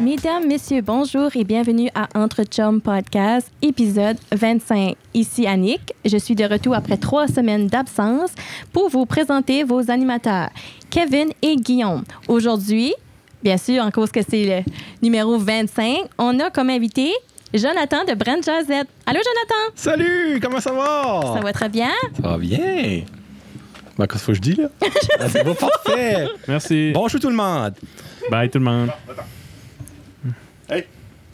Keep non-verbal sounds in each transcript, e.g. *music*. Mesdames, Messieurs, bonjour et bienvenue à Entre Chum Podcast, épisode 25. Ici Annick, je suis de retour après trois semaines d'absence pour vous présenter vos animateurs, Kevin et Guillaume. Aujourd'hui, bien sûr, en cause que c'est le numéro 25, on a comme invité Jonathan de Brand Jazette. Allô, Jonathan? Salut, comment ça va? Ça va très bien? Ça va bien. Ben, qu'est-ce que je dis, là? *laughs* Ah, c'est pas parfait. Merci. Bonjour tout le monde. Bye tout le monde.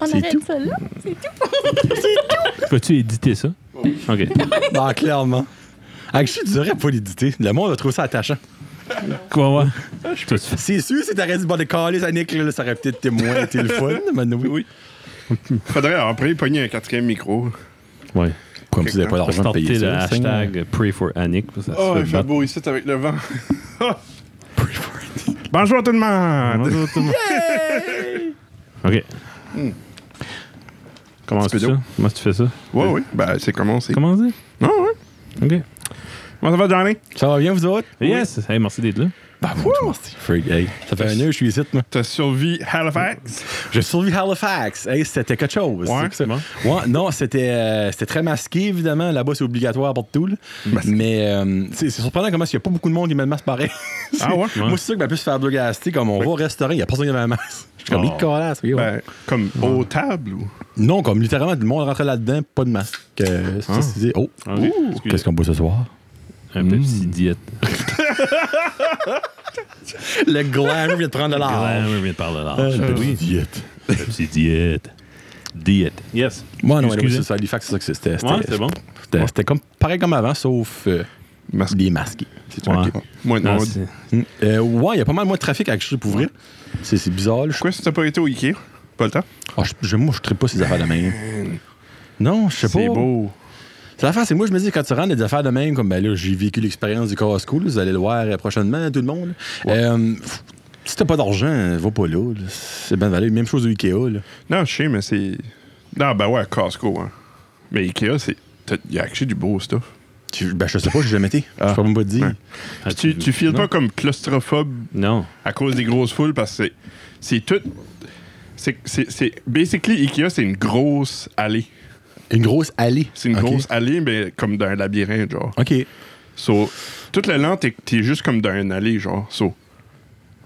On C'est arrête tout. ça là? Peux-tu éditer ça? OK. Ben, clairement. Avec je dirais pas l'identité. Le monde a trouvé ça attachant. Quoi, ouais? Toi, tu- C'est sûr, si t'aurais dit, bon, de caler ça, Nick, là, ça aurait peut-être été *laughs* moins été le fun, mais oui. oui. Faudrait après pogner un quatrième micro. Ouais. Comme si vous n'avez pas d'argent de Starter payer le ça. c'est- hashtag Pray for Annick. parce que ça se Oh, fait il fait battre. beau ici avec le vent. Bonjour tout le monde! Bonjour tout le monde. OK. Comment tu Petit fais peu d'eau. ça? Comment tu fais ça? Ouais, oui, ben c'est commencé. Comment dire? Non, ouais. OK. Comment ça va, Johnny? Ça va bien, vous autres? Yes! Hey, merci d'être là. Ben, moi, tout, merci. Freak, hey. Ça fait un an que je suis ici, moi. T'as survécu Halifax? J'ai survécu Halifax. Hey, c'était quelque chose. Ouais, C'est- Ouais, non, c'était euh, c'était très masqué, évidemment. Là-bas, c'est obligatoire pour tout. là. Mais euh, c'est c'est surprenant comment il n'y a pas beaucoup de monde qui met le masque pareil. C'est- Ah ouais? Moi, c'est sûr que ma plus faire de gaster, comme on va au restaurant, il n'y a personne qui met un masque. Je suis comme, Oh. il colasse, oui, ouais. Ben, comme aux tables ou? Non, comme littéralement, tout le monde rentrait là-dedans, pas de masque. Euh, c'est- c'est- Oh, Ah, ok. Excusez. qu'est-ce Mm. qu'on boit ce soir? Un Pepsi Diet. Le glamour vient de prendre de Ah, l'âge. on vient de parler là. Euh, diète. Pepsi Diet. Diet. Yes. Moi, non, mais oui, Excusez. c'est ça. Halifax, c'est ça que c'était. Ouais, c'était- c'est bon. C'était c'était comme, pareil comme avant, sauf euh, Masque. les masqués. C'est Ouais. ok. Moi, non. Non, c'est- Mm. Euh, ouais, il y a pas mal moins de trafic avec Chute pour ouvrir. C'est c'est bizarre. là. Je Pourquoi si t'as pas été au Ikea? Pas le temps? Ah, je- je- moi, je ne pas ces affaires de même. Non, je sais pas. C'est beau. C'est l'affaire, c'est moi, je me dis, quand tu rentres des affaires de même, comme ben là, j'ai vécu l'expérience du Costco, là, vous allez le voir euh, prochainement, tout le monde. Euh, pff, si t'as pas d'argent, va pas là. là. C'est bien valable. Même chose au Ikea. Là. Non, je sais, mais c'est. Non, ben ouais, Costco, hein. Mais Ikea, c'est. t'as- Il y a acheté du beau stuff. Tu- ben, je sais pas, j'ai jamais été. Je peux même pas te dire. Ah. Ouais. Ah, Puis tu, tu files pas comme claustrophobe Non. à cause des grosses foules parce que c'est- c'est tout. C'est, c'est, c'est- basically, Ikea, c'est une grosse allée. Une grosse allée. C'est une Ok. grosse allée, mais comme dans un labyrinthe, genre. OK. So, tout le long, t'es, t'es juste comme dans une allée, genre. So,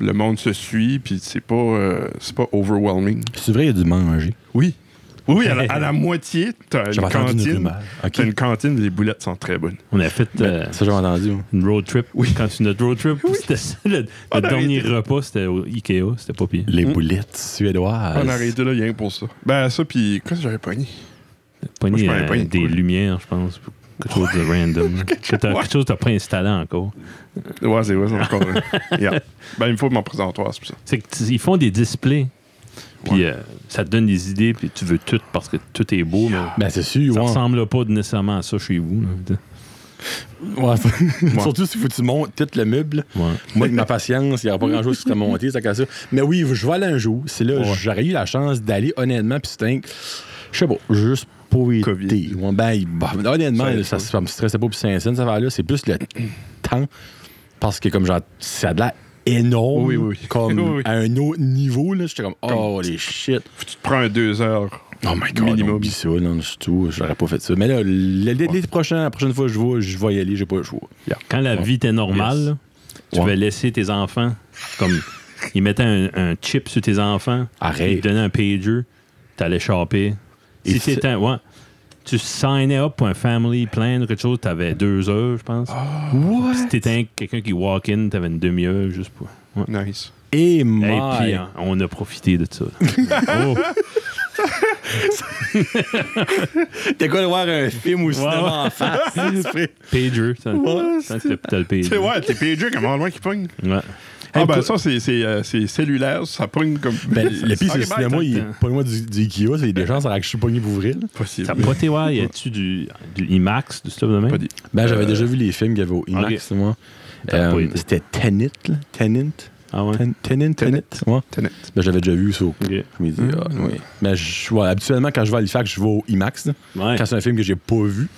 le monde se suit, puis c'est pas, euh, c'est pas overwhelming. C'est vrai, il y a du manger. Oui. Oui, oui, *laughs* à la, à la moitié, t'as J'avais une entendu une cantine. rumeur. Ok. T'as une cantine, les boulettes sont très bonnes. On a fait... euh, Ça, j'ai entendu. hein. Une road trip. Oui. Quand tu notre road trip, c'était ça, le, le On a dernier arrêté. repas, c'était au Ikea. C'était pas pire. Les boulettes suédoises. Mm. On a arrêté là, rien que pour ça. Ben, ça, puis qu'est-ce que j'avais pogné? Moi, je Pogné m'en ai euh, pas eu, des quoi. lumières, je pense. pour Quelque chose de random. que t'as- quelque chose que t'as pas installé encore. Ouais, c'est vrai, c'est encore. *laughs* un- Yeah. Ben, il me faut mon présentoir, c'est pour ça. C'est qu'ils font des displays. Puis euh, ça te donne des idées, puis tu veux tout parce que tout est beau, mais Ben, c'est sûr, ça ouais. ressemble pas nécessairement à ça chez vous. là. Ouais, ça- *laughs* Surtout si faut que tu montes tout le meuble. Ouais. Moi, avec ma patience, il n'y aura pas grand-chose qui serait monté, ça casse ça. Mais oui, je vais aller un jour. C'est là que j'aurais eu la chance d'aller honnêtement, puis c'était un- je sais pas, juste pour y Covid. été. Ouais, ben, il- bah, honnêtement, Ça, là, ça, ça. ça me stressait pas pour saint cette affaire-là. C'est plus le temps, parce que comme genre, ça a de l'air énorme, Oui, oui, oui. comme *laughs* Oui, oui. à un autre niveau, là, j'étais comme, oh, les shit. Puis tu te prends un deux heures. Oh my god, Minimum. minimum. oublie ça, non, du tout, j'aurais pas fait ça. Mais là, le- le- les prochains- la prochaine fois que je vois, je vais y aller, j'ai pas le choix. Quand la vie était normale, Yes. là, tu Ouais. vas laisser tes enfants comme. Ils mettaient un, un chip sur tes enfants. Arrête. Ils te donnaient un pager. T'allais shopper. Et Si c'est- c'était un- ouais, tu signais up pour un family plan ou quelque chose, t'avais deux heures, je pense. Si t'étais un- quelqu'un qui walk in, t'avais une demi-heure juste pour. ouais. Nice. Et Et my puis, hein, on a profité de ça. Oh, *laughs* T'es quoi de voir un film ou cinéma ouais. en face? pager. Ça, ça, t'as- t'as le pager. C'est ouais, t'es PJ, comment loin qui pogne? Ouais. Ah, Hey, ben pour- ça, c'est, c'est, euh, c'est cellulaire, ça pogne comme. *laughs* Ah, Ben, *laughs* le pire, c'est Ok, le bye, cinéma, il est pas loin du, du Ikea, c'est des chances à que je suis pogné pour ouvrir. là. t'as- Possible. T'as pas été, ouais, y a-tu du, du IMAX, du stuff de même? Pas dit. Ben, j'avais déjà vu les films qu'il y avait au IMAX, moi. Euh, T'as Euh, pas été. C'était Tenet, là. Tenet. Ah ouais? Ten- Tenin, Tenet. Ouais. Tenet. Ben, j'avais déjà vu ça. au- Ok. Mm. Je me dis, ah, oui. Mais je- ouais, habituellement, quand je vais à Halifax, je vais au IMAX. là. Ouais. Quand c'est un film que j'ai pas vu,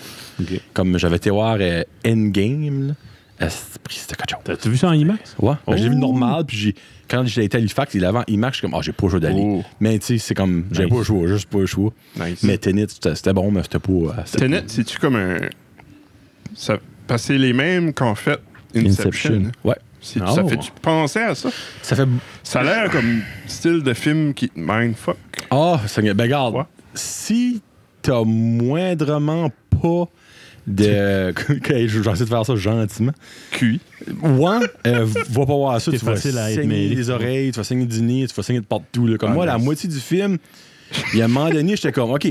Ok. comme j'avais été voir euh, Endgame, là, esprit, c'était quelque chose. T'as-tu vu ça en IMAX? Ouais, ben, j'ai vu Oh. normal, puis j'ai- quand j'ai été à Halifax, il avait en IMAX, je suis comme, ah, j'ai pas joué d'aller. Oh. Mais tu sais, c'est comme, j'ai Nice. pas joué, juste pas joué. Nice. Mais Tenet, c'était c'était bon, mais c'était pas. euh, c'était Tenet, c'est-tu comme un. Ça... Parce que c'est les mêmes qu'en fait pas- Inception. Inception. Ouais. C'est- Oh. Ça fait-tu penser à ça? Ça fait. Ça a l'air comme style de film qui te mindfuck. Ah, ça ben regarde, Ouais. si t'as moindrement pas de. *laughs* Ok, J'essaie de faire ça gentiment. Cuit. Ouais, euh, va pas voir ça. T'es Tu vas facile à être saigner mêlé. les oreilles, tu vas saigner du nez, tu vas saigner de partout. Là. Comme Ah, moi, la nice. moitié du film, il y a un moment donné, j'étais comme, OK,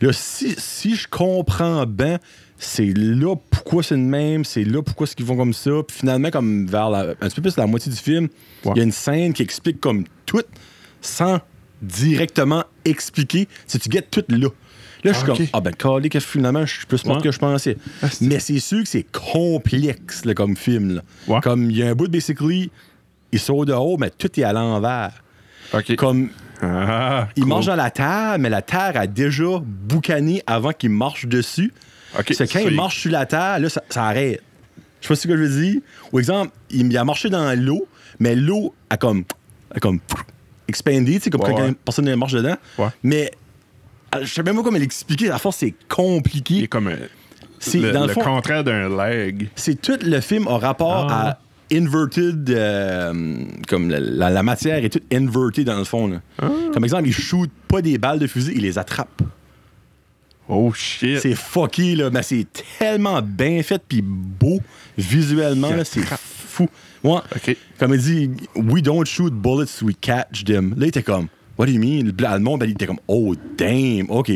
là, si, si je comprends bien, c'est là pourquoi c'est le même, c'est là pourquoi ce qu'ils font comme ça. Puis finalement, comme vers la- un petit peu plus la moitié du film, il Ouais. y a une scène qui explique comme tout sans directement expliquer. Si tu guettes tout là. Là, je suis Ah, ok. comme, ah ben, calé que finalement, je suis plus smart Ouais. que je pensais. Ah, c'est- Mais c'est sûr que c'est complexe là, comme film. là. Ouais. Comme il y a un bout de basically, il sort de haut, mais tout est à l'envers. OK. Comme Ah, il cool. marche dans la terre, mais la terre a déjà boucané avant qu'il marche dessus. OK, C'est quand c'est- il marche sur la terre, là, ça, ça arrête. Je sais pas ce que je veux dire. Ou exemple, il, il a marché dans l'eau, mais l'eau a comme, a comme expandé, tu sais, comme Ouais, quand ouais. une personne marche dedans. Ouais. Mais euh, je sais même pas comment l'expliquer. À force, c'est Il compliqué. est comme un- C'est le, dans le le fond- contraire d'un leg. c'est tout le film a rapport Ah. à inverted, euh, comme la, la- la matière est toute invertée dans le fond. là. Ah. Comme exemple, il shoot pas des balles de fusil, il les attrape. Oh shit. C'est fucky, là, mais c'est tellement bien fait puis beau visuellement, Il là, c'est fou. Ouais. OK. Comme il dit, we don't shoot bullets, we catch them. Là, il était comme, what do you mean? Le Allemand, ben, il était comme, oh damn, ok.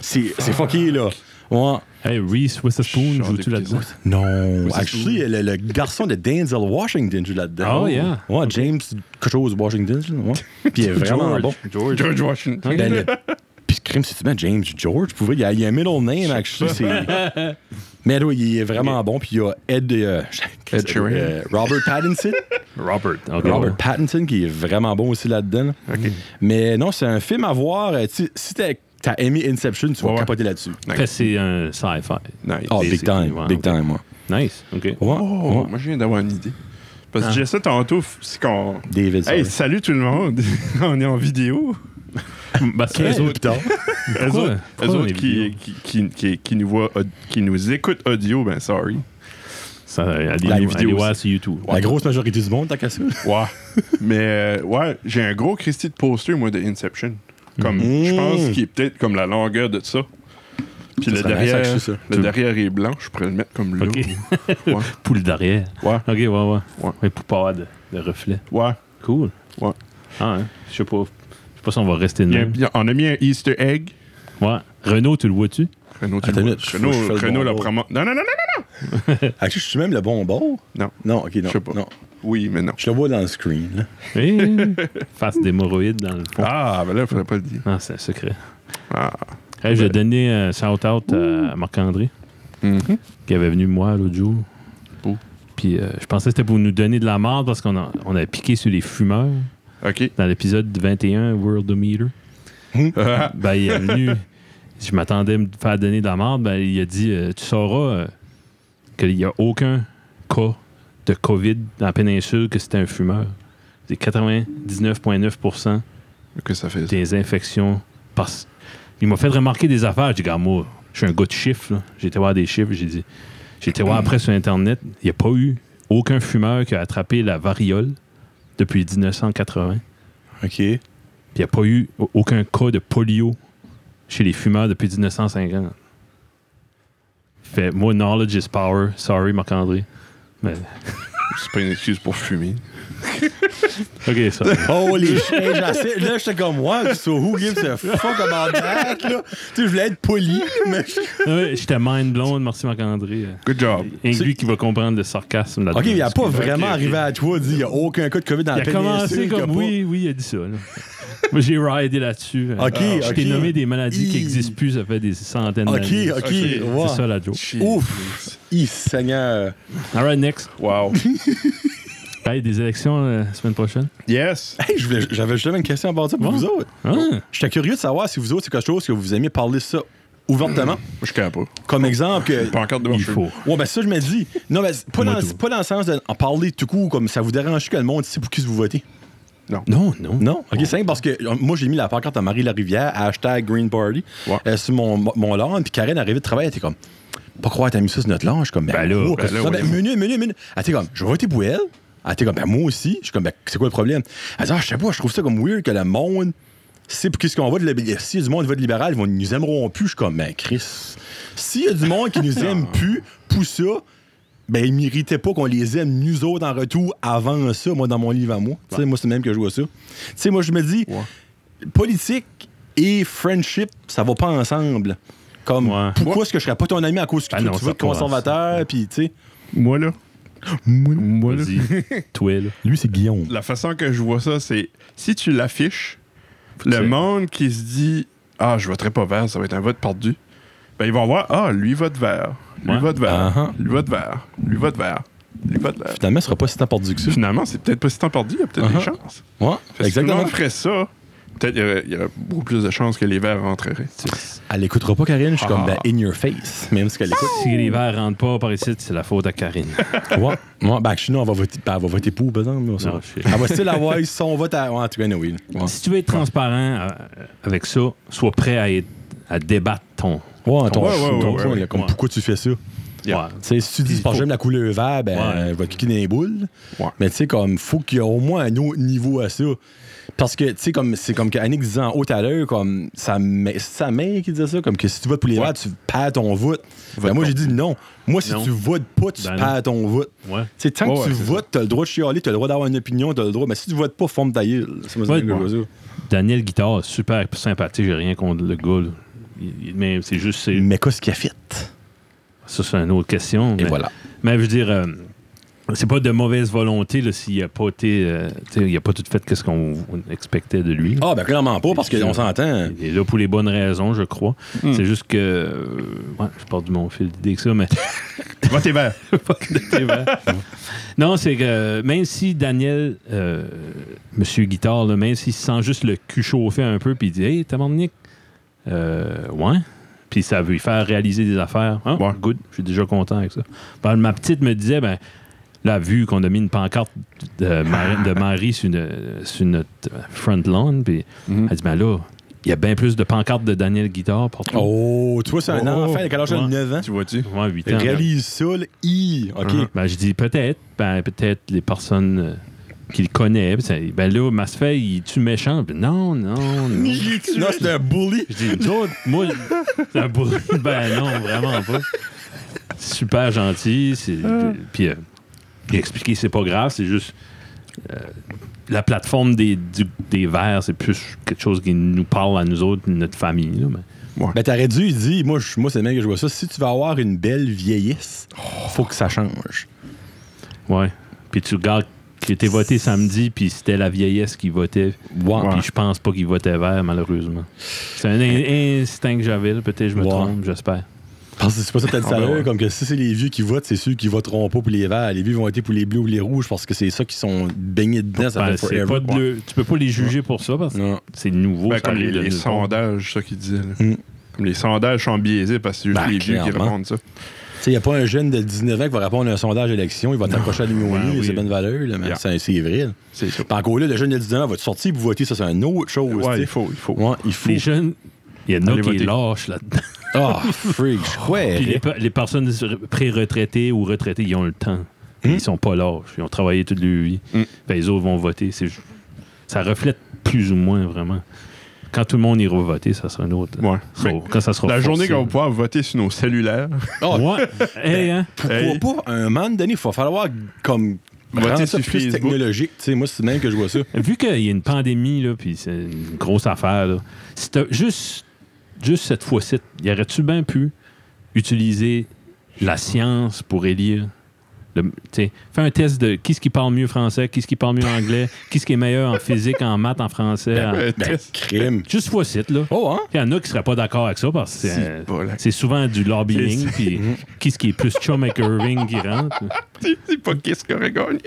C'est c'est fucky, là. Ouais. Hey, Reese Witherspoon, Genre joues-tu des là-dedans? petits- Non, c'est actually, le, le garçon de Denzel Washington joue là-dedans. Oh, yeah. Ouais, James quelque chose Washington, là, ouais. Puis il est vraiment bon. George, Washington. Ben, le- Puis crime, c'est-tu bien James George? Vous pouvez, il y a, il y a un middle name, actually. c'est- Mais oui, il est vraiment bon. Puis il y a Ed, euh, *laughs* Ed Sheeran. euh, Robert Pattinson. Robert. Ah, ok, Robert ouais. Pattinson, qui est vraiment bon aussi là-dedans. là. OK. Mais non, c'est un film à voir. euh, tu sais, Si t'as t'as aimé Inception, tu vas Ouais, ouais. capoter là-dessus. Après, c'est un sci-fi. Nice. Oh, Et big c'est- time, ouais, big ok. time, moi. Nice. OK. Ouais, Oh, ouais. Hein? moi je viens d'avoir une idée. Parce que Ah. j'essaie tantôt, f- c'est qu'on. David. Hey, sorry. salut tout le monde! *laughs* on est en vidéo. Bah, c'est Quinze eux minutes autres, plus tard. Eux Pourquoi- autres, pourquoi eux on autres est qui, vidéo? qui, qui, qui- qui nous voient, aud- qui nous écoutent audio, *laughs* ben sorry. ça, allez, La allez vidéo, voir sur YouTube. La grosse majorité du monde, t'as qu'à ça. Ouais. Mais euh, ouais, j'ai un gros Christy de poster, moi, de Inception. Comme, je pense qu'il est peut-être comme la longueur de ça. Puis Mmh. Ça serait le nice derrière, que je suis ça. le Tu- derrière est blanc, je pourrais le mettre comme là. OK. Ouais. *laughs* Poule d'arrière. Ouais, OK, ouais, ouais. Ouais. ouais pour pas avoir de, de reflet. ouais. Cool. Ouais. Ah, hein. Je sais pas. Je sais pas si on va rester de Il y a- Mmh. même. il y a- on a mis un Easter egg. Ouais. Renaud, tu le vois-tu? Renaud, tu Attends le une vois. minute, faut que je Renaud, fasse le Renaud bon l'a mot. promo. Non, non, non, non, non! Actually, je suis même le bon bord. Non. Non, ok, non. Je sais pas. Non. Oui, mais non. Je le vois dans le screen. là. *laughs* Hé! Eh. Face d'hémorroïdes dans le fond. Ah, ben là, il faudrait pas le dire. Ah, c'est un secret. Ah. Hey, je vais donner un shout-out à Marc-André, Mhm. qui avait venu me voir l'autre jour. Beau. Puis euh, je pensais que c'était pour nous donner de la marde parce qu'on a, on a piqué sur les fumeurs OK. dans l'épisode 21 Worldometer. Ah, Ben, il est venu. je m'attendais à me faire donner de la marde. Ben, il a dit euh, Tu sauras euh, qu'il n'y a aucun cas de COVID dans la péninsule que c'était un fumeur. C'est 99,9 que ça fait ça. des infections. Par... Il m'a fait remarquer des affaires. J'ai dit Garde, moi, je suis un gars de chiffres. là. J'ai été voir des chiffres. J'ai dit J'ai été voir après sur Internet. Il n'y a pas eu aucun fumeur qui a attrapé la variole depuis 1980. Ok. Puis Puis il n'y a pas eu a- aucun cas de polio chez les fumeurs depuis 1950. Fait, moi, knowledge is power. Sorry, Marc-André. Mais... C'est pas une excuse pour fumer. OK, *laughs* ça. Holy shit, j'essaie- Là, j'étais comme, ouais, so who gives a fuck about that, là? Tu sais, je voulais être poli, mais. Non, mais J'étais mind blown. Merci, Marc-André. Euh, Good job. rien que C'est- lui qui va comprendre le sarcasme. là-dedans. Ok, il a pas Excuse-moi. vraiment ok. arrivé à toi, dit, il n'y a aucun cas de COVID dans Il la a commencé péninsule, qu'il y a comme pas- oui, oui, il a dit ça. là. Moi, j'ai ridé là-dessus. hein. Ok, Je t'ai ok. nommé des maladies qui Hi. n'existent plus, ça fait des centaines Ok, d'années. ok, C'est ouais. C'est ça la joke. Jeez. Ouf! I Seigneur! *laughs* All right, next. Wow. Hey, des élections euh, la semaine prochaine? Yes. Hey, je voulais- j'avais justement une question à part ça pour Ouais. vous autres. Ah. J'étais curieux de savoir si vous autres, c'est quelque chose que vous aimez parler ça ouvertement. Moi, je connais pas. Comme exemple que. Pas encore de Il marché. faut. Ouais, ben ça, je me dis. Non, mais pas, Moi, dans, tout. pas dans le sens d'en parler tout court, comme ça vous dérange que le monde sait pour qui vous votez. Non, non. Non, ok, c'est simple parce que euh, moi j'ai mis la pancarte à Marie-Larivière, hashtag Green Party, Ouais. euh, sur mon, mon lawn, puis Karen arrivait de travail, elle était comme, pas croire que t'as mis ça sur notre lawn, je suis comme, ben, Ben là, moi, ben qu'est-ce là, que c'est ça? voyons. ben, menu, menu, menu. Elle était comme, je vais voter pour elle. Elle était comme, ben moi aussi. Je suis comme, ben c'est quoi le problème? Elle dit, ah, je sais pas, je trouve ça comme weird que le monde sait pour qu'est-ce qu'on vote. lib- S'il y a du monde qui vote libéral, ils vont- ils nous aimeront plus. Je suis comme, ben Chris, s'il y a du monde qui nous aime plus, pour ça, ben ils méritaient pas qu'on les aime nous autres en retour avant ça, moi dans mon livre à moi. Tu sais, moi c'est le même que je vois ça. Tu sais, moi je me dis, politique et friendship, ça va pas ensemble. Comme Ouais. pourquoi est-ce que je serais pas ton ami à cause que Ah tu- non, tu ça votes va pas conservateur, puis tu sais. Moi, là. Moi, là. *laughs* Vas-y. Toi, là. Lui c'est Guillaume. La façon que je vois ça, c'est si tu l'affiches, le C'est- monde qui se dit Ah, je voterai pas vert, ça va être un vote perdu. Ben, ils vont voir Ah, lui vote vert. Lui Ouais. vote vert. Uh-huh. Lui vote vert. Lui vote vert. Lui vote vert. Finalement, ce sera pas si tant perdu que ça. Finalement, c'est peut-être pas si tant perdu, il y a peut-être Uh-huh. des chances. Ouais, Fait que Si tout le exactement. monde ferait ça, peut-être il y aurait- il y aurait beaucoup plus de chances que les verts rentreraient. Elle écoutera pas Karine, je suis comme Ah. ben, in your face, même si *laughs* qu'elle écoute. Si les verts rentrent pas par ici, c'est la faute à Karine. *laughs* ouais. ouais, ben sinon on va voter, ben, elle va voter pour, par exemple. on sait Non, pas. shit. Elle va still avoir son vote à. Ouais, en tout cas, anyway, là. Ouais. Si tu veux être transparent euh, avec ça, sois prêt à, être- à débattre ton. Ouais, ton, Ouais, ouais, ton ouais, point, ouais. là, comme Ouais. pourquoi tu fais ça. Yeah. Ouais. Tu sais, si tu dis c'est parce que j'aime la couleur vert, ben, Ouais. euh, va te cliquer dans les boules. Ouais. Mais tu sais, comme, faut qu'il y ait au moins un autre niveau à ça. Parce que, tu sais, comme, c'est comme qu'Annick disait en haut tout à l'heure, comme, sa mè- c'est sa mère qui disait ça, comme que si tu votes pour les verts, tu perds ton vote. Ben, moi, j'ai dit non. Moi, si Non. tu votes pas, tu Ben non. perds ton vote. Ouais. Tu sais, tant Ouais, que tu ouais, c'est votes, t'as le droit de chialer, t'as le droit d'avoir une opinion, t'as le droit. Mais si tu votes pas, forme ta gueule. C'est moi, c'est Ouais, ça que je ouais. vois ça. Daniel Guitard, super sympathique, j'ai rien contre le gars. là. Il- il- Mais c'est juste, c'est- Mais qu'est-ce qu'il a fait? ça, c'est une autre question. Et mais- voilà. Mais je veux dire, euh, c'est pas de mauvaise volonté là, s'il n'a pas été. euh, tu sais, il a pas tout fait ce qu'on expectait de lui. Ah, ben, clairement pas, parce qu'on s'entend. Il est là pour les bonnes raisons, je crois. C'est juste que. euh, ouais, je pars du mon fil d'idée que ça, mais. Votez vert. C'est vrai. *laughs* non, c'est que euh, même si Daniel, euh, Monsieur Guitard, là, même s'il sent juste le cul chauffer un peu, puis il dit Hey, t'as mon Nick Euh, Ouais. Puis ça veut lui faire réaliser des affaires. Ah, Ouais. good, je suis déjà content avec ça. Ben, ma petite me disait ben, Là, vu qu'on a mis une pancarte de, Mar- de Marie sur, une- sur notre front lawn, puis elle dit Ben là, il y a bien plus de pancartes de Daniel Guitard pour toi. Oh, tu vois, c'est un Oh. enfant, il a quel âge? Il a Ouais. 9 ans. Tu vois-tu? Ouais, huit ans. Réalise ça, là. I. OK. Mhm. Ben, je dis peut-être. Ben, peut-être les personnes euh, qu'il connaît. Ben, ça- ben là, Masfei, il est-tu méchant? Ben, non, non, non. *laughs* Non, c'est un bully. Je dis, nous autres, moi, c'est un bourrin. *laughs* Ben non, vraiment pas. Super gentil. c'est- Puis, euh, il a expliqué, c'est pas grave, c'est juste. euh, la plateforme des, du- des verts, c'est plus quelque chose qui nous parle à nous autres, notre famille. là, mais- Ben, t'aurais dû, il dit, moi, je- moi c'est le mec que je vois ça. Si tu veux avoir une belle vieillesse, Oh, faut que ça change. Ouais. Puis tu regardes qui était voté samedi, puis c'était la vieillesse qui votait. Ouais. Puis je pense pas qu'il votait vert, malheureusement. C'est un in- instinct que j'avais, là. peut-être je me Ouais. trompe, j'espère. Parce que c'est pas ça que t'as dit Ah, tout à ben l'heure, ouais. comme que si c'est les vieux qui votent, c'est ceux qui voteront pas pour les verts. Les vieux vont être pour les bleus ou les rouges parce que c'est ça qui sont baignés dedans, ça Ben, fait c'est forever. pas de bleu. Tu peux pas les juger pour ça, parce que Non. c'est nouveau. Ben, ça comme arrive les, de les nulle part. sondages, ça qu'ils disent. là. Mm. Comme les sondages sont biaisés parce que c'est juste Ben, les vieux qui clairement. répondent ça. Tu sais, y a pas un jeune de 19 ans qui va répondre à un sondage élection, il va t'accrocher à Ouais, l'ignorie, oui. c'est bonne valeur, là, mais Yeah. c'est c'est vrai. là. C'est ça. Puis encore là, le jeune de 19 ans va te sortir pour voter, ça, c'est une autre chose. tu Ouais, sais. il faut, il faut. Ouais, il faut. Les jeunes, il y en a Allez qui voter. lâchent là-dedans. Ah, freak, je croyais. Puis les, pe- les personnes pré-retraitées ou retraitées, ils ont le temps. Hmm? Ils sont pas lâches. Ils ont travaillé toute leur vie. Mm. Ben, les autres vont voter. C'est ju- Ça reflète plus ou moins vraiment. Quand tout le monde ira voter, ça sera un autre. Ouais. Ça sera- Quand ça sera La forcé. journée qu'on va pouvoir voter sur nos cellulaires, Ah, *laughs* Ouais. Hey, hein? pourquoi Hey. pas, à un moment donné, il va falloir comme Voter rendre ça sur plus Facebook. technologique. Tu sais, moi, c'est le même que je vois ça. Vu qu'il y a une pandémie, là, puis c'est une grosse affaire, là, si t'as juste, juste cette fois-ci, y aurait-tu bien pu utiliser la science pour élire? le- tu sais, fais un test de qui ce qui parle mieux français, qui ce qui parle mieux *laughs* anglais, qui ce qui est meilleur en physique, en maths, en français. en- euh, Ben, test. crime. Juste fois ci là. Oh, hein? Il y en a qui seraient pas d'accord avec ça parce que c'est, Si, euh, bol. c'est souvent du lobbying, C'est- puis qui ce qui est plus chum avec Irving qui rentre. *laughs* c'est pas qu'est-ce qu'on aurait gagné.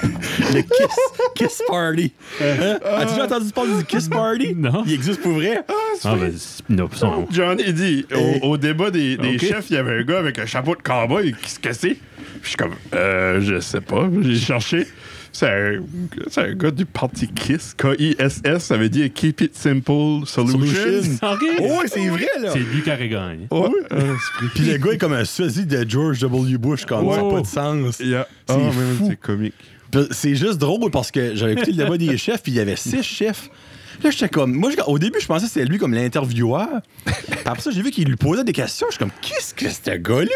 Le Kiss, kiss Party. Hein? As-tu déjà entendu parler du Kiss Party? Non. Il existe pour vrai. Ah, ben, c'est une option. John Eddy, au, au débat des, des Ok. chefs, il y avait un gars avec un chapeau de cowboy. Qu'est-ce que c'est? Puis Je suis comme, euh, je sais pas. J'ai cherché. C'est un, c'est un gars du parti KISS. K-I-S-S, ça veut dire Keep It Simple Solutions. Solution. Oh, ouais, c'est vrai, là. C'est lui qui a gagné. Oh, Puis le gars est comme un sosie de George W. Bush, comme ça n'a Oh. pas de sens. C'est fou. c'est comique. Puis C'est juste drôle parce que j'avais écouté le débat des *laughs* chefs, puis il y avait six chefs. Là, j'étais comme. Moi, je- au début, je pensais que c'était lui comme l'intervieweur. Puis Après ça, j'ai vu qu'il lui posait des questions. Je suis comme, qu'est-ce que c'est ce gars-là?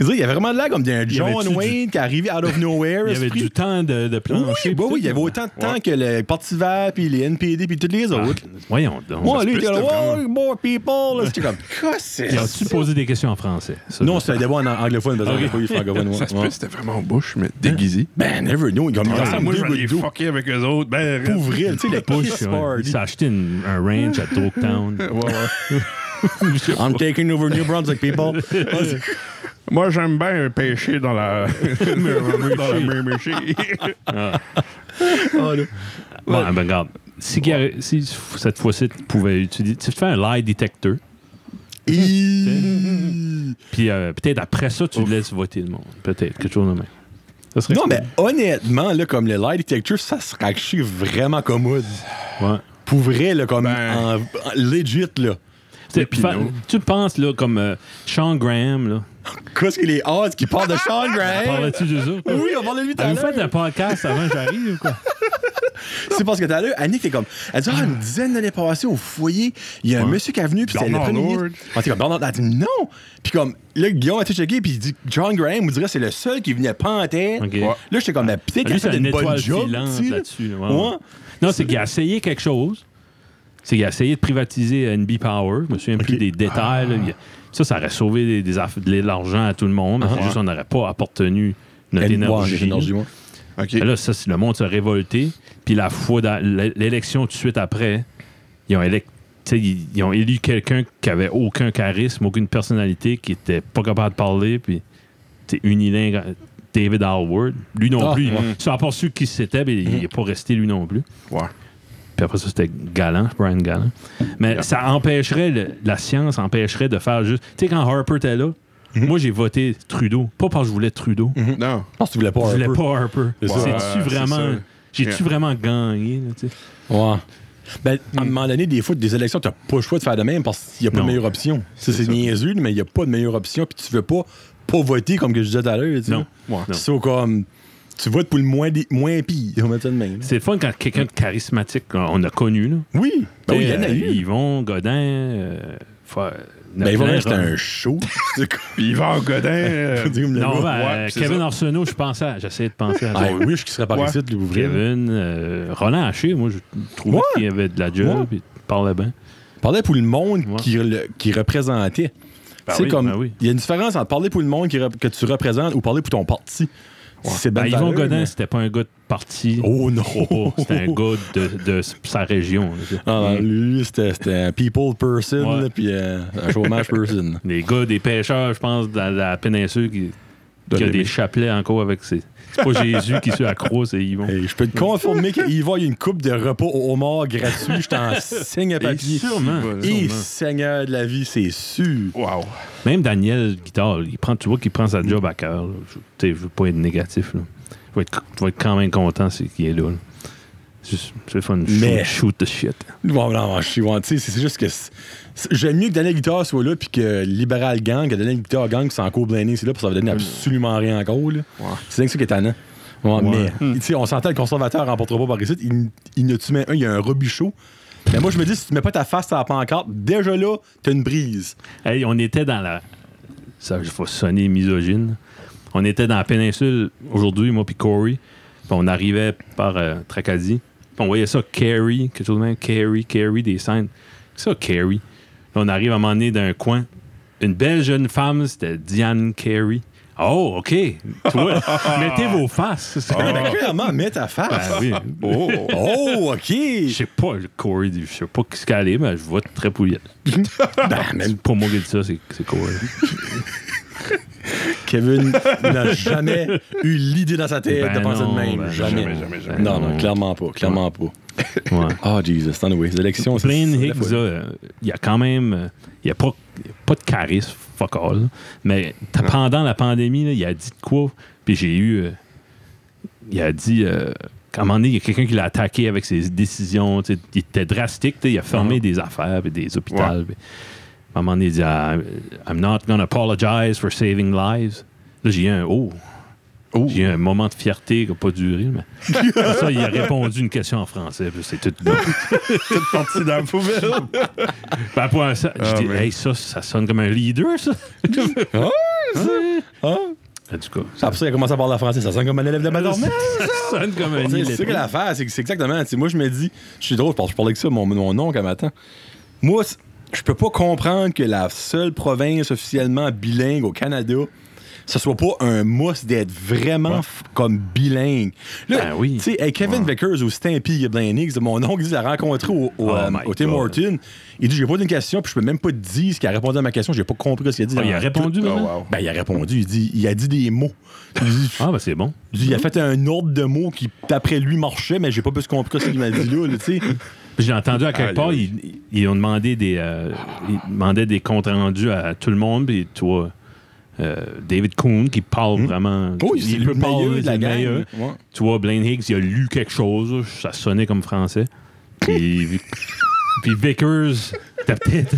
Je veux dire, Il y avait vraiment l'air comme d'un John avait-tu du- Wayne qui arrivait out of nowhere. *laughs* Il y avait esprit- du temps de, de Oui, plancher. oui, pis oui, tout, il y avait là. autant de temps que le Parti vert, puis les NPD, puis toutes les Ah, autres. Voyons donc. Moi, Ça se lui, il peut. était là, c'était oh, more people. là. J'étais comme, qu'est-ce que c'est Il a-tu ça? posé des questions en français? Ça, Non, je- c'est un débat en anglophone, parce qu'on n'a Ok. pas eu *laughs* francophone. Ça se ouais. peut, c'était vraiment en bouche, mais déguisé. Ben, never know. Il y a Ah, un moi, je vais de aller dos fucker avec eux autres. Ben, pour vrai, tu sais, le Bush, push ouais, il s'est acheté une- un ranch à *laughs* Dogtown. Ouais, ouais. I'm taking over New Brunswick, *laughs* people. Moi, j'aime bien pêcher dans *laughs* la. dans la murmuchée. Ah, là. Bon, ben, regarde. Si, Gary- si f- cette fois-ci, tu pouvais utiliser. Tu fais un lie detector, Et- puis euh, peut-être après ça, tu laisses voter le monde. Peut-être, quelque chose de même. Ça serait Non, cool. mais honnêtement, là, comme le light detector, ça se rachète vraiment commode. Ouais. Pour vrai, là, comme Ben. en, en legit, là. Tu sais, fa- Tu penses, là, comme euh, Sean Graham, là. Qu'est-ce qu'il est odds qui parle de Sean *laughs* Graham? Parlais-tu de ça? Oui, on parle de lui tout à Vous l'heure. faites un podcast avant que j'arrive, ou quoi? C'est parce que tout à l'heure, Annick est comme. Elle dit, ah, une dizaine d'années passées au foyer, il y a un monsieur qui est venu, puis c'est le Bernard premier Lord. ministre. On était comme, Bernard, elle dit, non! Puis comme, là, Guillaume a été checké, puis il dit, John Graham, on dirait, c'est le seul qui venait pas en tête. Ok. Là, j'étais comme, ben, la petite, Lui, elle c'est fait une une bonne étoile job. filante tu sais, là. là-dessus. là. Ouais, Ouais. ouais. Non, c'est qu'il a essayé quelque chose. C'est qu'il a essayé de privatiser NB Power. Je me souviens plus Ok. Ah. des détails. là. Il a- Ça, ça aurait sauvé des, des aff- de l'argent à tout le monde. mais c'est juste qu'on n'aurait pas appartenu notre Elle- ouais, énergie. j'ai l'énergie, ouais. OK. Mais là, ça, c'est- le monde s'est révolté. Puis la fois d'a- l'é- l'élection tout de suite après, ils ont, élec- tu sais, ils, ils ont élu quelqu'un qui avait aucun charisme, aucune personnalité, qui était pas capable de parler. Puis tu sais, unilingue, David Howard. Lui non Ah, plus. ouais. Il s'en pas su qui c'était, mais il n'est pas resté lui non plus. Ouais. Puis après ça, c'était Galant, Brian Galant. Mais ça empêcherait, le- la science empêcherait de faire juste. Tu sais, quand Harper était là, Mm-hmm. moi j'ai voté Trudeau. Pas parce que je voulais Trudeau. Non. Je pense que tu voulais pas. Je voulais Harper. pas Harper. C'est ça. C'est-tu Ouais, vraiment. c'est ça. J'ai-tu Yeah. vraiment gagné? là, tu sais? Ouais. Ben, à un moment donné, des fois, des élections, t'as pas le choix de faire de même parce qu'il n'y a pas Non. de meilleure option. Ça, C'est niaiseux, mais il n'y a pas de meilleure option, puis tu veux pas pas voter comme que je disais tout à l'heure. tu sais. Non. Ouais. Non. C'est comme. Tu votes pour le moins, des- moins pire, on va dire de même. C'est le fun quand quelqu'un de charismatique qu'on a connu. Là. Oui, ben oui, il y en a Euh, eu. Yvon, Godin. euh, Fa- Ben, il va Nathanaël dire que c'était Ron- un show. C'est comme- Puis Yvan *laughs* Godin. *laughs* euh, Dis-moi le Non, gars. ben, Ouais, c'est Kevin ça. Arsenault, je pensais. à- J'essayais de penser à Ah, son- I wish qu'il serait par Ouais. ici de l'ouvrir. Kevin, euh, Roland Haché, moi, je trouvais Ouais. qu'il y avait de la job, Ouais. puis il parlait bien. Parler pour le monde Ouais. qui, le- qui représentait. Ben c'est oui, comme. Il ben oui. y a une différence entre parler pour le monde qui rep- que tu représentes ou parler pour ton parti. C'est Ben, ben Yvon valeur, Godin, mais- c'était pas un gars de parti. *laughs* Oh non! trop pas. C'était un gars de, de sa région. là, tu sais. Ah, non, lui, c'était c'était un people person, Ouais. là, puis euh, un chômage person. Les gars des pêcheurs, je pense, dans la péninsule qui, De qui a des l'aimer. chapelets encore avec ses. C'est *laughs* pas Jésus qui suit à croix, c'est Yvon. Et je peux te confirmer qu'il va, il y a une coupe de repas au homard gratuit, je t'en signe à Et papier. sûrement, Et sûrement. seigneur de la vie, c'est sûr. Wow. Même Daniel Guitard, il prend, tu vois qu'il prend sa Mm. job à cœur. là. Je- Tu sais, je veux pas être négatif. Là. Je, vais être, je vais être quand même content c'est qu'il est là. là. C'est juste- c'est le fun. Mais- Shoot, shoot the shit. Bon, non, je suis bon, tu sais, c'est c'est juste que c'est- c'est- j'aime mieux que Daniel Guitar soit là, puis que Libéral Gang, que Daniel Guitar Gang, c'est encore blindé, c'est là, puis ça va donner absolument rien encore. là. C'est dingue ça qui est tannant. Ouais, Hmm. Mais, tu sais, on s'entend, le conservateur remportera pas par ici. Il, il ne tu mets un, il y a un robichaud. Mais moi, je me dis, si tu mets pas ta face à la pancarte, déjà là, t'as une brise. Hey, on était dans la. Ça, il faut sonner misogyne. On était dans la péninsule aujourd'hui, moi puis Corey. Puis on arrivait par euh, Tracadie. Puis on voyait ça, Carrie, quelque chose de même. Carrie, Carrie, des scènes. Ça, Carrie. Là, on arrive à un moment donné d'un coin. Une belle jeune femme, c'était Diane Carey. Oh, OK. Tu vois, mettez vos faces. Ben, clairement, mets ta face. Ah oui. Oh. Oh, *laughs* Je OK. sais pas, le Corey, je sais pas ce qu'elle est, mais je vois très pouillette. ben, même Pour moi, qui dit ça, c'est c'est Corey. Kevin n'a jamais eu l'idée dans sa tête Ben de penser non, de même. ben jamais. jamais, jamais, jamais. Non, non, clairement pas. Clairement pas. Ouais. Ah, Jesus, t'en as Les élections, c'est- Blaine c'est la Higgs, folie. là, euh, il y a quand même. euh, Il n'y a, pas- il y a pas de charisme, fuck all. là. Mais t- pendant la pandémie, là, il a dit de quoi? Puis j'ai eu. euh, il a dit. euh, à un moment donné, il y a quelqu'un qui l'a attaqué avec ses décisions. tu sais, Il était drastique. tu sais, Il a Ah. fermé des affaires, puis des hôpitaux. Ouais. puis- à un moment donné, il dit ah, I'm not going to apologize for saving lives. Là, j'ai eu un oh. Oh. J'ai eu un moment de fierté qui n'a pas *laughs* duré. Mais... Après ça, il a répondu une question en français. puis *laughs* C'est tout bon. Toute *laughs* partie dans la poubelle. Ben, pour un, ça, Ah, je dis, mais- hey, ça, ça sonne comme un *laughs* leader, ça. Hein? Ah, Ah, En tout cas, ça, Après Ah, ça, il a commencé à parler en français. Ça sonne comme un élève de madame. ça sonne comme un Tu sais, C'est ça que leader. l'affaire, c'est que c'est exactement. tu sais, Moi, je me dis, je suis drôle parce que je parlais que ça, mon, mon oncle à matin. Moi, c- je peux pas comprendre que la seule province officiellement bilingue au Canada, ce soit pas un must d'être vraiment f- comme bilingue. Là, Ben oui. Tu sais, hey, Kevin Vickers au Stampy Blaine Higgs, mon oncle, il l'a rencontré au, au, Oh euh, my au Tim God. Horton. Il dit J'ai pas une question, puis je peux même pas te dire ce qu'il a répondu à ma question, j'ai pas compris ce qu'il a dit. Ah, il a Dans- répondu, Oh, maintenant? wow. Ben, il a répondu, il, dit, il a dit des mots. Il dit, Ah, ben c'est bon. il a fait un ordre de mots qui, d'après lui, marchait, mais j'ai pas plus compris ce qu'il m'a dit là, là, tu sais. J'ai entendu à quelque Aïe, part, aïe. ils, ils ont demandé des, euh, ils demandaient des comptes rendus à tout le monde, puis toi, euh, David Kuhn, qui parle vraiment. Oh, c'est le meilleur de c'est la le gang. meilleur. Ouais. Tu vois, Blaine Higgs, il a lu quelque chose, ça sonnait comme français. *laughs* Puis, puis Vickers, t'as peut-être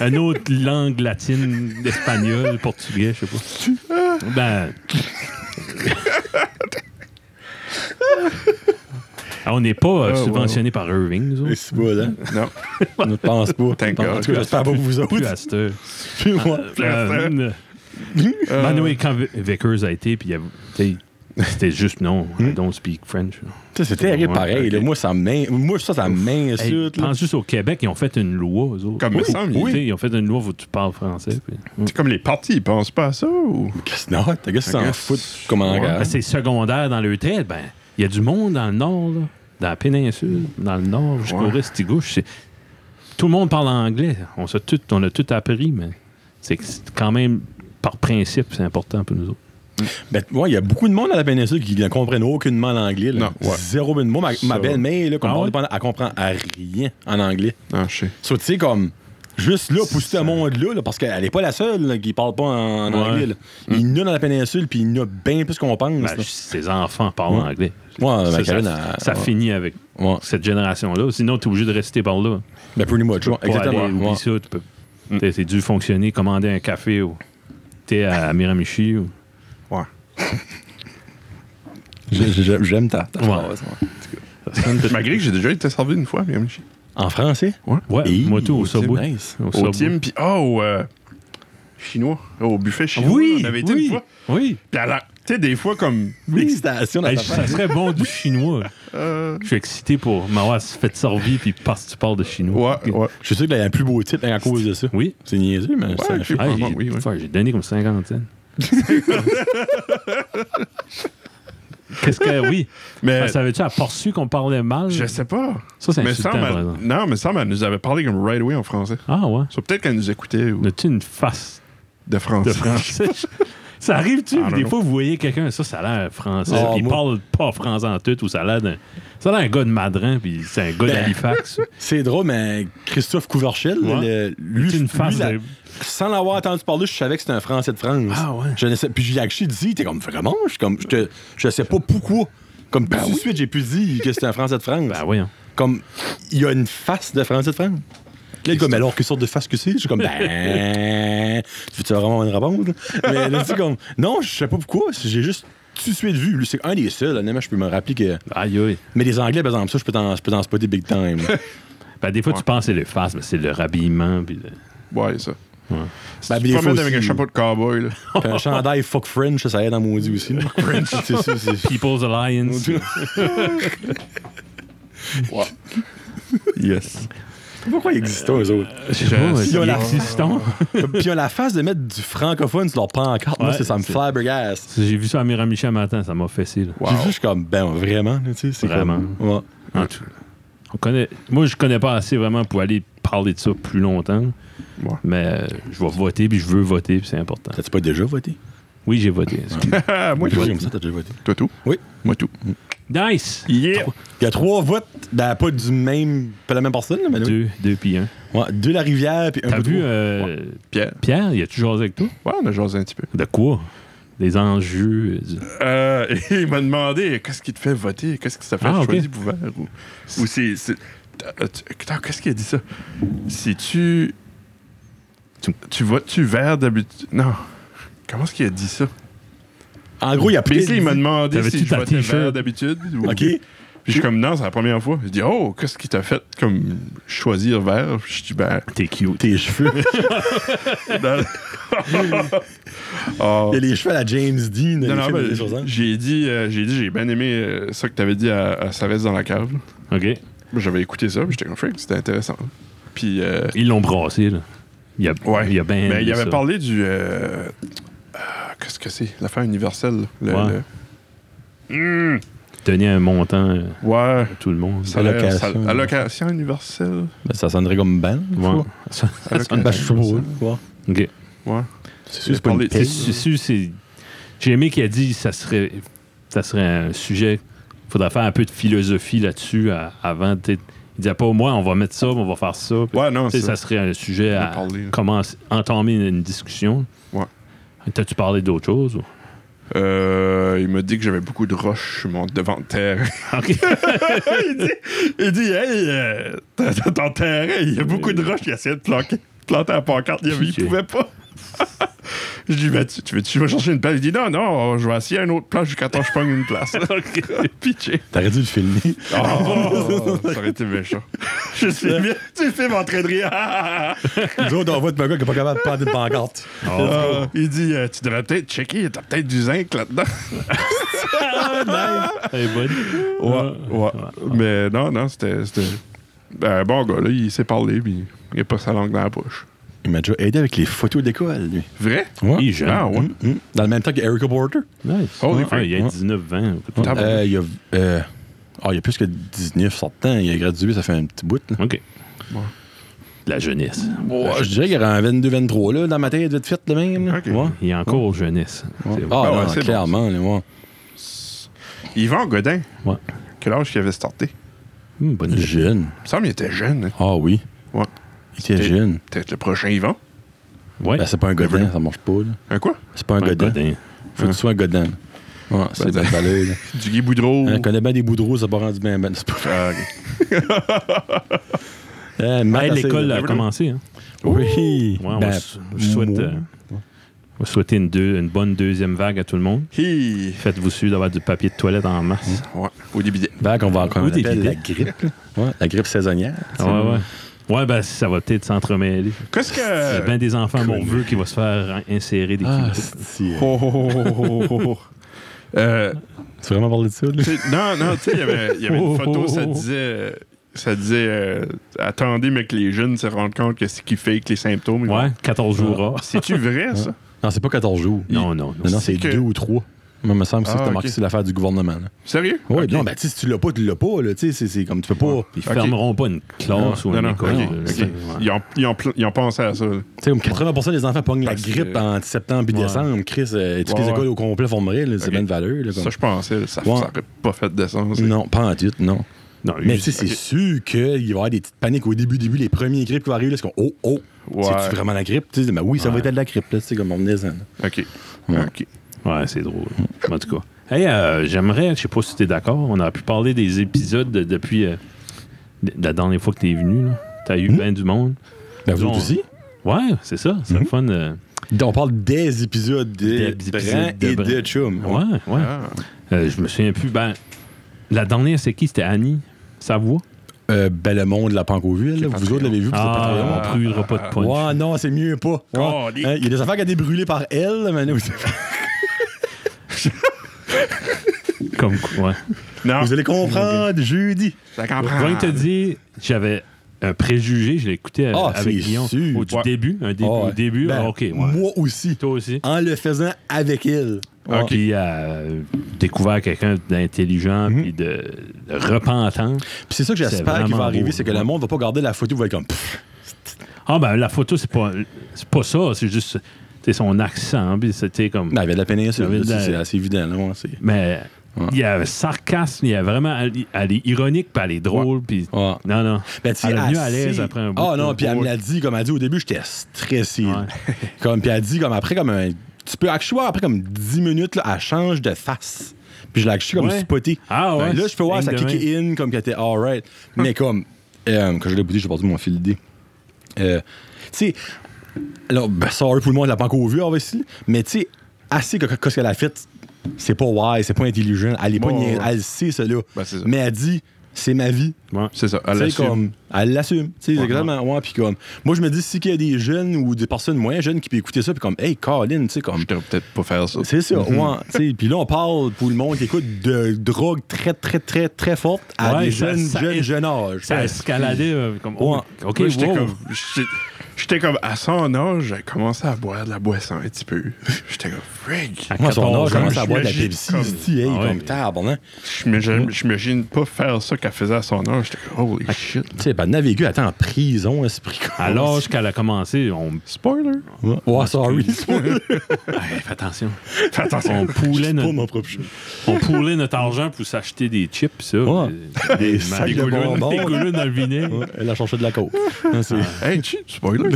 un, un autre langue latine, espagnol, portugais, je sais pas. Ben. Ah, on n'est pas euh, Ah, ouais, subventionné par Irving, nous autres. C'est pas, là. Non. Euh, Je ne pense pas. Thank En God. tout cas, j'espère pas pour vous autres. Plus *laughs* à cette heure. Puis moi. Euh, Euh, Manuel, quand Vi- Vickers a été, puis il y a- tu sais, c'était juste non, Hmm? I don't speak French. Ça, C'est terrible Ouais, pareil. ok. là. Moi, ça m'in- moi, ça, ça Hey, m'insulte. là. pense juste au Québec, ils ont fait une loi, eux autres. Comme me semble, Tu oui. sais, Ils ont fait une loi où tu parles français. puis- C'est comme les partis, ils pensent pas à ça ou. Qu'est-ce que non, t'as qu'est-ce que I s'en guess. foutent comment Ouais, regarde. Ben, c'est secondaire dans leur tête. Ben, il y a du monde dans le nord, là, dans la péninsule, dans le nord, jusqu'au Ouais. Restigouche. c'est- Tout le monde parle anglais. On, s'est tout, on a tout appris, mais c'est que c'est quand même, par principe, c'est important pour nous autres. Ben, ouais, il y a beaucoup de monde à la péninsule qui ne comprennent aucunement l'anglais. là. Non, ouais. Zéro mot. Moi, ma, ma Ça. belle-mère, là, comme Ah on ouais? dépend- elle comprend à rien en anglais. Ah, je sais. So, tu sais, comme, juste là, pour ce monde-là, là, parce qu'elle n'est pas la seule là, qui parle pas en, en Ouais. anglais. là. Il y en a dans la péninsule, puis il y en a bien plus qu'on pense. Ben, là. ses enfants parlent Ouais. anglais. Ouais, ben, ça, Karen, ça- elle- ça ouais. finit avec Ouais. cette génération-là. Sinon, tu es obligé de rester par là. Ben, pretty much. ouais, Pas Exactement. aller, oublie Ouais. ça, tu peux- t'es- C'est dû fonctionner, commander un café ou t'es à Miramichi ou. Ouais. J'ai- j'ai- J'aime ta, ta Ouais. phrase, ouais. *laughs* Malgré que j'ai déjà été servi une fois, mais En français? Ouais, Et- moi tout au au Tim, Subway. nice. Au Au Subway. team, puis oh, au, euh, chinois, au buffet chinois. Oui, on avait été oui, une fois. oui. Puis à la- tu sais, des fois comme. L'excitation dans Hey, ta ça phrase. serait bon du chinois. euh, Je suis excité pour m'avoir fait servir puis parce que tu parles de chinois. ouais, ouais. Je suis sûr qu'il y a un plus beau titre hein, à cause de ça. Oui. C'est niaiseux, mais ça- je sais Ah, pas, j'ai, moi, oui, oui. fuck, j'ai donné comme *laughs* cinquantaine. Qu'est-ce que oui? Mais Ah, ça veut dire à Porsu qu'on parlait mal? je sais pas. Ça, c'est mais insultant, Sam, elle- par exemple. Non, mais Sam, elle nous avait parlé comme right away en français. Ah ouais. Ça peut-être qu'elle nous écoutait ou... As-tu une face de français. de français? *laughs* ça arrive-tu? Ah, Puis non, des non. fois, vous voyez quelqu'un, ça, ça a l'air français. Ah, il moi- parle pas français en tout ou ça a l'air d'un. Ça a l'air un gars de Madran, puis c'est un gars d'Halifax. C'est drôle, mais Christophe Couverchel, Ouais. le- lui, C'est une lui, face la- de- sans l'avoir entendu parler, je savais que c'était un Français de France. Ah ouais. Je ne sais- puis j'ai actually dit, t'es comme vraiment, je, suis comme, je, te- je sais pas pourquoi. Comme tout de suite, j'ai pu dire que c'était un Français de France. Ben voyons. Comme, il y a une face de Français de France. Là, il est comme, alors, quelle sorte de face que c'est? Je suis comme, ben, veux-tu vraiment une réponse? Mais là, tu sais, comme, non, je sais pas pourquoi, j'ai juste tout de suite vu. Lui, C'est un des seuls, honnêtement, je peux me rappeler que. Aïe, aïe. Mais les Anglais, par exemple, ça, je peux t'en je peux t'en spotter big time. Ben, des fois, Ouais. tu penses que c'est le face, mais c'est le rhabillement. Puis le- Ouais, ça. Bah, Ben, Tu puis des te fois promènes avec un aussi- chapeau de cowboy, là. Puis un chandail fuck French, ça aide en maudit aussi. là. *laughs* C'est ça, c'est- People's Alliance. yes. Pourquoi ils existent, eux autres? Je sais pas, Je- ils Ils ont la- existants. Puis ils ont la face de mettre du francophone sur leur pancarte. Moi, Ouais, c'est- ça me c'est- flabbergasse. J'ai vu ça à Miramichi un matin, ça m'a fessé. Là. J'ai vu, je suis comme, ben, vraiment, là, tu sais, c'est Vraiment. comme- Ouais. En tout cas, on connaît... Moi, je connais pas assez vraiment pour aller parler de ça plus longtemps, Ouais. mais euh, je vais voter, puis je veux voter, puis c'est important. T'as-tu pas déjà voté? Oui, j'ai voté. moi, Oui, tout. comme ça, t'as déjà voté. Toi, tout. Oui. Moi, tout. Nice! Yeah. Il y a trois votes, ben, pas du même, pas la même personne, là, mais oui. Deux, deux puis un. Ouais, deux La Rivière, puis un T'as peu vu trop. euh, Pierre. Pierre, il a toujours avec toi? Ouais, on a jasé un petit peu. De quoi? Des enjeux. euh, du- Euh, *laughs* il m'a demandé qu'est-ce qui te fait voter, qu'est-ce qui t'a fait Ah, ok. choisir pour vert ou, ou c'est. c'est- euh, tu- Attends, qu'est-ce qu'il a dit ça? Si tu. Tu, tu votes-tu vert d'habitude? Non. Comment est-ce qu'il a dit ça? En gros, il a Basically, il m'a dit- demandé T'avais-tu si je ta votais t-shirt? vert d'habitude. ou- OK. Puis je suis comme, non, c'est la première fois. Je dis, oh, qu'est-ce qui t'a fait comme choisir vert? Puis Je dis, ben. *laughs* T'es cute. Tes cheveux. dans- *laughs* Ah, Oh. Il y a les cheveux à la James Dean. les Non, non, cheveux ben, de- des choses, hein. j'ai dit, euh, j'ai dit, j'ai bien aimé euh, ça que t'avais dit à, à Ça reste dans la cave. OK. Moi, J'avais écouté ça, puis j'étais comme Frank, c'était intéressant. Puis, euh, Ils l'ont brassé, là. Il y a, ouais. il y a ben. Mais il ça. avait parlé du. euh, ah, Qu'est-ce que c'est L'affaire universelle. Le, Ouais. le- Hmm, Donner un montant euh, ouais. à tout le monde. Salaire, Allocation. sal- allocation universelle. Ben, ça sonnerait comme ban. Ouais. Ça- Ben, je sais pas, universelle. ouais. OK. Ouais. C'est Il sûr, a c'est pas une parlé- paye. c'est- C'est sûr, c'est. J'ai aimé qu'il a dit ça serait ça serait un sujet. Faudrait faire un peu de philosophie là-dessus à- avant. tu sais. Il disait pas moi, on va mettre ça, on va faire ça. Puis, Ouais, non, tu sais, c'est ça serait un sujet On a à parlé, là. commencer, entamer une, une discussion. Ouais. T'as-tu parlé d'autre chose? ou? Euh, il m'a dit que j'avais beaucoup de roches sur mon devant de terre. OK. *laughs* il dit, il dit hey, euh, t'as- t'as ton terrain, il y a beaucoup de roches, il essayait de planquer, planter la pancarte, il, avait- il Ok. pouvait pas. *laughs* je dis, ben, tu, tu veux, tu vas chercher une place? Il dit, non, non, je vais essayer un autre plan jusqu'à temps que je pogne une place. *laughs* Pitché. T'aurais dû le filmer. *laughs* *laughs* Oh, ça aurait été méchant. *laughs* je suis bien, tu le filmes en train de rire. *laughs* Nous autres, on voit de gars qui est pas capable de prendre une pancarte. Euh, il dit, euh, tu devrais peut-être checker, t'as peut-être du zinc là-dedans. Ah, Elle est bonne. Ouais, ouais. Mais non, non, c'était. c'était- Ben, bon gars, là, il s'est parlé, puis il a pas sa langue dans la poche. Il m'a déjà aidé avec les photos d'école, lui. Vrai? Il est jeune. Ah, ouais. Hum, hum. Dans le même temps qu'Erica Porter. Nice. Oh, les Ah, filles. il y a Ouais. 19-20. Ah bon? Euh, il y a. euh, ah, il y a plus que 19 sortants. Il a gradué, ça fait un petit bout. Là. OK. Ouais. La jeunesse. Ouais, je dirais qu'il y aurait un 22-23 là, dans ma tête, vite fait, le même. là. Ok. Ouais. Il est encore jeunesse. Ah, C'est- Ah ouais, non, c'est bon, clairement, là, ouais. Yvan Godin, Ouais. quel âge qu'il avait starté? Hum, bonne idée. Jeune. Il me semble qu'il était jeune. hein. Ah oui. Ouais. Il était C'était- jeune. Peut-être le prochain Yvan. Ouais. Ben, c'est pas un godin, ça marche pas. Là. Un quoi? C'est pas un, godin. godin. Faut que tu sois un godin. Ouais, c'est Ben, bien valeur. *laughs* là. Du Guy Boudreau. Hein, On connaît bien des boudreaux, ça n'a pas rendu bien ben. C'est pas vrai. Ah, ok. Eh, Hey, Ben, L'école a Ouh. commencé. Hein? Oui. Ouais, on Ben, va s- on souhaite, moi. euh, on va souhaiter une, deux- une bonne deuxième vague à tout le monde. Hi. Faites-vous sûr d'avoir du papier de toilette en masse. Ouais, au début des- Ben, qu'on va encore Ou des appeler la bidets. grippe. là. Ouais, la grippe saisonnière. Ah, ouais, ouais. Ouais, ben ça va peut-être s'entremêler. Qu'est-ce Euh, Il y a que. bien des enfants morveux qui vont se faire hein, insérer des Ah, culottes. c'est Oh, oh, oh, oh, oh, oh, oh. Euh, Tu veux vraiment parler de ça, là? tu sais, non, non, tu sais, il y avait, il y avait une photo, ça disait. euh, Ça disait, euh, attendez, mais que les jeunes se rendent compte que c'est qui fake les symptômes. ils vont- Ouais, 14 jours off. *laughs* C'est-tu vrai, ça? Non, c'est pas 14 jours. Non, non, non. Ah. Non, non, c'est que- deux ou trois. Moi, il me semble que ça, Ah, c'était ok. marqué sur l'affaire du gouvernement. là. Sérieux? Oui, Ok. non, ben, tu sais, si tu l'as pas, tu l'as pas, là. Tu sais, c'est- c'est comme tu peux pas. Ils Ok. fermeront pas une classe ou non, une non, école. ok, là, ok. c'est- ouais. Ils, ont, ils, ont, pl- ils ont pensé à ça. là. Tu sais, comme 80% des enfants pognent la Parce que- grippe en septembre et Ouais. décembre. Chris, euh, toutes Ouais, les ouais. écoles au complet font mourir, là, c'est Ok. bien de valeur. là, comme- Ça, je pensais, là, ça Ouais. n'aurait pas fait de sens. là. Non, pas en tout, non. Non, Mais ils- tu sais, c'est sûr qu'il va y avoir des petites paniques au début, début, les premiers grippes qui vont arriver, là, c'est qu'on, oh, oh, Ouais. c'est-tu vraiment la grippe? Tu sais, ben oui, ça va Ouais. être de la grippe, là, tu sais, comme on hein. venait ça. OK. Ouais. OK. Ouais, c'est drôle. En tout cas. Hey, euh, j'aimerais, je sais pas si t'es d'accord, on a pu parler des épisodes de- depuis euh, de- la dernière fois que t'es venu. là. T'as Hmm? eu bien du monde. Ben vous Disons, autres aussi? Ouais, c'est ça. C'est Hmm? le fun. euh, On parle des épisodes de Des épisodes Bran de et Bran. de Chum. ouais, ouais. Ah. Euh, je me souviens plus. Ben, la dernière, c'est qui C'était Annie Savoie Euh, ben, le monde, la Pancoville, là, vous Patreon. autres l'avez vu, vous êtes Patreon. Ah, on brûlera pas de punch. Ouais, non, c'est mieux pas. Ouais. Hein, Il Calique. y a des affaires qui ont été brûlées par elle, là, mais nous, Comme quoi. ouais. Non, vous allez comprendre *laughs* jeudi. ça Ah. Je comprend. vais te dire, j'avais un préjugé, je l'ai écouté euh, Ah, avec c'est Guillaume. sûr. Au du Ouais. début, un début, Ah ouais. au début. Ben, ah, ok, ouais. Moi aussi. Toi aussi. En le faisant avec elle. Ah, Puis euh, découvert quelqu'un d'intelligent, Mhm. puis de, de repentant. Puis c'est ça que C'est j'espère qu'il vraiment va arriver, beau. c'est que le monde va pas garder la photo, va être comme. pff, Ah ben la photo, c'est pas c'est pas ça, c'est juste t'sais, son accent, puis c'était comme. Non, ben, il y avait de la Il y péninsule, avait de là, la- c'est assez évident. Là, ouais, c'est- Mais Ouais. il y avait sarcasme, il y a vraiment. Elle, elle est ironique, puis elle est drôle, puis. Ouais. Non, non. Ben, tu sais, elle est venue à assez- l'aise après un bout. Ah non, là. puis elle me Ouais. l'a dit, comme elle dit au début, j'étais stressé. là. Ouais. *laughs* comme, puis elle dit, comme après, comme un. Tu peux actuer après comme 10 minutes, là, elle change de face. Puis je la actue comme Ouais. spoté. Ah ouais, Fait que Là, je peux voir, ligne ça de kick in, comme qu'elle était alright. Mais comme, euh, quand je l'ai bouté, j'ai perdu mon fil d'idée. Euh, tu sais, alors, ben, sorry pour le monde, elle l'a pas encore vu, obviously, mais tu sais, assez que, que ce qu'elle a fait, c'est pas wise, c'est pas intelligent, elle est pas, Ouais, nia- ouais, ouais. elle sait, cela. Ben, c'est ça. mais elle dit, Ben, c'est ma vie, Ouais. C'est ça. Elle tu sais, l'assume. comme, elle l'assume. Tu sais, Ouais, exactement. Ouais, puis comme, moi, je me dis, si qu'il y a des jeunes ou des personnes moins jeunes qui peuvent écouter ça, puis comme, hey, Colin, tu sais, comme. Je devrais peut-être pas faire ça. C'est ça, Mm-hmm. ouais. tu sais, Puis là, on parle pour le monde qui écoute de drogue très, très, très, très forte à Ouais, des ça- jeunes, ça- jeunes, jeunes âges. Ça a escaladé euh, comme. oh, ben, Ouais. OK, Moi, j'étais wow. comme. j'étais- J'étais comme. À son âge, j'ai commencé à boire de la boisson un petit peu. *laughs* J'étais comme. Frig! À Moi, son 14 âge, commence ans, à boire de la j'imagine Pepsi. comme- esti, hey, Ah ouais. comme tabarnak. Je m'imagine- je m'imagine pas faire ça qu'elle faisait à son âge. J'étais comme. Holy shit! Tu sais, ben, elle a vécu, elle était en prison, esprit. con. À l'âge qu'elle a commencé, on. Spoiler! Ouais, ouais, sorry. C'est Hey, fais attention. Fais attention. *laughs* *laughs* On poulait pas notre, mon propre jeu. on poulait notre argent pour s'acheter des chips, ça. Ouais. Des, des, sacs des de goulous- bonbons. des goulous dans le vinaigre. Ouais, Elle a cherché de la coke. Non, c'est- Ah. Hey, chi, spoiler!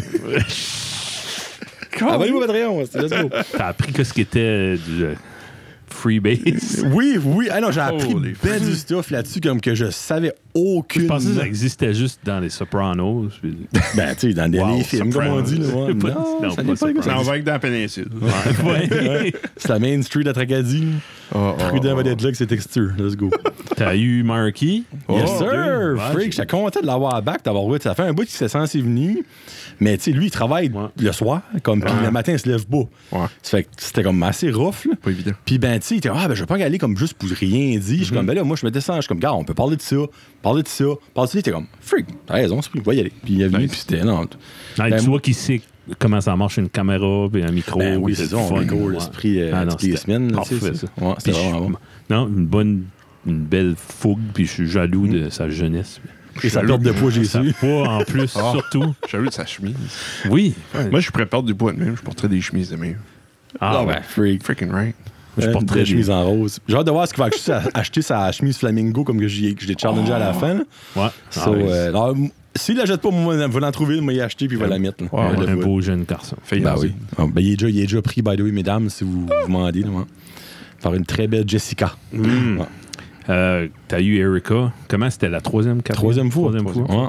Abonnez-vous à Patreon, esti, let's go. T'as appris que ce qui était du euh, *laughs* freebase. Oui, oui. Ah non, j'ai Oh, appris Holy ben du stuff là-dessus comme que je savais aucune. Je pensais que ça existait juste dans les Sopranos. *laughs* puis- Ben, tu sais, dans des Wow, films, comme on dit. Là, ouais. Pas- non, non, ça *laughs* pas n'est pas Sopranos. ça. Ça en va que dans la péninsule. Ah, Ouais. C'est la Main Street à Tracadie. Oh, oh, Prudent va oh. être là que c'est texture. Let's *laughs* go. T'as eu Marky. yes, Oh, sir! deux. Ouais, Freak, j'étais content de l'avoir à back, d'avoir vu. Ça fait un bout qu'il s'est censé venir. Mais tu sais, lui, il travaille Ouais. le soir, comme puis le matin, il se lève beau. Ouais. Ça fait que c'était comme assez rough. Là. Pas évident. Puis ben, tu sais, il était, ah, ben, je vais pas y aller comme juste pour rien dire. Je Mhm. suis comme, ben là, moi, je me descends. Je suis comme, gars, on peut parler de ça, parler de ça, parler de ça. Il était comme, freak, t'as raison, c'est plus, va y aller. Puis il est venu, Nice. puis c'était, non. t- Ah, Ben, tu vois qu'il sait comment ça marche une caméra et un micro. Ben oui, puis c'est du ça, on fun, record ouais. Ah, l'esprit, euh, toutes les c'était semaines, là, Parfait, tu sais, ça. ça. Ouais, c'était Puis je- vraiment bon. Non, une bonne, une belle fougue, puis je suis jaloux Mm. de sa jeunesse. Et sa perte de poids, j'ai Ça su. *laughs* poids en plus, Ah. surtout. J'avoue de sa chemise. Oui. Moi, je pourrais perdre du poids de même. Je porterais des chemises de même. Ah, ouais. freak. Freaking right. Je ben, euh, Je porterais porterai des- une chemise en rose. J'ai hâte de voir ce qu'il va acheter, sa- acheter sa chemise flamingo comme que j'ai challengé à la Ah. fin. là. Ouais. So, Ah, ouais. euh, alors, m- s'il la jette pas, moi, vous l'en trouver, moi, y acheter puis il va la mettre. là. Ouais, Ouais, un le beau jeune garçon. Fait bah yanzi. oui. Ah, ben, il, est déjà, il est déjà pris, by the way, mesdames, si vous vous demandez. là, ouais. Par une très belle Jessica. Ouais. Euh, T'as eu Erika. Comment c'était la troisième, quatrième? Troisième fois. Troisième fois. Ouais.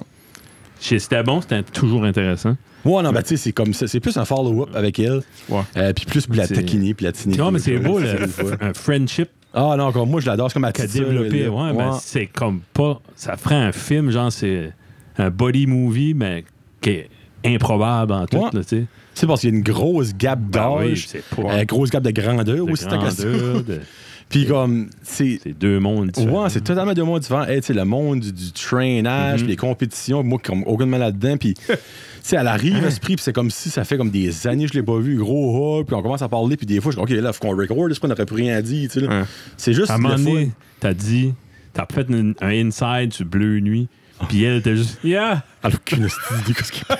Chez- C'était bon, c'était toujours intéressant. Ouais, non, ben, tu sais, c'est comme ça. C'est plus un follow-up avec elle. Ouais. Euh, puis plus pour la C'est- taquiner, puis la tiner. Non, Ah, mais c'est beau, Ouais, le- c'est une fois. un friendship *laughs* Ah, non, encore, moi, je l'adore. C'est comme à qu'a développé. Ouais, ben, c'est comme pas. Ça ferait un film, genre, c'est un body movie, mais qui est improbable en tout, Ouais. là, tu sais. C'est parce qu'il y a une grosse gap Ben oui, d'âge, c'est pas- euh, grosse gap de grandeur De aussi, tant qu'à ça. grandeur, de- Puis comme, c'est... C'est deux mondes différents. Ouais, Mm-hmm. c'est totalement deux mondes différents. Hey, tu sais, le monde du, du trainage, puis les compétitions, moi, comme aucunement là-dedans. *laughs* Puis, tu sais, elle arrive à ce prix, puis c'est comme si ça fait comme des années que je l'ai pas vu, gros hop, puis on commence à parler, puis des fois, je dis, OK, là, faut qu'on record, c'est qu'on n'aurait plus rien dit, tu sais. là. Ouais. C'est juste. À un moment des fois- donné, t'as dit, t'as fait une- un inside sur Bleu Nuit, puis elle était juste, yeah! *laughs* Elle a aucune hostie idée qu'est-ce qu'il-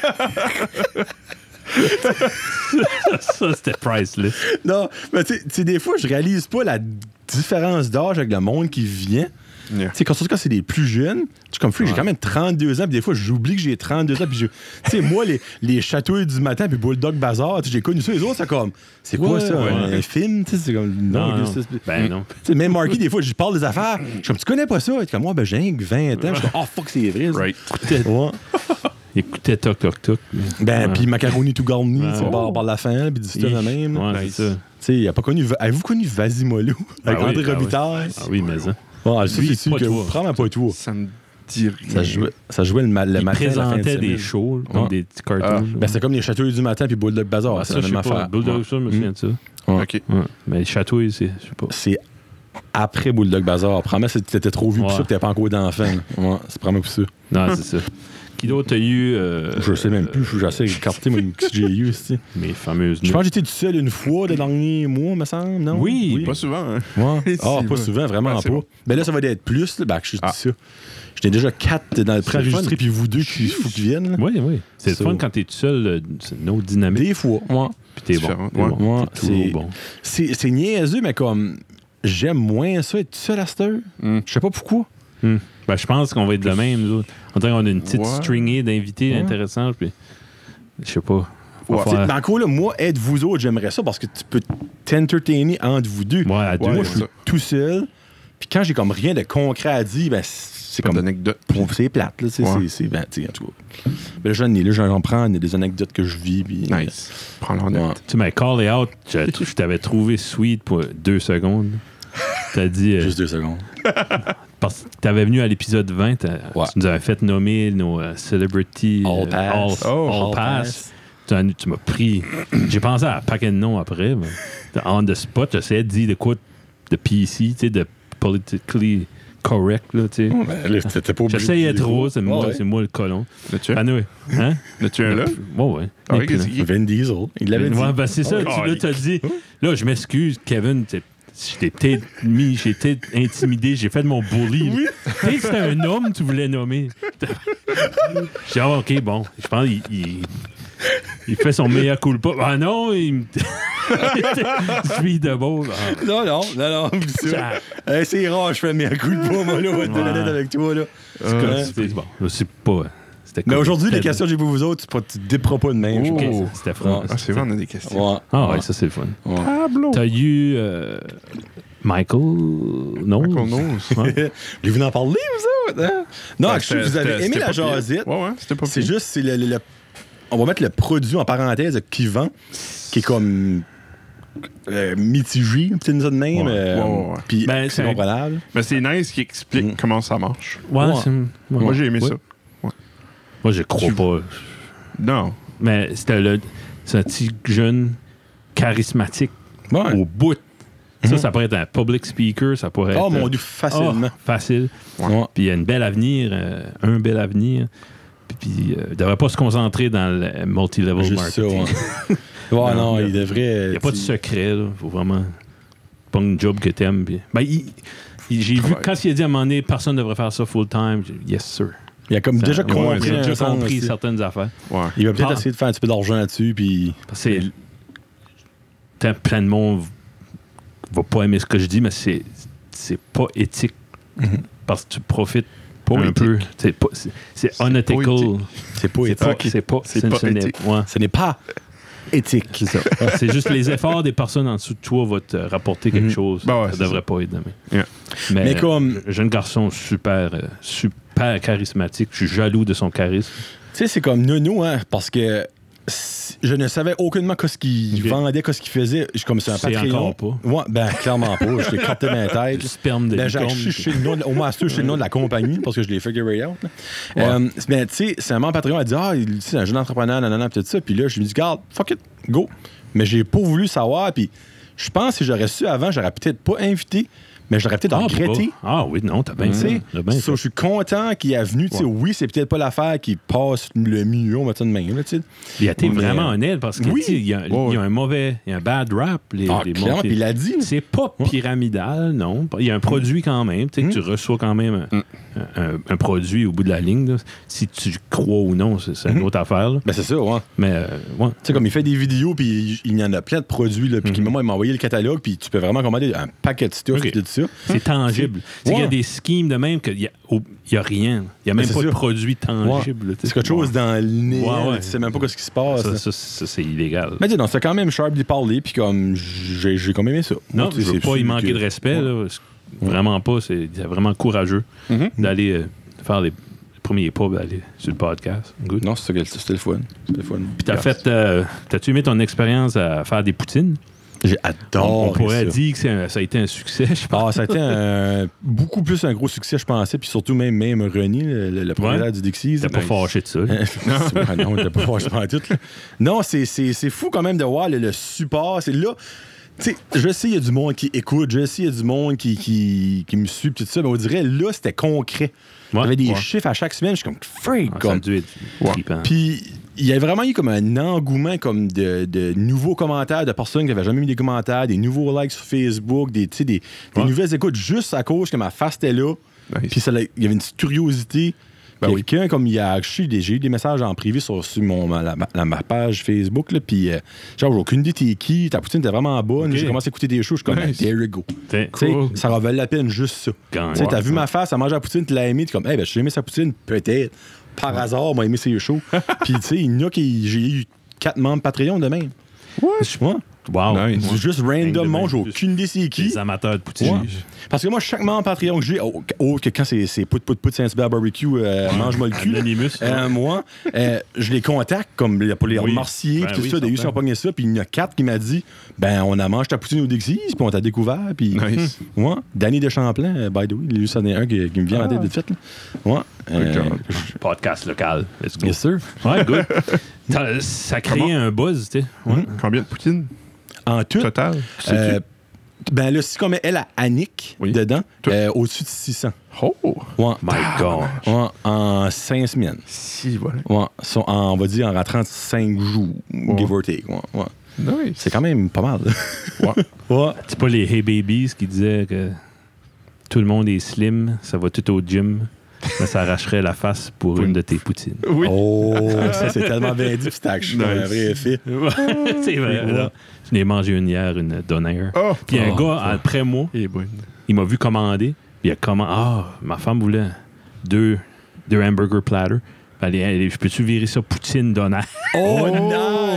Ça, c'était priceless. *laughs* Non, mais tu sais- tu sais, des fois, je réalise pas la différence d'âge avec le monde qui vient. Yeah. Tu sais, quand, surtout quand c'est des plus jeunes, je suis comme Freak, j'ai quand même 32 ans, puis des fois, j'oublie que j'ai 32 ans, puis je- Tu sais, moi, les, les chatouilles du matin, puis Bulldog Bazar, tu sais, j'ai connu ça, les autres, c'est comme, c'est quoi Ouais, ça, ouais. un film, tu sais, c'est comme, non, Non, non. c'est- c'est- Ben non. Tu sais, même Marky, des fois, je parle des affaires, je suis comme, tu connais pas ça, et comme, moi, ben, j'ai rien que 20 ans, je suis comme, oh fuck, c'est vrai, ça. Right. Ouais. Écoutez Toc Toc Toc. Ben, Ouais. puis Macaroni tout garni, Ouais. tu sais, par, par la fin, puis du stuff de même. Ouais, Nice. c'est ça. Tu sais, il a pas connu, avez-vous connu Vasimolo avec Ah André oui, ah oui. Robitaille? Ah oui, mais ça. Ouais, ça, Lui, c'est sûr pas que toi. vraiment pas toi. Ça me dit rien. Ça jouait, ça jouait le, ma- le Il matin, la fin de présentait des semaine. shows, comme Ouais. des petits cartoons. Ben, c'est comme les chatouilles du matin puis Bulldog Bazaar. Ah, c'est ça, la je même sais pas. affaire. Bulldog, Ouais. ça, je me Mm. souviens de ça. Ok. Ouais. Mais Chatouille, c'est, je sais pas. C'est après Bulldog Bazaar. Probablement, c'est- t'étais trop vieux pour Ouais. ça, puis t'étais pas encore d'enfant. là. Ouais, c'est probablement pour ça. Non, c'est ça. Qui- Qui d'autre a eu euh, Je sais même plus, je suis assez écarté, moi, que j'ai *laughs* eu, aussi. mes fameuses Je pense que j'étais tout seul une fois les derniers mois, me semble, non? Oui, Pas souvent, hein? Ouais. *laughs* Ah, Si, pas ouais. souvent, vraiment Ouais, c'est pas. bon. Mais là, ça va être plus, là, ben, que je suis sûr. J'étais déjà quatre dans le Ah. C'est le fun. pré-enregistré, puis vous deux, qui faut qu'ils viennent. là. Oui, oui. C'est le So- fun quand t'es tout seul, euh, c'est une autre dynamique, Des fois, ouais. puis t'es bon. différent, T'es ouais. bon. Ouais, T'es toujours c'est- bon. C'est c'est niaiseux, mais comme, j'aime moins ça, être tout seul à cette heure. Hmm. Mm. Je sais pas pourquoi. Hum. Ben, je pense qu'on va être de même, nous autres. On dirait qu'on a une petite Ouais. stringée d'invités Ouais. intéressants, puis je sais pas. Faut Ouais. C'est- faire- mais encore là, moi, être vous autres, j'aimerais ça parce que tu peux t'entertainer entre vous deux. Ouais, à deux, moi, ouais, je suis ça. tout seul. Puis quand j'ai comme rien de concret à dire, ben, c'est Pas comme. d'anecdote. Bon, C'est plate, là. C'est, Ouais. c'est, c'est- ben, tu sais, en tout cas. Ben, j'en ai, là, j'en prends des anecdotes que je vis. Puis, euh, Nice. Prends Ouais. l'honneur. Tu m'as call it out, *laughs* je, je t'avais trouvé sweet pour deux secondes. T'as dit, euh, Juste deux secondes. parce que t'avais venu à l'épisode 20, t'as- Ouais. tu nous avais fait nommer nos euh, celebrity euh, All pass. all- Oh, all all pass. pass. Tu en- Tu m'as pris. J'ai pensé à un paquet de noms après, mais on the spot, j'essayais de dire de quoi de PC, tu sais, de politically correct, là, tu sais. ben, Mm. pas J'essayais trop, c'est moi, c'est moi le colon. Le tien? Ah, oui. Hein? Le tien, là? Ouais, ouais. Ah, Et puis, qu'est-ce là. qu'il- Vin Diesel. Il l'avait dit. Ouais, ben, c'est ça, Oh, tu là, t'as dit. Là, je m'excuse, Kevin, t'es- je t'ai peut-être mis, j'ai peut-être intimidé, j'ai fait de mon bully. Oui. Peut-être que c'était un homme, tu voulais nommer. J'ai dit, ah, ok, bon, je pense qu'il. Il, il fait son meilleur coup pas. Ah non, il me. *laughs* je suis de beau. Ah, Non, non, non, non. oublie *laughs* ça. ça- Hey, c'est rare, je fais mes coups de poing, moi, là, on va être Ouais. honnête avec toi, là. c'est Ouais. correct, c'est bon. C'est pas. hein. C'était Mais cool. aujourd'hui, les C'était- questions que j'ai pour vous autres, c'est pas- tu te déprends pas de même. je Oh. Ok, pense. ça, C'était franc. Ouais. Ah, c'est vrai, on a des questions. Ouais. Ah ouais, ça c'est le fun. Ouais. Pablo! T'as eu euh, Michael Non. Michael Knowles. Ouais. Voulez-vous en parler, vous autres? hein? Non, Ouais, actually, c'était- vous avez c'était- aimé c'était la pas pire. jasette. Ouais, ouais, c'était pas C'est pire. juste, c'est le, le- le- On va mettre le produit en parenthèse qui vend, qui est comme. euh, mitigé, peut-être une de même. Ouais. euh, Ouais, ouais, ouais. Puis Ben, c'est c'est un- comprenable. Mais c'est nice qui explique Mm. comment ça marche. Ouais, Ouais. c'est- ouais. Moi, j'ai aimé Ouais. ça. Moi, je crois Tu- pas. Non. Mais c'était le. C'est un petit jeune charismatique Ouais. au bout. Mhm. Ça, ça pourrait être un public speaker, ça pourrait Oh être. mon euh, dieu, facilement. oh, facile. Ah. Ouais. Puis il y a une belle avenir, euh, un bel avenir. Puis, puis, euh, il devrait pas se concentrer dans le multi-level Juste ça, marketing. ouais. *laughs* Ouais, non, il devrait. Il n'y a pas de secret, là. Faut vraiment. Pas une job que t'aimes. Puis... Ben, il- il- j'ai vu, Travail. quand il a dit à un moment donné, personne ne devrait faire ça full-time, j'ai dit, yes, sir. Il a comme Ça- déjà ouais, compris. il a un déjà sens compris aussi. certaines affaires. Ouais. Il va peut-être Ah. essayer de faire un petit peu d'argent là-dessus, puis. Parce que c'est- tant plein de monde va pas aimer ce que je dis, mais c'est c'est pas éthique. Parce que tu profites Mhm. Pas un éthique. peu. C'est pas- c'est- C'est unethical. éthique. C'est pas C'est éthique. pas, éthique. c'est pas, C'est ce- pas ce n'est- éthique. ouais. Ce n'est pas éthique. C'est ça. c'est juste les efforts des personnes en dessous de toi vont te rapporter quelque Mhm. chose. Ben ouais, ça c'est devrait pas être demain. Yeah. Mais, *laughs* Mais comme- euh, jeune garçon super, euh, super charismatique. Je suis jaloux de son charisme. Tu sais, c'est comme nono, hein, parce que si- je ne savais aucunement qu'est-ce qu'il Ok. vendait, qu'est-ce qu'il faisait. Je suis comme c'est un Tu sais Patreon. encore Ouais, ben, clairement pas. Je l'ai capté *laughs* ma Le tête. sperme de Ben, j'ai licorne. je sais le nom de- au moins sûr, je sais le nom de la compagnie parce que je l'ai figuré out. là. Euh, ben, tu sais, c'est un membre Patreon a dit Ah, il- c'est un jeune entrepreneur, nanana, pis tout ça. Puis là, je me dis, garde, fuck it, go. Mais j'ai pas voulu savoir. Puis je pense que si j'aurais su avant, j'aurais peut-être pas invité, mais j'aurais peut-être Ah, regretté. bah. Ah oui, non, t'as Mm. bien Tu sais, fait. T'as bien so, fait. je suis content qu'il est venu. tu sais, Oui, c'est peut-être pas l'affaire qui passe le mieux, on va dire de même. là, tu sais. Il a été Mais- vraiment honnête parce qu'il Oui. dit, il y a, Ouais. il y a un mauvais, il y a un bad rap. Les, Ah, les clairement, montées. puis il l'a dit. C'est pas pyramidal, non. Il y a un produit quand même. Tu sais, que Mm. tu reçois quand même un, un- un produit au bout de la ligne. là. Si tu crois ou non, c'est c'est une autre affaire. là. Ben, c'est ça, ouais. Mais euh, ouais. Tu sais, comme il fait des vidéos, puis il y en a plein de produits, là, puis qui, moi, il m'a envoyé le catalogue, puis tu peux vraiment commander un paquet de stuff, Mm-hmm. Ok. et tout ça. C'est tangible. Il y a Mm-hmm. Ouais. des schemes de même qu'il n'y a, au- y a rien. Il n'y a Mais même c'est pas de sûr. produit tangible. là, tu sais. C'est quelque chose dans le nez, Ouais, hein, ouais. tu sais même pas ce qui se passe. Ça, ça, ça, c'est illégal. Mais dis non, c'est quand même sharp d'y parler, puis comme j'ai j'ai quand même aimé ça. non, Moi, tu je sais, veux c'est pas y sûr manquer que- de respect. là. C'est- Vraiment pas. C'est c'est vraiment courageux Mm-hmm. Mhm. d'aller euh, faire les premiers pas, d'aller sur le podcast. Good. Non, c'est ça que- c'était le fun. C'était le fun. Puis t'as fait, euh, t'as-tu aimé ton expérience à faire des poutines? J'ai on adoré. pourrait ça. dire que c'est un- ça a été un succès, je pense. Ah, ça a été un- beaucoup plus un gros succès, je pensais, puis surtout même, même René, le, le- le Ouais. propriétaire du Dixie. T'es pas Ah, Nice. *laughs* fâché de ça. là. Ah, Ouais, non, t'as pas fâché pendant tout, là. Non, c'est- c'est c'est fou quand même de voir le, le support. C'est là. Tu sais, je sais, il y a du monde qui écoute, je sais, il y a du monde qui, qui, qui me suit, pis tout ça, mais on dirait, là, c'était concret. Il y Ouais, avait des ouais. chiffres à chaque semaine, je suis comme, freak, Ah, ça a comme. dû être Hein. trippant. Puis il y a vraiment eu comme un engouement comme de, de nouveaux commentaires, de personnes qui n'avaient jamais mis des commentaires, des nouveaux likes sur Facebook, des, tu sais, des, des Ouais. nouvelles écoutes juste à cause que ma face était là. Nice. Puis ça l'a- il y avait une petite curiosité. Ben oui. Quelqu'un, comme il y a, je sais, des- j'ai eu des messages en privé sur, sur mon, ma, la- la- ma page Facebook, là, puis euh, genre, j'ai aucune idée t'es qui, ta poutine était vraiment bonne, Ok. j'ai commencé à écouter des choses, je suis comme, Nice. there you go. T'sais, Tu sais, Cool. Ça en valait la peine juste ça. Quand- Tu sais, T'as ouais, vu ouais. ma face, à manger la poutine, tu l'as aimé, tu comme, hey, ben, j'ai aimé sa poutine, peut-être. Par hasard, m'a aimé ses *laughs* shows. Puis, tu sais, il y en a qui. J'ai eu quatre membres Patreon de même. Ouais. Je moi. Wow. Nice. Ouais. C'est Juste randomment, même, j'ai aucune idée c'est qui. Les amateurs de poutine. Ouais. Parce que moi, chaque membre Patreon que j'ai, oh, oh, que quand c'est c'est pout pout pout Saint-Hubert barbecue, euh, mange-moi le cul. là. Anonymous, Euh, ouais. moi, euh, je les contacte comme les- pour les Oui. remercier, Ben puis tout oui, ça, des certain. sur pogné ça, puis il y en a quatre qui m'a dit ben on a mangé ta poutine au Dixie, puis on t'a découvert, puis Nice. moi, Danny de Champlain, euh, by the way, il y a eu ça en a un qui, qui me vient en tête de suite. là. Ouais. euh, God. Podcast local. Let's go. Yes, sir. *laughs* Ouais, good. T'as- Ça crée Comment? un buzz, tu sais. euh, Combien de poutine En tout, total? euh, ben là, si on met elle à Annick Oui. dedans, Tout. euh, au-dessus de 600. oh! Ouais. My God. Ouais, en 5 semaines. Si, voilà. Ouais, sont en- on va dire en 35 jours, give or take. ouais, ouais. Nice. C'est quand même pas *laughs* mal. Ouais. ouais. C'est pas les Hey Babies qui disaient que tout le monde est slim, ça va tout au gym, mais ça arracherait la face pour une de tes poutines. Oui. Oh, ça c'est tellement bien dit, puis c'est action, Nice. un vrai effet. *laughs* c'est vrai. là. Je n'ai mangé une hier, une donaire. Oh! Puis un Oh, gars, après moi, Il est bonne. il m'a vu commander. puis Il a commandé. Ah, ma femme voulait deux, deux hamburger platter. Allez, allez, je peux-tu virer ça poutine donaire? Oh,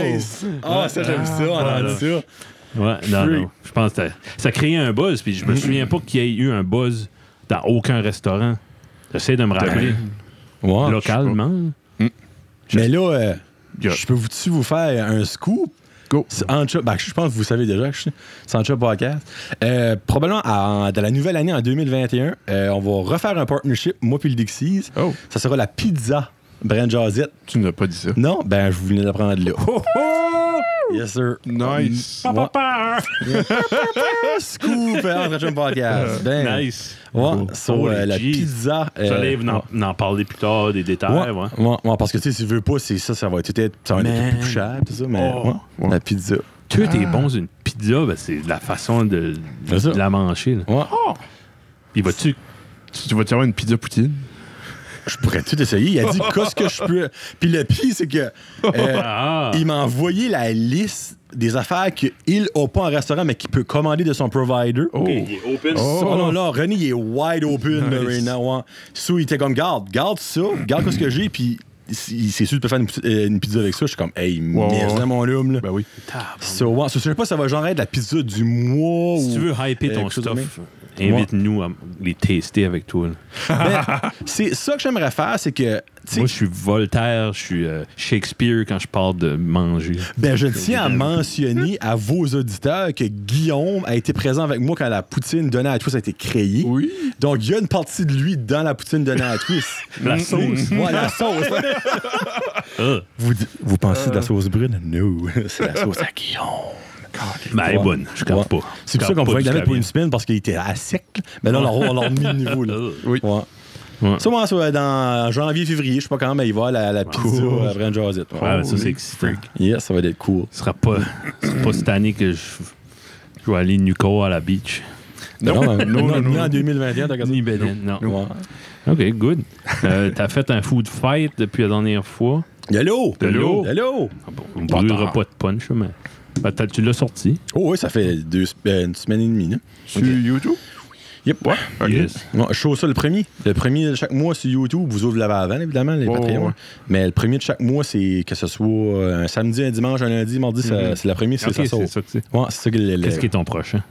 nice! Ah, ça j'aime ça, on a voilà. dit ça. *laughs* Ouais, non, Freak. non. Je pense que ça- ça créait un buzz, puis je me souviens pas qu'il y ait eu un buzz dans aucun restaurant. J'essaie de me rappeler Ah, Ouais. localement. Mais là, euh, Yeah. je peux vous-tu vous faire un scoop? Go. C'est en chat- ben, je pense que vous savez déjà que je suis c'est en chat podcast. Euh, probablement en- dans la nouvelle année en 2021, euh, on va refaire un partnership, moi puis le Dixies. Oh. Ça sera la pizza Brand Jazette. Tu n'as pas dit ça. Non, ben je vous venais d'apprendre là. Oh, Yes sir. Nice. Ouais. hein. Scoop euh, entre chum podcast. Ben, Nice. Ouais, Cool. sur euh, Holy la jeez. pizza. euh, J'allais n'en n'en parler plus tard, des détails. Ouais, ouais. ouais, ouais, parce que tu sais, si tu veux pas, c'est ça, ça va être peut-être ça va être Man. plus cher, tout ça, mais Oh. ouais, la pizza. Tout est bon sur une pizza, ben, c'est la façon de, Ah. C'est ça. de la manger. là. Ouais. Puis vas-tu Tu, tu vas-tu avoir une pizza poutine? Je pourrais tout essayer. Il a *laughs* dit qu'est-ce que je peux. Puis le pire, c'est que euh, Ah! il m'a envoyé la liste des affaires qu'il n'a pas en restaurant, mais qu'il peut commander de son provider. est open. Oh. non, là, René, il est wide open, là, right Nice. now, hein. So, il était comme, garde, garde ça, garde ce que j'ai, puis il- c'est sûr, tu peux faire une, petite- euh, une pizza avec ça. Je suis comme, hey, Ouais, ouais, merde, ouais. mon homme, là. Ben oui. So, ouais, so, je sais pas, ça va genre être la pizza du mois Si ou. tu veux hyper euh, ton quelque chose de stuff, même. invite-nous à les tester avec toi. là. *laughs* Ben, c'est ça que j'aimerais faire, c'est que, tu sais, Moi, je suis Voltaire, je suis euh, Shakespeare quand je parle de manger. ben, je tiens à mentionner à vos auditeurs que Guillaume a été présent avec moi quand la poutine donnée à Twist a été créée. Oui. Donc, il y a une partie de lui dans la poutine donnée à Twist. *laughs* Mm-hmm. La sauce. Ouais, la *laughs* sauce. Ah, Vous, di- vous pensez Euh. de la sauce brune? Non, *laughs* c'est la sauce à Guillaume. ben, Ah. elle est Ouais. bonne, je ne Ouais. pas. C'est Je pour ça qu'on capte pouvait pas l'amener jusqu'à pour une semaine parce qu'il était à sec. là. Mais là, on l'a- on l'a remis de niveau. Là. *laughs* Euh, Oui. Ouais. Ouais. Ça, moi, ça, dans janvier, février, je sais pas quand, mais il va à la, la pizza Cool. à Brand Josette. Ouais, Ouais. mais ça, c'est excitant. Yes, ça va être cool. Ce sera pas, ce sera pas cette année que je, je vais aller nuco à la beach. Non, non, non, non, non. en 2021, t'as gardé. Ni Beden, non. Ouais. OK, good. Euh, T'as fait un food fight depuis la dernière fois. Il y a l'eau! De l'eau. Il y a l'eau! Ah bon, On ne brûlera pas de punch, mais... Ben, t'as- tu l'as sorti. Oh oui, ça fait deux, se- euh, une semaine et demie. Là. Sur YouTube? Yep. Ouais. Ok. Yes. Bon, je show ça le premier. Le premier de chaque mois sur YouTube, vous ouvrez l'avant avant, évidemment, les Ouais, Patreons. ouais. Mais le premier de chaque mois, c'est que ce soit euh, un samedi, un dimanche, un lundi, mardi, ça- c'est le premier, c'est Ok, ça sort. c'est ça que c'est. Ouais, c'est ça que le- le- Qu'est-ce qui est ton prochain?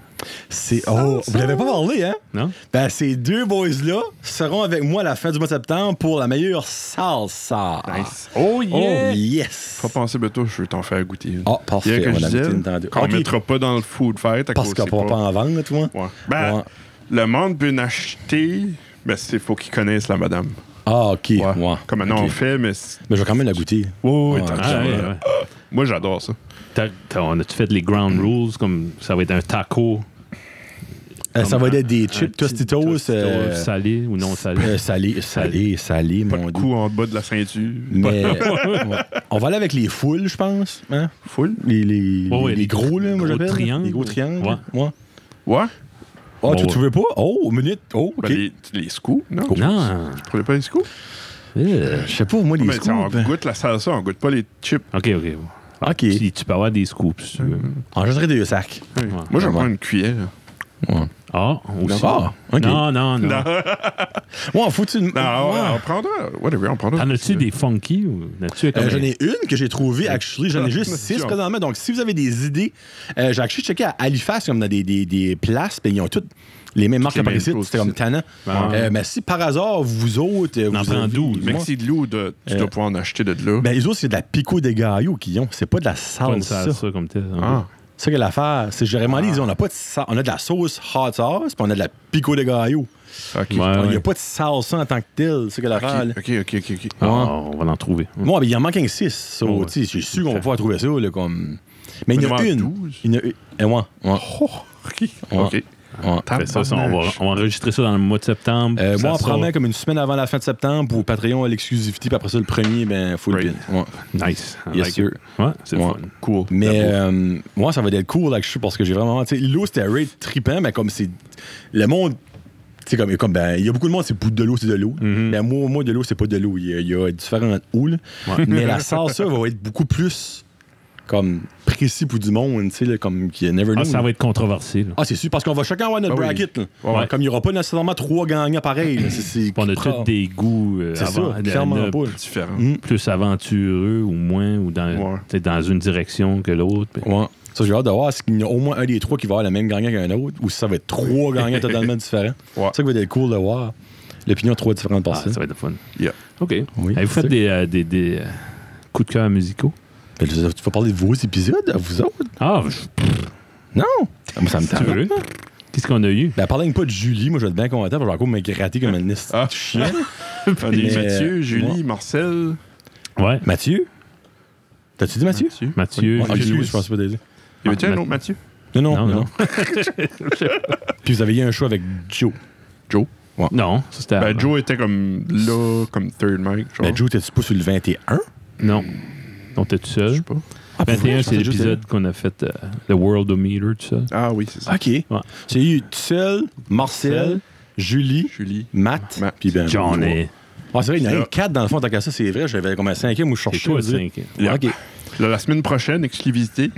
c'est- Oh, vous l'avez pas parlé, hein? Non? Ben, ces deux boys-là seront avec moi à la fin du mois de septembre pour la meilleure salsa. Nice. Oh, Oh, yes! Pas penser, ben toi, je vais t'en faire goûter une. Ah, parfait, Bien que on je a goûté disais, une dans deux. qu'on Ok. mettra pas dans le food fight à Parce cause qu'on c'est pourra pas en vendre, tu vois. Ouais. Ben, Ouais. le monde peut en acheter, mais il faut qu'ils connaissent la madame. Ah, ok. Ouais. Comme maintenant Ok. on fait, mais... c'est- Mais je vais quand même la goûter. Ouais, ouais, Ouais, t'as ouais. raison. Ah, ouais, ouais. Moi, j'adore ça. T'as- t'as- On a-tu fait les ground rules comme ça va être un taco Euh, ça va comme être des un- un chips, petit tostitos, euh, Tostitos salé ou non salé. euh, salés, salés, salés, Pas mon de dieu. coup en bas de la ceinture. Mais ouais. on va aller avec les foules, je pense. Hein? Full. Les, les, Ouais, ouais, les les gros, là, moi, gros j'appelle. triangles. Les gros triangles. Ouais. Ouais. Ah, tu, Ouais, tu veux pas? Oh, minute. Oh, OK. Ben, les, les scoops, non? Non. Tu prenais pas les scoops? Euh, Je sais pas, moi, les Mais scoops. on hein. goûte la salsa, on goûte pas les chips. OK, OK. OK. Tu, tu peux avoir des scoops si tu veux. En jetterait des sacs. Moi, je Ouais. prends une cuillère. Ah, aussi. Ah, OK. Non, non, non. Ouais, on fout une. Non, Ben, on- Ah, Ouais. on prendra. Whatever, on prendra. T'en as-tu des funky ou as-tu Euh, comme j'en ai une que j'ai Ah. trouvée, actually. J'en ai juste six présentement. Donc, si vous avez des idées, euh, j'ai actually checké à Halifax, comme dans des, des, des places, puis ils ont toutes les mêmes marques les par mêmes ici. choses C'était comme ici. Tana. Ah. mais si par hasard, vous autres. euh, On en vous prend avez- 12, moi- Mais que c'est de l'eau, de- tu Euh, dois pouvoir en acheter de là. Ben, les autres, c'est de la pico de gallo qu'ils ont. C'est pas de la pas une salsa. salsa Ah. comme tel? Ah. C'est ça que l'affaire. C'est que j'ai vraiment dit, on a pas de sa- On a de la sauce hot sauce, puis on a de la pico de gallo. OK. Ouais, Il Ah ouais. n'y a pas de salsa en tant que telle. C'est ça que l'affaire. là. OK, OK, OK. ok, ok. Ah, on va l'en trouver. Moi, ben, il en manque un 6. So, Ouais. tu sais, Je suis sûr qu'on va Fait. pouvoir trouver ça. Là, comme... Mais il y en On a est une. en 12. Il y en a une. Eh, ouais, ouais, Oh, OK. OK. Ben, ouais. Fait ça, ça, on, va, Tabarnak. on va enregistrer ça dans le mois de septembre. Euh, Ça moi, on sort. promet comme une semaine avant la fin de septembre pour Patreon à l'exclusivité, puis après ça, le premier, ben, full Right. bin. Ouais. Nice. I Yes, like sir. it. Ouais, c'est le Ouais. fun. Cool. Mais euh, moi, ça va être cool, là, que je suis, parce que j'ai vraiment. tu sais, L'eau, c'était un raid trippant, mais comme c'est. Le monde. tu sais, comme, comme, ben, il y a beaucoup de monde, c'est pour de l'eau, c'est de l'eau. Mhm. Mais moi, moi, de l'eau, c'est pas de l'eau. Il y a- il y, a différentes *laughs* houles. Ouais. *laughs* Mais la salsa va être beaucoup plus comme précis pour du monde, tu sais, là, comme qui never know. Ah, ça là. va être controversé. là. Ah, c'est sûr, parce qu'on va chacun avoir notre Ah oui. bracket. là. Ouais, ouais. Comme il n'y aura pas nécessairement trois gagnants pareils. là. C'est- c'est- On a tous des goûts euh, C'est avant- ça, euh, clairement euh, pas. là. Différent. Mm. plus aventureux ou moins, ou dans, Ouais. t'sais, dans une direction que l'autre. puis- Ouais. Ça, j'ai hâte de voir s'il y a au moins un des trois qui va avoir le même gagnant qu'un autre ou si ça va être *laughs* trois gagnants totalement différents. Ouais. C'est ça qui va être cool de voir. L'opinion de trois différentes Ah, personnes. ça va être le fun. Yeah. OK. Oui, Avez-vous hein. c'est fait ça. des, euh, des, des, euh, coups de cœur musicaux? Ben, je veux dire, tu vas parler de vos épisodes, à vous autres? Ah, je- Non! Ah, moi, ça me tu tente. veux? Qu'est-ce qu'on a eu? Ben, parlez pas de Julie, moi, je vais être bien content, parce que je vais encore me gratter comme un esti de Ah. *laughs* chien. On est Mais, Mathieu, euh, Julie, moi- Marcel. Ouais. Mathieu? T'as-tu dit Mathieu? Mathieu. Ah, Julie. Julie, je pense pas déjà. Y avait-tu Ah, un Ma- autre Mathieu? Non, non, Non, non. non. non. *laughs* Puis vous avez eu un choix avec Joe. Joe. Non, ça c'était. Ben, avant. Joe était comme là, comme third mic. Genre. Ah, Ben, Joe, t'es-tu pas sur le 21? Non. Donc, t'es tout Je sais seul. pas. Ah, pour vrai, 21, je Ben, c'est pensais juste l'épisode qu'on a fait, euh, le World Meter, tout ça. Ah oui, c'est ça. OK. C'est eu Tussel, Marcel, Marcel, Julie, Julie. Matt, Matt. puis ben. Johnny. Ah, c'est vrai, il y en a eu Là. quatre dans le fond, tant qu'à ça, c'est vrai. J'avais comme un cinquième où je C'est cherchais. toi, je veux le dire. cinquième. Yeah. OK. Là, la semaine prochaine, exclusivité.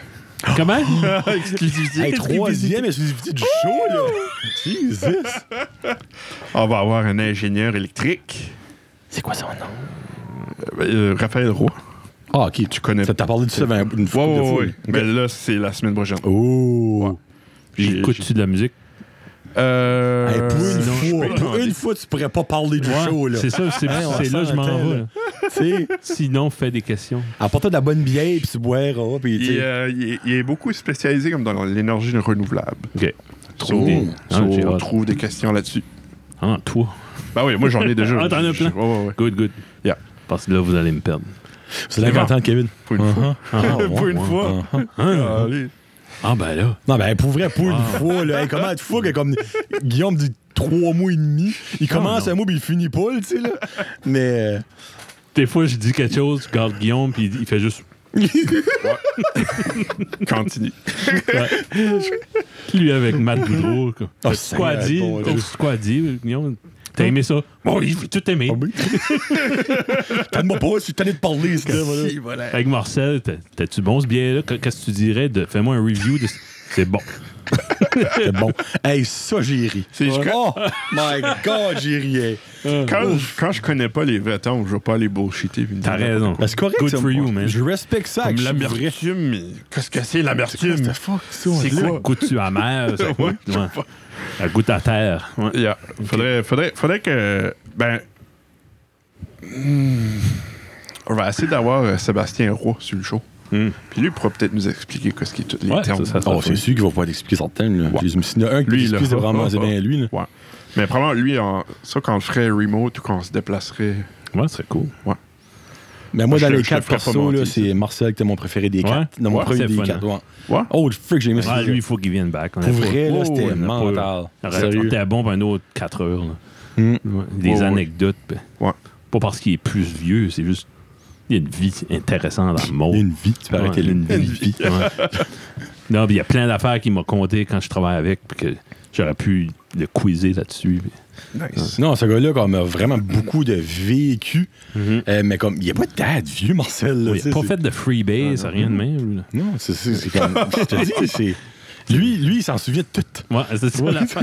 *laughs* Comment? *laughs* exclusivité. Hey, troisième exclusivité du show, là. Oh! Jesus. On va avoir un ingénieur électrique. C'est quoi son nom? Euh, Raphaël Roy. Ah, OK. Tu connais- Ça t'a parlé de ça ben, une Ouais, fois. ouais, de ouais. fois. Mais là, c'est la semaine prochaine. Oh. J'ai- Écoutes-tu de la musique? Euh, Hey, pour une sinon, je fois, peux pour demander. une fois, tu pourrais pas parler du Ouais, show, là. C'est ça, c'est Hein, on c'est là s'en je m'en entend, vais. là. là. Tu sais, Sinon, fais des questions. apporte de la bonne bière, puis tu boiras, puis tu Il, sais. euh, il est, il est beaucoup spécialisé comme dans l'énergie renouvelable. OK. So, des- Ah, so, j'ai on hâte. trouve des questions là-dessus. Ah, toi. Bah oui, moi j'en ai déjà. *laughs* Ah, t'en as Je- plein. ouais, ouais, ouais. Good, good. Yeah. Parce que là, vous allez me perdre. C'est là qu'on entend Kevin. Pour une fois. *laughs* *laughs* Ah, ouais, Pour une ouais. fois. Euh, Ah, Allez. ah, ben là. Non, ben, pour vrai, pour Ah. une fois, là, hey, comment tu fous que comme Guillaume dit trois mois et demi, il commence Ah, non. un mot puis il finit pas, là, tu sais, là. Mais. euh, Des fois, je dis quelque chose, je garde Guillaume, puis il *laughs* fait juste. *laughs* Continue. Lui avec Matt Boudreau. Ah, quoi. T'as-tu quoi à Seigneur, dire? bon Dieu. T'as-tu quoi à dire, Guillaume? T'as aimé ça? Bon, il faut tout aimer. Ah *laughs* oui. Calme-moi pas, je suis tanné de parler, c'est là, voilà. Avec Marcel, t'as- t'as-tu bon ce bien-là? Qu- Qu'est-ce que tu dirais? de Fais-moi un review. de- C'est bon. C'est bon. Hey, ça, j'ai ri. C'est- je- Oh, my God, j'ai ri. hey. Ah, Quand, quand je connais pas les vêtements, je vais pas les bullshiter. puis me T'as dire, raison. Ben, c'est correct, Good ça, for moi. you, man. Je respecte ça. Comme que je suis vrai. l'amertume, mais qu'est-ce que c'est l'amertume? What the fuck, ça, C'est là? quoi? Goûtes-tu amer? *laughs* Ça goûte, ouais. Ça goûte à terre. Ouais. Yeah. Faudrait, faudrait, faudrait que. Ben. hmm, On va essayer d'avoir euh, Sébastien Roy sur le show. Hmm. Puis lui, il pourra peut-être nous expliquer qu'est-ce qui est tous les Ouais, termes. ça, ça, ça. Oh, c'est sûr qu'il va pouvoir t'expliquer certains, là. Ouais. S'il y en a un qui Lui, t'explique, là. c'est vraiment, *laughs* c'est bien lui, là. Ouais. Mais probablement, lui, en- ça, quand on le ferait remote ou quand on se déplacerait. Ouais, c'est cool. Mais moi, Je- dans les je quatre le ferais pas persos, là, mentir, c'est Marcel qui était mon préféré des Ouais? quatre. Non, mon Ouais, premier c'est des fun, quatre. ouais. Ouais. Oh, frick, j'ai aimé ce Ah, jeu. lui, Oh, il faut qu'il vienne back. Pour vrai, là, c'était mental. mental. Sérieux. C'était bon pour un autre 4 heures. là. Hmm. Ouais, Des Ouais, ouais. anecdotes. ben, Ouais. Pas parce qu'il est plus vieux, c'est juste. Il y a une vie intéressante dans le monde. Une vie, tu peux Ouais, arrêter là. une vie. *laughs* Ouais. non, puis il y a plein d'affaires qu'il m'a compté quand je travaille avec, puis que j'aurais pu le quizer là-dessus. puis- Nice. Non, ce gars-là, comme a vraiment beaucoup de vécu, euh, mais comme, il n'y a pas de date vieux, Marcel. Là, Mm-hmm. Oui, tu il sais, a pas c'est- Ah, fait de freebase, rien de même. là. Non, c'est c'est- c'est comme. Je te dis, c'est. Lui, lui, il s'en souvient de tout. Ouais, c'est ça *laughs* la fin.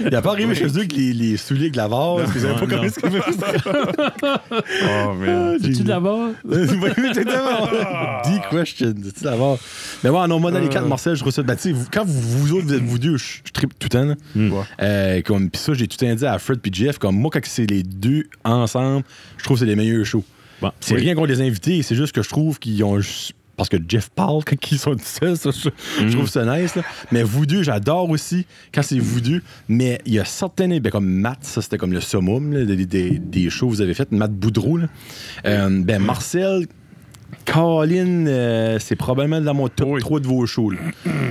Il n'a pas arrivé chez eux avec les, les souliers de la vase. Ils savaient pas non. comment est-ce qu'il fait ça. Ah, Oh, man. Tu d'abord? Dis question. Tu d'abord. Mais ouais, non, moi, dans les quatre Marcel, je trouve ça. Ben, tu sais, vous- quand vous, vous autres, vous êtes vous deux, je je tripe tout le temps. là. Hmm. Ouais. Euh, comme, pis ça, j'ai tout le temps dit à Fred puis Jeff, comme moi, quand c'est les deux ensemble, je trouve que c'est les meilleurs shows. Bon, C'est rien contre les invités, c'est juste que je trouve qu'ils ont. juste- Parce que Jeff parle *laughs* quand ils sont tout seuls, ça, je, je trouve ça nice. là. Mais vous deux, j'adore aussi quand c'est vous deux. Mais il y a certaines. Ben, comme Matt, ça c'était comme le summum là, des, des, des shows que vous avez faites, Matt Boudreau. là. Euh, ben, Marcel, Colin, euh, c'est probablement dans mon top Oui. 3 de vos shows. là.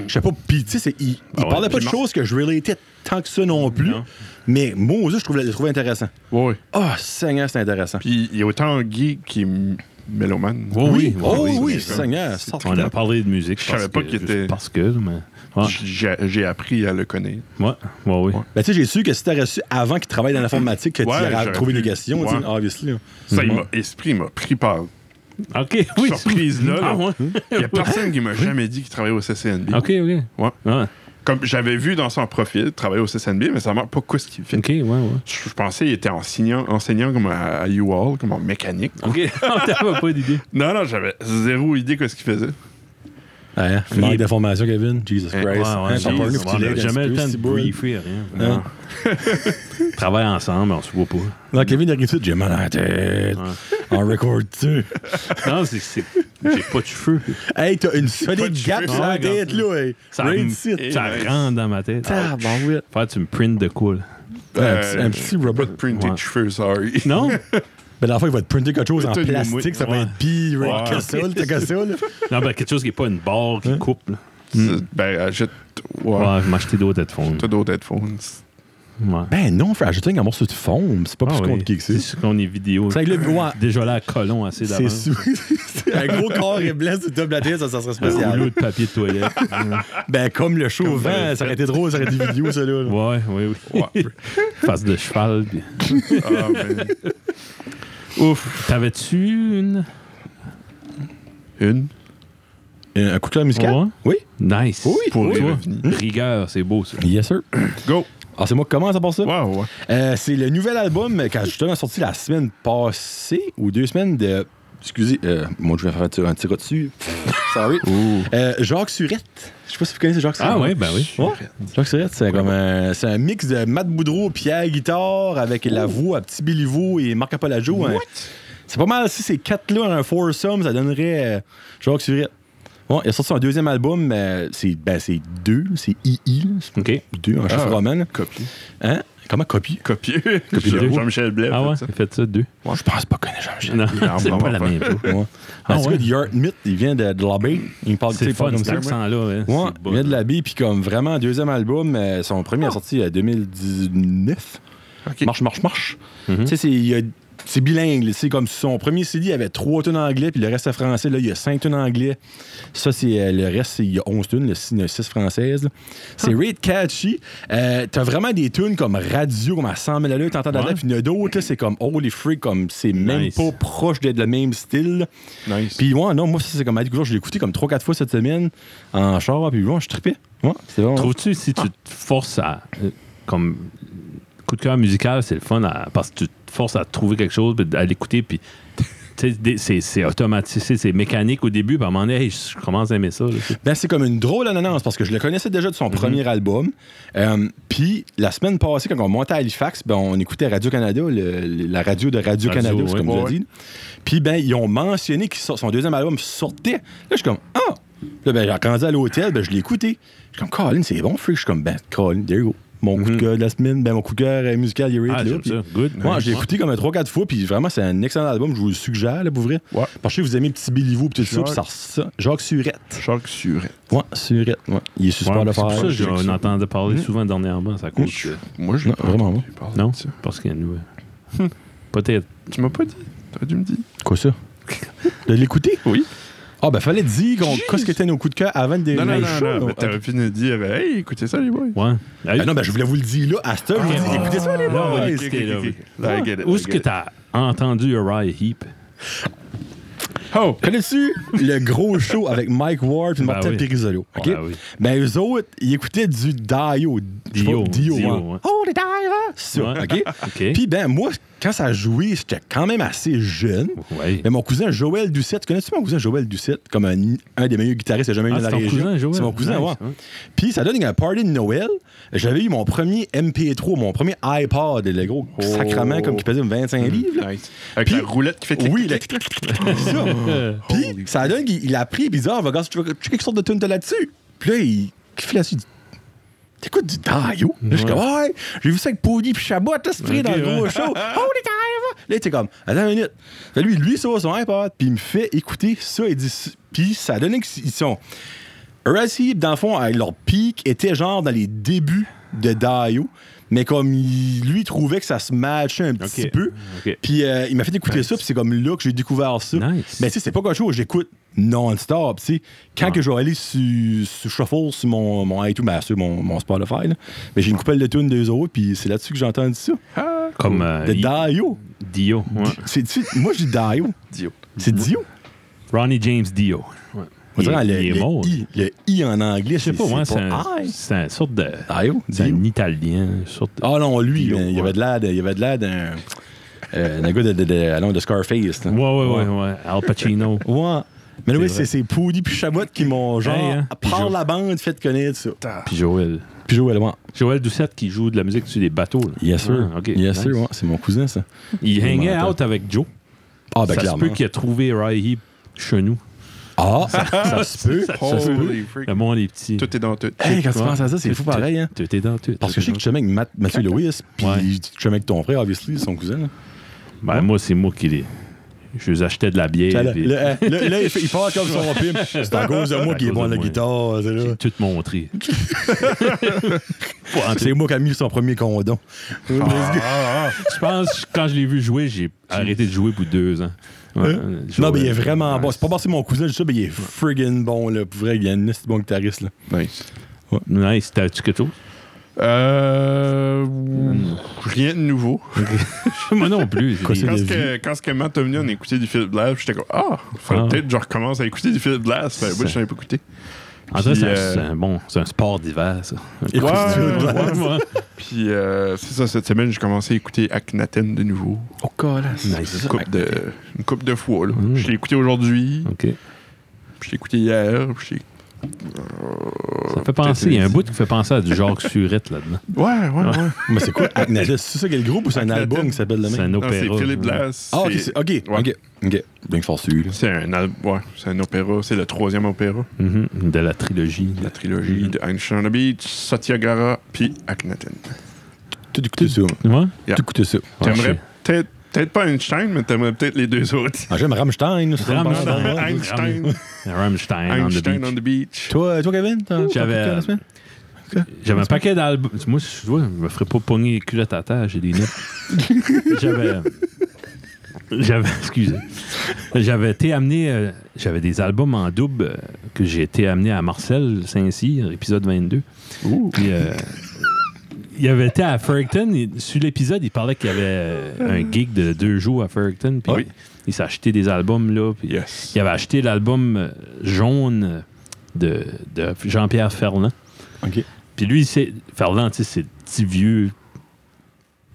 Je sais pas, pis tu sais, c'est- il, il Ah ouais, parlait pas de puis Mar- choses que je relatais tant que ça non plus, Non. mais moi aussi, je trouvais, je trouvais intéressant. Ouais, ouais. Ah, Seigneur, c'est intéressant. Puis il y a autant Guy qui est m- mélomane. Oui, oui, oh oui, oui, Seigneur, sorte On a parlé de musique. Je savais parce pas que- qu'il juste était- Parce que, mais. Ouais, J'ai j'ai appris à le connaître. ouais, ouais, oui. Ouais. Ben, tu sais, j'ai su que si t'as reçu avant qu'il travaille dans l'informatique, que Ouais, tu aurais j'aurais trouvé pu. des questions, Ouais. tu sais, obviously. hein. Mm-hmm. là. Ça, Hmm. il m'a esprit, il m'a pris par Ok, oui. surprise là. Hmm? Ah, là. ouais. Il n'y a personne qui m'a jamais dit qu'il travaillait au CCNB. Ok, ok. Ouais. Ouais. Comme j'avais vu dans son profil, travailler au CCNB, mais ça ne marque pas quoi ce qu'il fait. Ok, ouais, ouais. *laughs* Je, je pensais qu'il était enseignant, enseignant comme à, à UAL, comme en mécanique. Ok, *laughs* t'avais *laughs* pas d'idée. Non, non, j'avais zéro idée de ce qu'il faisait. Ouais, hein, manque de formation, Kevin. Jesus Christ. Ouais, ouais, Hein, j'ai- t'as pas on un a filet, jamais t'as le temps un de petit bout. briefer, rien. Hein? On *laughs* travaille ensemble, on se voit pas. Non, Kevin, il arrive tout, j'ai mal à la tête. On record dessus. Non, c'est- c'est. J'ai pas de cheveux. Hey, t'as une solide de gap cheveux. sur la Ouais, tête, là, hey. Ça, Raid me- site. ça Nice. rentre dans ma tête. Ah, bon, oui. Faire, tu me printes de quoi, là? Un petit- un petit robot. Printer Ouais. Euh, de cheveux, sorry. Non? Mais Ben, dans le fond, il va te printer quelque chose en Tout le plastique, ça va ouais. être pire Ouais. que ça, là, que ça, *laughs* là. non, ben, quelque chose qui n'est pas une barre qui coupe, là. C'est- Ben, achète. Ouais. Ouais, je m'achetais d'autres headphones. T'as d'autres headphones. Ouais. Ben non, frère, ajouter un morceau de foam, c'est pas plus Ah oui. compliqué que ça. C'est sûr qu'on est vidéo. C'est avec le ouais, Déjà là, à colon assez C'est d'avance. sous. *laughs* c'est un gros corps et blanc sur le top de la tête, ça, ça serait Un Euh, spécial. rouleau de papier de toilette. ben Ah, comme le show au vous vent, avez ça aurait été drôle, ça aurait été vidéo, ça, là. là. ouais, oui, oui. Ouais. Face de cheval. puis- Ah, man. Ouf. T'avais-tu une? Une. Un coup de cœur musical? Ouais. Oui. Nice. Oui, Pour oui. toi. Revenu. Rigueur, c'est beau, ça. Yes, sir. Go. Ah, c'est moi qui commence à part ça? Wow, ouais. Euh, c'est le nouvel album euh, qui a justement sorti la semaine passée ou deux semaines de. Excusez, euh, moi je vais faire un petit rat dessus. Sorry. Euh, Jacques Surette. Je sais pas si vous connaissez Jacques Surette. Ah ouais, ben oui. Ouais. Jacques Surette, c'est comme un, c'est un mix de Matt Boudreau, Pierre Guitare avec la voix à Petit Béliveau et Marc Apolagio. hein. C'est pas mal si ces quatre-là, un foursome, ça donnerait euh, Jacques Surette. Bon, il a sorti un deuxième album, euh, c'est ben, c'est deux, c'est II, là, c'est OK. deux en chiffre Ah. roman. là. Copier. Hein? Comment copier? Copier. de Jean- vous. Jean-Michel Blais. Ah ouais, fait ça. j'ai fait ça deux. Moi, je pense pas qu'on est jamais. *laughs* Non, Ah, c'est bon, pas la bon. même chose. Ouais. Ah, En tout ouais. cas, The Art Myth, il vient de, de l'abbé. Il parle tu sais, C'est il parle fun, comme cet ça. accent-là. hein, Ouais, c'est il bon. vient de l'abbé, puis comme vraiment, deuxième album, euh, son premier est sorti en 2019. Ok. Marche, marche, marche. Mhm. Tu sais, c'est- il y a- c'est bilingue. là. C'est comme son premier CD, il avait trois tonnes anglais, puis le reste est français. Là, il y a cinq tonnes anglais. Ça, c'est euh, le reste, c'est- il y a 11 tunes, le 6 françaises. là. Ah. C'est Raid Catchy. Euh, T'as vraiment des tunes comme radio, comme à 100 000 à l'heure, t'entends Ouais. dedans, puis il y en a d'autres, là, c'est comme Holy Freak, comme c'est même Nice. pas proche d'être le même style. là. Nice. Puis ouais, non, moi, ça, c'est comme Matt Goulard, je l'ai écouté comme 3-4 fois cette semaine en char, puis ouais, je tripais. Ouais, c'est vraiment. Trouves-tu si tu te forces à. euh, Comme coup de cœur musical, c'est le fun à- parce que tu te forces à trouver quelque chose, puis à l'écouter, puis. tu sais, des- C'est c'est automatisé, c'est mécanique au début, puis à un moment donné, hey, je commence à aimer ça. là, tu sais. Ben, c'est comme une drôle annonce parce que je le connaissais déjà de son Mhm. premier album. Euh, Puis la semaine passée, quand on montait à Halifax, ben, on écoutait Radio-Canada, le- le- la radio de Radio-Canada, Radio, c'est ouais, comme je ouais, l'ai dit. Puis ben, ils ont mentionné que so- son deuxième album sortait. Là, je suis comme Ah! Là, ben, j'ai grandi à l'hôtel, ben, je l'ai écouté. Je suis comme Colin, c'est bon, freak. Je suis comme Ben, Colin, there you go. mon coup de cœur de la semaine, ben mon coup de cœur euh, musical, You're It, Mhm. Ah, là, j'aime puis- ça. Good. Ouais, j'ai écouté comme 3-4 fois, puis vraiment, c'est un excellent album, je vous le suggère, là, pour vrai. Ouais. Parce que je sais que vous aimez Petit Billy Vous, puis tout ça, Jacques- puis ça, ça- Jacques Surette. Shark Surette. Ouais, Surette, ouais. Il est super Ouais, le c'est pour faire. ça que j'en entendais parler Mhm. souvent dernièrement. C'est à cause de... Moi, je Non, vraiment, Non? Non. Parce qu'il y a une nouvelle. *laughs* Peut-être. Tu m'as pas dit. T'aurais dû me dire. Quoi ça? De l'écouter? Oui. Ah, ben, fallait dire qu'on- Jeez. qu'est-ce que étaient nos coups de cœur avant de Non, non, démarrer le non, show, non. là. mais T'aurais pu nous dire, hey, écoutez ça, les boys. Ouais. Ah, Ben non, ben, je voulais vous le dire là, à cette heure, je vous dis, écoutez ça, les là, on va boys! l'écouter, ok, là, ok, oui. ok. Là, I get it, Où I est-ce get que it. t'as entendu Uriah Heep? Oh! *laughs* Connais-tu le gros show avec Mike Ward et Ben Martin oui. Pirisolo? OK? Ben oui. Ben, eux autres, ils écoutaient du Dio. je sais pas, Dio, Dio, Dio, hein. ouais. Oh, les divers! Ça, Ouais. OK? *laughs* OK. Puis, ben, moi, quand ça a joué, j'étais quand même assez jeune. Ouais. Mais mon cousin Joël Ducette, connais-tu mon cousin Joël Ducette? Comme un, un des meilleurs guitaristes que j'ai jamais eu Ah, dans la c'est ton région. cousin, Joël. C'est mon cousin, Nice, hein. ouais. ouais. Puis ça donne un party de Noël. J'avais eu mon premier MP3, mon premier iPod, le gros sacrament comme qui pesait 25 Hmm. livres. là. Nice. Oh. Avec Puis- la roulette qui fait clic, Oui, clic, le- clic, *laughs* clic. ça. Puis Holy ça donne qu'il il a pris, puis il dit Ah, regarde, tu veux tu veux quelque sorte de tune t'as là-dessus. Puis là, il kiffe là-dessus. il dit, T'écoutes du Dario? Là, je suis comme, ouais, j'ai vu ça avec Pony puis Chabot, là, ce prix dans le Ok, gros ouais. *laughs* show. Oh, les time! Là, t'es comme, attends une minute. Fait lui, lui, ça va son iPod, puis il me fait écouter ça, il dit, puis ça a donné qu'ils sont. Racy, dans le fond, à leur pic, était genre dans les débuts de Dario, mais comme il- lui, il trouvait que ça se matchait un petit Ok. peu. Ok. Puis euh, il m'a fait écouter ça, puis c'est comme là que j'ai découvert ça. Nice. Mais tu sais, c'est pas quelque chose que j'écoute non-stop. tu sais. Quand Ouais. que je vais aller sur, sur Shuffle, sur mon, mon iTunes, ben, sur mon, mon Spotify, là, ben, j'ai une coupelle de tunes des autres, puis c'est là-dessus que j'ai entendu ça. Comme euh, de Heap. Dio. Dio. ouais. C'est- tu- moi, je dis Dio. Dio. C'est Dio. Ronnie James Dio. Ouais. On dirait il, le, il est le mort. I, le I en anglais, Je sais pas, moi, c'est c'est un, I. c'est un sorte de. Dio. C'est Dio. un italien. une sorte de- Ah non, lui, Dio, ben, il ouais. avait de l'air de- il avait de l'air d'un euh, d'un gars de, de, de- allons, de Scarface. là. Ouais, ouais, ouais, ouais. *laughs* Al Pacino. Ouais. Mais oui, vrai. c'est c'est Poudy puis Chabot qui m'ont, genre, Hey, hein. Puis par Jo- la bande, fait connaître ça. Puis Joël. Puis Joël, ouais. Joël Doucette qui joue de la musique sur des bateaux. Là. Yes, sir. Ah, ok, Yes, nice. sir, ouais. C'est mon cousin, ça. Il hangait Menteur. out avec Joe. Ah, ben ça se clairement. peut qu'il a trouvé Riley chez nous. Ah, *laughs* ça, ça se peut. Holy freak. Le monde est petit. Tout est dans tout. Hey, quand tu Ouais. penses à ça, c'est Tout- fou pareil, hein. Tout est dans tout. Parce que je sais que tu chumais avec Matt- Mathieu Lewis, puis Ouais. tu chumais avec ton frère, obviously, son cousin. là. Ben, moi, c'est moi qui les. Je les achetais de la bière. Là, puis là, là, là, il fait- il parle comme *laughs* son pimp. C'est à cause de moi À qu'il est cause bon à de la moi. guitare. c'est là. J'ai tout *laughs* montré. C'est moi qui ai mis son premier condom. Ah, Je pense, quand je l'ai vu jouer, j'ai arrêté de jouer pour deux ans. Ouais, Joël. Hein? Non, mais il est vraiment Ouais. bon. C'est pas parce que c'est mon cousin, je sais, mais il est friggin' bon, là. Pour vrai, il est un esti bon guitariste, là. Nice. Nice. T'as-tu *laughs* quelque chose? Euh. Rien de nouveau. moi non plus. Quoi, J'ai- c'est Quand des- ce que, quand ce que Matt a venu, on écoutait du Philip Glass, j'étais comme, ah, faudrait Ah. peut-être que je recommence à écouter du Philip Glass. Ben, moi, je n'en ai pas écouté. En fait, Puis, c'est un- euh, c'est un bon. C'est un sport d'hiver, *laughs* ça. Écoute, Ouais. tu veux de la- ouais. Puis, euh, c'est ça, cette semaine, j'ai commencé à écouter Akhenaten de nouveau. Oh, colasse. Une couple de, une couple de fois, là. Je l'ai écouté aujourd'hui, OK. puis je l'ai écouté hier, puis je l'ai- Oh, Ça fait penser. Il y a un bout qui fait penser à du genre surette là-dedans. Ouais, ouais, ouais. Mais c'est quoi Agnes? C'est ça quel groupe ou c'est un Agnes. album qui s'appelle le C'est même? un Non, opéra. c'est Philip ouais. Glass. Ah, ok, c'est- c'est- ok, Ouais. ok, ok. Donc, forçu, là. C'est un, al- ouais, c'est un opéra, c'est le troisième opéra Mhm, De la trilogie. de la Mm-hmm. trilogie de Einstein Beach, Satyagara, puis Akhenaten. Tout écouté ça. moi. Ouais? Yeah. Tout écouté ça. T'aimerais peut-être peut-être pas Einstein, mais t'aimerais peut-être les deux autres. Ah, j'aime Rammstein. ça, ça me parle. Rammstein. Ouais. Einstein. Rammstein on the Einstein on beach. the beach. Toi, toi, Kevin, t'as J'avais- euh, t'as écouté la semaine? J'avais un paquet d'albums. Moi, je vois, je me ferais pas pogner les culottes à terre, j'ai des notes. *laughs* J'avais. J'avais. Excusez. J'avais été amené. euh, J'avais des albums en double euh, que j'ai été amené à Marcel Saint-Cyr, épisode 22. Puis, euh, il avait été à Ferguson. il- Sur l'épisode, il parlait qu'il y avait euh, un gig de deux jours à Ferguson. Puis Oui. il s'est acheté des albums, là. Puis Yes. il avait acheté l'album euh, jaune euh, de, de Jean-Pierre Ferland. Ok. Puis lui, c'est Ferland, tu sais, c'est le petit vieux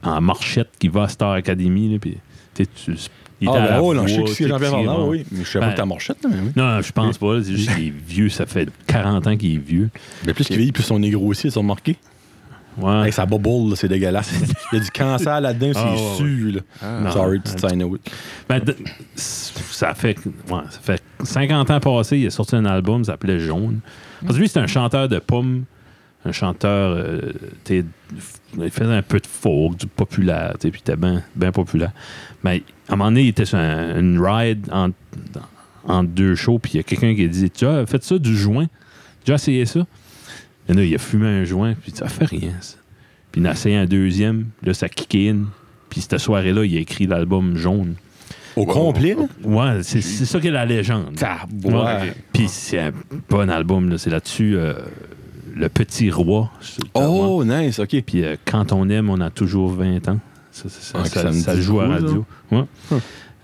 en marchette qui va à Star Academy. Là, puis, tu sais, tu- il Ah, était à ben, la oh, non, voix, je sais que tu c'est sais, Jean-Pierre qui- Bernard, ouais. oui. Mais je savais pas Ben, que t'as marchette, là, mais oui. Non, non, je pense pas. là, C'est juste qu'il est vieux. Ça fait 40 ans qu'il est vieux. Mais plus qu'il vieillit, plus son est grossi, ils ont remarqué. Ouais. Hey, sa bubble, là, c'est *laughs* dégueulasse. Il y a du cancer là-dedans, Ah, c'est ouais, Ah. su, là. Non. Sorry, petite sign out. Ben, de- ça, fait, ouais, ça fait 50 ans passés, il a sorti un album, ça s'appelait Jaune. Parce que lui, c'est un chanteur de pommes un chanteur, euh, t'sais, il faisait un peu de folk, du populaire, t'sais, puis il était bien populaire. Mais à un moment donné, il était sur un- une ride en, en deux shows, puis il y a quelqu'un qui a dit Tu as fait ça du joint Tu as essayé ça Et là, il a fumé un joint, puis ça fait rien, ça. Puis il en a essayé un deuxième, là, ça kickait in. Puis cette soirée-là, il a écrit l'album Jaune. Au complet, là? Ouais, c'est c'est ça qui est la légende. Ah, Ouais. Puis c'est un bon album, là. c'est là-dessus euh, Le Petit Roi. sur le album. Oh, nice, OK. Puis euh, Quand on aime, on a toujours 20 ans. Ça, ça- ça- Ah, que ça- ça me ça dit joue à beaucoup, radio. Ouais.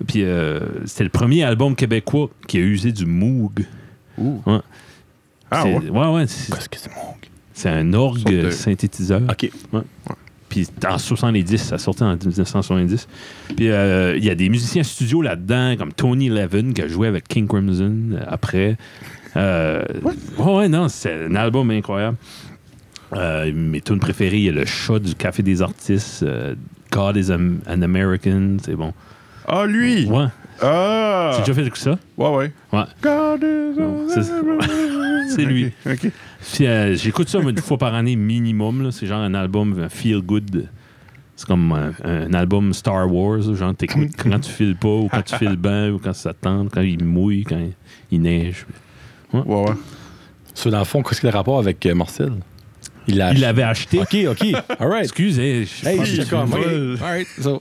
Puis euh, c'était le premier album québécois qui a usé du Moog. Ouh. Ouais. Ah C'est- ouais? ouais, ouais, c'est Qu'est-ce que c'est mon... c'est un orgue Sorte de- synthétiseur. OK. Puis en 70, ça sortait en 1970. Puis euh, il y a des musiciens studio là-dedans, comme Tony Levin, qui a joué avec King Crimson euh, après. Euh, ouais, ouais, non, c'est un album incroyable. Euh, mes tunes préférées, il y a le chat du Café des artistes, euh, God is Am- an American, c'est bon. Ah, lui! Ouais, Ah! tu as déjà fait tout ça? Ouais, ouais. Ouais, God is Non, c'est- *laughs* c'est lui. Ok. Puis, euh, j'écoute ça une fois par année minimum. là. C'est genre un album un feel good. C'est comme un, un album Star Wars. là. Genre, t'écoutes quand tu files pas, ou quand tu files bien, ou quand ça tente, quand il mouille, quand il, il neige. Ouais, ouais. Ça, dans le fond, qu'est-ce qu'il a le rapport avec euh, Marcel? Il l'a Il l'avait acheté. OK, OK. All right. Excusez. je Ah, Hey, pense je que suis comme... tu- OK. veux. All right. So,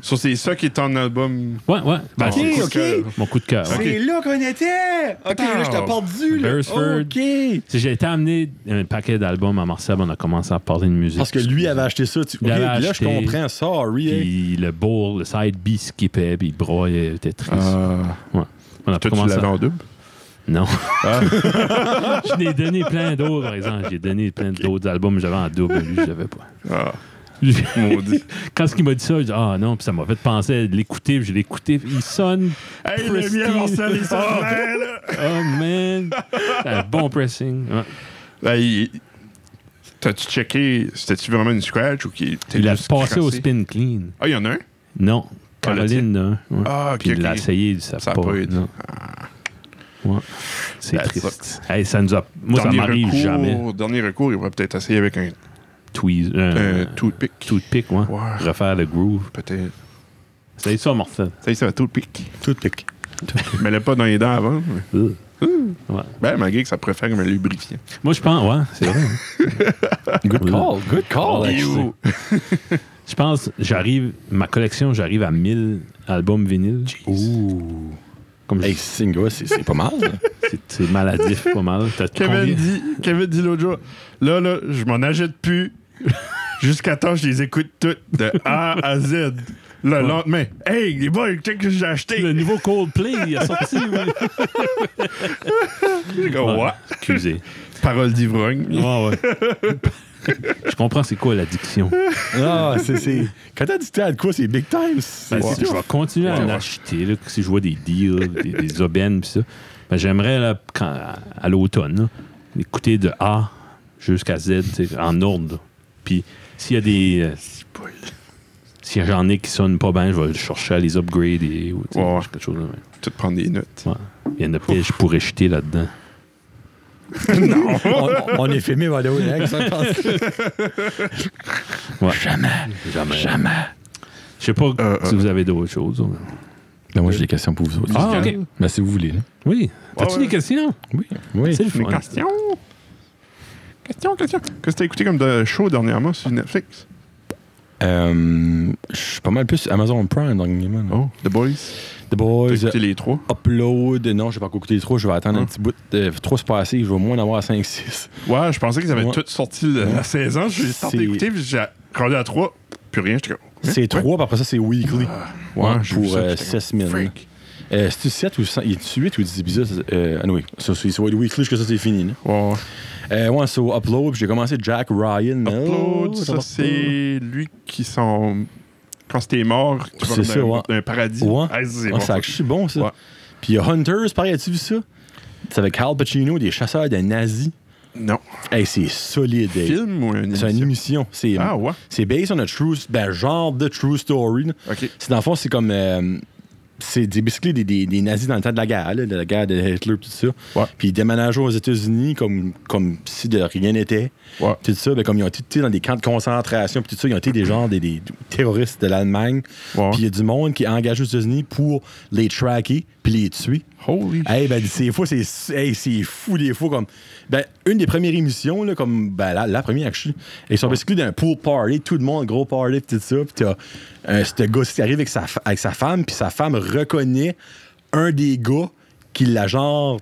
So, c'est ça qui est en album. Ouais, ouais. Ben, Ah, c'est OK, coup de OK. cœur. mon coup de cœur. ouais. C'est là qu'on était! OK, là, je t'ai perdu, là. Beresford. OK. C'est- J'ai été amené un paquet d'albums à Marseille. On a commencé à parler de musique. Parce que lui avait acheté ça. Tu... Il OK, avait puis là, je acheté. comprends. Sorry. hein. Puis le bowl, le side B skippait, puis il broyait, il était triste. Ah. on a Ah, toi, tu commencé à- l'avais en double? Ah, Non. *laughs* je n'ai donné plein d'autres, par exemple. J'ai donné plein d'autres albums, j'avais en double, lui, je l'avais pas. Ah, maudit. Quand ce qu'il m'a dit ça, j'ai dit Ah non, puis ça m'a fait penser à l'écouter, puis je l'ai écouté, puis il sonne. hey, Christy. le mien, Marcel, il s'en va, là! Oh man! Un bon pressing. Ouais. Là, Ben, il- T'as-tu checké, c'était-tu vraiment une scratch ou qui Il l'a passé au spin clean. Ah, il y en a un? Non, Ah, le tien? Caroline, non. Ouais. Ah, ok, Puis il l'a ok. essayé, ça n'a Ça a pas. pas Ah. été. non. Ouais. C'est That triste. Hey, ça nous a... Moi, ça m'arrive recours, jamais. Dernier recours, il va peut-être essayer avec un, Tweez, un euh, toothpick. toothpick, ouais. Ouais. Refaire le groove. Peut-être. C'est ça, Mortel. Ça, c'est un toothpick. Tout pique. Mais le pas dans les dents avant. mais- Ugh. Ouais. Ben, malgré que ça préfère me lubrifier. Moi, je pense, ouais, c'est vrai. hein. Good Oula. call. Good call. Ouais, actually. je sais. Je pense, j'arrive, ma collection, j'arrive à 1000 albums vinyles. Ouh. Comme je- Hey, Singa, c'est c'est pas mal. là. c'est- c'est maladif, pas mal. T'as Kevin combien? dit, Kevin dit l'autre jour, là, là, je m'en achète plus. *laughs* Jusqu'à temps, je les écoute toutes de A à Z. Le lendemain, hey, les boys, check ce que j'ai acheté. Le nouveau Coldplay, il a sorti. oui. J'ai comme, what? Excusez. Parole d'ivrogne. Ouais, *laughs* ouais. je comprends c'est quoi l'addiction. *laughs* Ah, c'est- c'est. Quand t'as dit à de quoi, c'est big time. c'est- Ben, c'est- si je vais continuer à Ouais, en ouais. acheter, là, si je vois des deals, des, *laughs* des aubaines, pis ça. Ben, J'aimerais, là, quand- à, à l'automne, là, écouter de A jusqu'à Z, tu sais, en ordre. là. Puis, s'il y a des. euh, s'il y j'en ai qui sonnent pas bien, je vais le chercher à les upgrader ou tu sais, Ouais, ouais. quelque chose de même. Tout prendre des notes. Ouais. Il y en a peut-être que je pourrais jeter là-dedans. on, on est filmé, on va aller au next. on pense. Ouais. Jamais. Jamais. Jamais. Je sais pas Euh, si vous avez d'autres choses. hein. mais- Ben, moi, j'ai des questions pour vous autres. Ah, ok. Ben, si vous voulez. là. Oui. T'as-tu Ouais, ouais. des questions? Oui. Oui. C'est le fun. Une question. Question, question. Qu'est-ce que t'as écouté comme de show dernièrement sur Netflix? Euh, je suis pas mal plus Amazon Prime dernièrement. là. Oh, The Boys. Euh, The T'as Boys, écouté les trois? Upload. Non, j'ai pas encore écouté les trois. Je vais attendre Hein? un petit bout. Euh, trois, c'est pas assez. Je vais au moins en avoir 5-6. Ouais, je pensais qu'ils avaient Ouais. toutes sorti le- la saison. J'ai starté C'est- d'écouter, puis j'ai rendu à trois, plus rien. J'étais comme, hein? C'est trois, puis après ça, c'est weekly. Ah, Ouais, Ouais, j'ai vu pour ça, euh, j'étais comme, 16 000. freak. Euh, C'est-tu 7 ou 100? Il 8 ou 10 épisodes? Euh, ah, oui. Ça, c'est ça va être weekly jusqu'à ça, c'est fini. là. Ouais. Euh, ouais, so Upload, j'ai commencé Jack Ryan. Upload, Oh, ça va- c'est lui qui s'en. Quand c'était mort, tu C'est vas dans ça, un- ouais. dans un paradis. Ouais. Ah, c'est Ah, bon, ça ça. a suis bon, ça. Ouais. Puis il y a Hunters, pareil, as-tu vu ça? C'est avec Al Pacino, des chasseurs de nazis. Non. Hey, c'est solide. hey. Film ou un C'est une émission. C'est Ah ouais? c'est based on a true... Ben, genre de true story. là. Ok. C'est dans le fond, c'est comme... euh, c'est des, basically des, des, des nazis dans le temps de la guerre, là, de la guerre de Hitler, tout ça. Puis ils déménageaient aux États-Unis comme, comme si de rien n'était. Ouais. Tout ça, ben, comme ils ont été tu sais, dans des camps de concentration, puis tout ça, ils ont été des gens, des, des terroristes de l'Allemagne. Ouais. Puis il y a du monde qui est engagé aux États-Unis pour les tracker, puis les tuer. Holy Hey, ben, c'est fou, c'est hey, c'est fou des fou comme ben une des premières émissions là, comme ben la, la première que je suis, ils sont basically d'un pool party, tout le monde gros party pis tout ça, puis t'as euh, ce gars qui arrive avec sa fa- avec sa femme, puis sa femme reconnaît un des gars qui l'a genre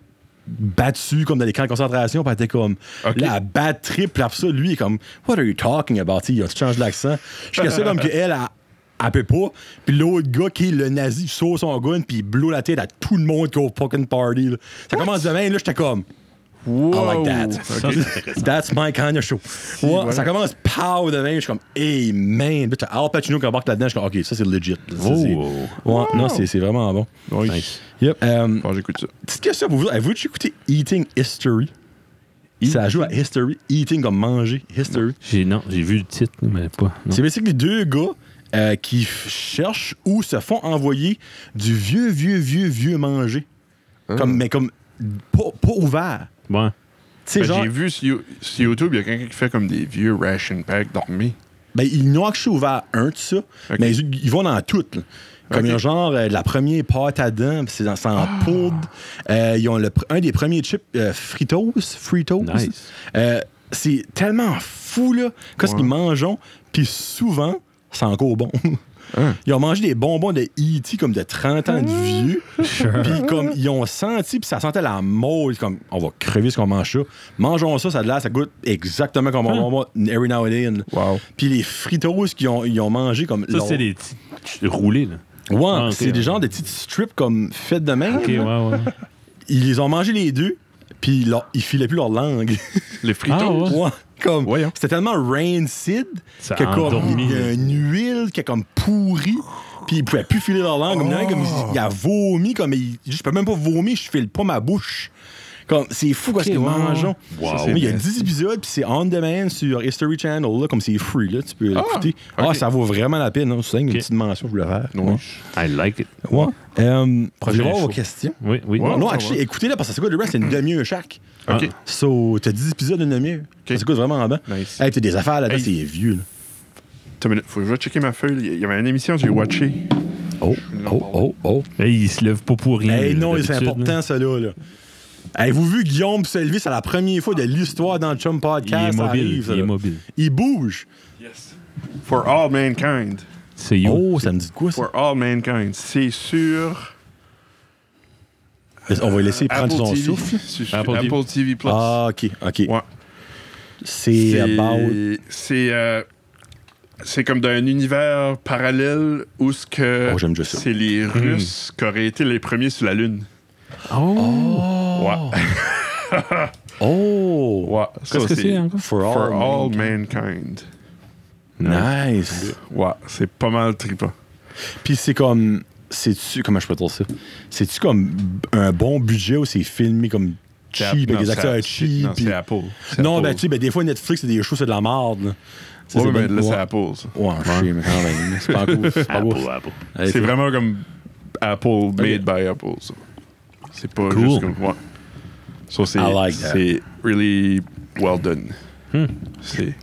battu comme dans les camps de concentration, puis elle était comme Ok. la bat trip, puis après ça lui il est comme what are you talking about, il a changé l'accent. Je suis sûr comme que elle a elle peut pas. Puis l'autre gars qui est le nazi sort son gun puis il blow la tête à tout le monde qui est au fucking party. là. Ça commence demain, là, j'étais comme Wow. I like that. Ça, c'est intéressant. That's my kind of show. Ouais, voilà. Ça commence pow demain, je suis comme hey man. Puis t'as Al Pacino qui embarque là-dedans, je suis comme ok, ça c'est legit. Ça, c'est- Oh. c'est- Ouais, non, c'est c'est vraiment bon. Oui. Yep. Euh, Bon, j'écoute ça. petite question pour vous. Avez-vous déjà écouté Eating History? Ça joue à History. Eating comme manger. History. J'ai, non, j'ai vu le titre, mais pas. non. C'est basically deux gars euh, qui f- cherchent ou se font envoyer du vieux, vieux, vieux, vieux manger. Ah. Comme, mais comme pas, pas ouvert. Ouais. Tu sais, Ben, genre, J'ai vu sur, You- sur YouTube, il y a quelqu'un qui fait comme des vieux ration pack dormi. ben, ils n'ont que je suis ouvert un de ça, mais ils, ils vont dans tout. là. Comme Ok. Ah. ils ont genre euh, la première pâte à dents, puis c'est dans sans poudre. Euh, ils ont le, pr- un des premiers chips euh, Fritos. Oh, Fritos. Nice. Euh, c'est tellement fou, là, qu'est-ce qu'ils mangeons, puis souvent, c'est encore bon. Hein? Ils ont mangé des bonbons de E.T. comme de 30 ans de vieux. Puis comme ils ont senti, puis ça sentait la molle, comme on va crever ce qu'on mange ça. Mangeons ça, ça a de l'air, ça goûte exactement comme Hein? on mange every now and then. Wow. Puis les fritos qu'ils ont, ils ont mangé comme. Ça, leur- c'est des petits roulés, là. Ouais, Ah, ok, c'est des ouais. genres de petites strips comme faites de même. Ok, ouais, ouais. Ils les ont mangé les deux, puis leur- ils filaient plus leur langue. Les fritos. Ah, ouais. Ouais, *laughs* comme Voyons. c'était tellement rancid Ça que a comme endormi. il y a une huile qui est comme pourrie puis ils pouvaient plus filer leur langue comme, il y en a un, comme il- il a vomi comme il, je peux même pas vomir je file pas ma bouche comme c'est fou quoi ce Ok, que wow. mangeons Wow. Ça, c'est Mais il y a 10 épisodes puis c'est on demand sur History Channel là, comme c'est free là tu peux l'écouter ah ok. ça vaut vraiment la peine hein. c'est une Ok. petite mention je voulais faire Oui. I like it. ouais, Euh, je vais Prochain voir vos show. questions Oui, oui. Ouais. non actually écoutez là parce que c'est quoi le reste c'est une demi-heure chaque Ah. Ok. So, t'as 10 épisodes d'une demi-heure. Ça coûte vraiment bien. Nice. Hey, t'as des affaires là-dedans, Hey. c'est vieux. Là. Attends une minute, faut que je vais checker ma feuille. Il y avait une émission que j'ai watchée. Oh, oh, oh, oh. Hey, il se lève pas pour rien. Hey, là, Ben non, c'est d'habitude, important, là. ça là. là. Avez-vous vu Guillaume se lever? C'est la première fois de l'histoire dans le Chum Il Podcast. est ça mobile. arrive, ça, il est là. mobile. Il bouge. Yes. For All Mankind. C'est you. Oh, ça me dit de quoi, ça? For All Mankind. C'est sur On va laisser prendre Apple son TV. souffle. C'est sur Apple Apple, TV. TV Plus. Ah, OK, OK. Ouais. C'est about... C'est euh, c'est comme d'un univers parallèle où ce que Oh, j'aime déjà ça. c'est les Russes qui auraient été les premiers sur la Lune. Oh. Ouais. Oh! *laughs* Ouais. Ça, Qu'est-ce que c'est encore? For all, For All man. Mankind. Nice. Ouais, c'est pas mal tripant. Puis c'est comme... C'est-tu... Comment je peux dire ça? C'est-tu comme un bon budget ou c'est filmé comme cheap, avec des Non, acteurs c'est- cheap? Non, puis- c'est Apple. C'est Non, Apple. ben tu sais, ben, des fois Netflix, c'est des shows, c'est de la merde. là. Ouais, c'est mais bon- là, c'est ouais. Apple, ça. Ouais, je sais, mais quand même, c'est pas *laughs* cool. C'est pas Apple, cool. Apple. Allez, C'est c'est- vraiment comme Apple, made by Apple, ça. C'est pas Cool. juste comme... Ouais. So, c'est I like that. Hmm. c'est really well done. C'est...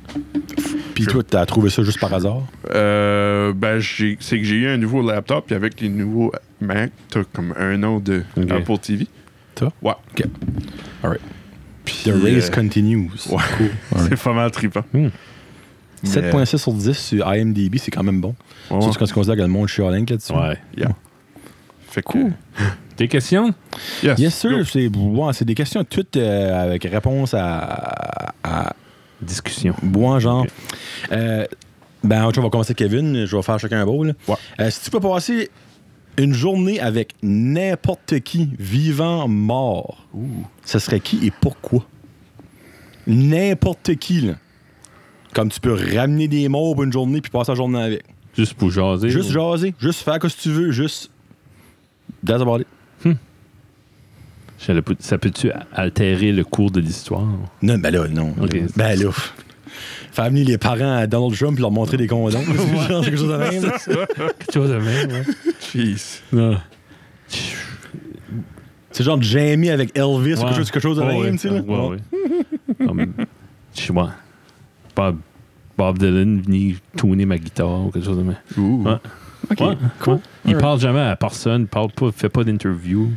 Puis toi, t'as trouvé ça juste par hasard? Euh, ben, j'ai- c'est que j'ai eu un nouveau laptop, puis avec les nouveaux Mac, t'as comme un an de Ok. Apple TV. Toi? Ouais. Ok. Alright. Puis, The race euh, continues. ouais. Cool. Alright. *laughs* C'est pas mal trippant. Hmm. Mais, 7.6 sur 10 sur IMDb, c'est quand même bon. ouais, Surtout quand tu considères que le monde chialinque là-dessus. Ouais. yeah. Fait que- Cool. Des questions? Yes, Yes, go. sir. C'est ouais, c'est des questions toutes euh, avec réponse à, à Discussion. Bon, genre. Ok. Euh, ben, on va commencer avec Kevin. Je vais faire chacun un bowl. Ouais. Euh, si tu peux passer une journée avec n'importe qui, vivant, mort, ce serait qui et pourquoi? N'importe qui, là. Comme tu peux ramener des morts pour une journée puis passer la journée avec. Juste pour jaser. Juste ou- jaser, juste faire ce que tu veux, juste. That's about it. Je le pou- Ça peut-tu altérer le cours de l'histoire? Non, ben là, non. Ok. Ben là. pff. Faire venir les parents à Donald Trump et leur *laughs* montrer des condoms. C'est genre quelque chose de même. là. *laughs* Quelque chose de même, ouais. Jeez. Non. C'est genre Jamie avec Elvis ou quelque chose, quelque chose de Ouais, même, ouais, tu sais. là. *laughs* ouais, ouais. Comme, je sais pas. Bob, Bob Dylan venu tourner ma guitare ou quelque chose de même. Ouh. Ouais. OK. Ouais. Cool. Il Alright. parle jamais à personne, parle pas, fait pas d'interview.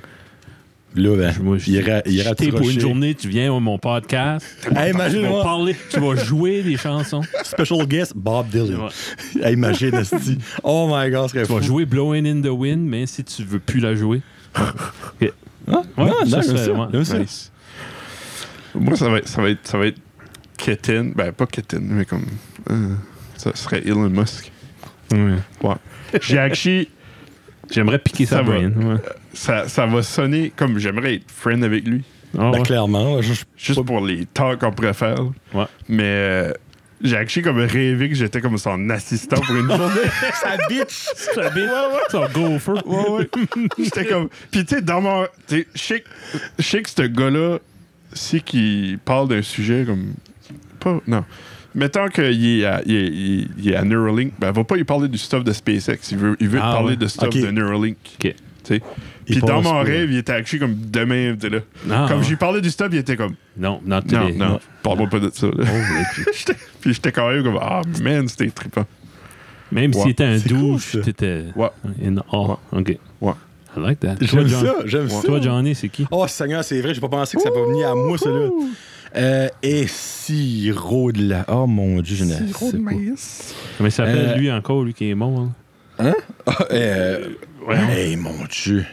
Là, ben, Moi, je- il ira, il ira je t'ai pour une journée, tu viens à mon podcast, *laughs* Hey, tu vas imagine-moi, parler, tu vas jouer des chansons, special guest, Bob Dylan. Ouais. Hey, *laughs* imagine, esti. Oh my God, ce serait tu vas fou. jouer Blowing in the Wind, mais si tu veux plus la jouer. Ok. Ah, Ouais, nice, ça, j'aime c'est ça, vraiment j'aime ça. nice. Moi, ça va être. Ça va être, ça va être Ketin. Ben, pas Ketin, mais comme. euh, ça serait Elon Musk. Ouais. Ouais. J'ai actually. J'aimerais piquer Ça sa va. brain. ouais. Ça, ça va sonner comme j'aimerais être friend avec lui. Ah, Ben, ouais. clairement, je- je- Juste pour les temps qu'on pourrait faire. Ouais. Mais euh, j'ai actually comme rêvé que j'étais comme son assistant pour *laughs* une journée. Sa bitch! Ça bite, ça gopher. *laughs* Ouais, ouais. J'étais comme. Puis, tu sais, dans mon. tu sais, Je sais que- je sais que ce gars-là, si qu'il parle d'un sujet comme. Pas. Non. Mettons qu'il est, à- il est, il est- il est à Neuralink, ben, va pas lui parler du stuff de SpaceX. Il veut, il veut Ah, te parler ouais. de stuff Ok. de Neuralink. Ok. tu sais. Il Puis, dans pense mon pas. rêve, il était actually comme demain. tu sais, Là. Ah, comme ouais. j'ai parlé du stuff, il était comme. Non, non, t'es- Non, non, parle-moi pas de ça. là. Oh, *laughs* J'étais- Puis, j'étais quand même comme. Ah, man, c'était trippant. Même Ouais. si t'étais un C'est cool, douche, ça. t'étais Ouais. in awe. OK. Ouais. I like that. J'aime Toi, John- ça, j'aime ça. Toi, Johnny, c'est qui? Oh Seigneur, c'est vrai, j'ai pas pensé que ça peut venir à moi, celui-là. Euh, et Siro de la. Oh mon dieu, je ne sais pas. maïs. Comment il s'appelle, Euh, lui, encore, lui qui est mort? *laughs* hein? Ah, euh, hey mon dieu.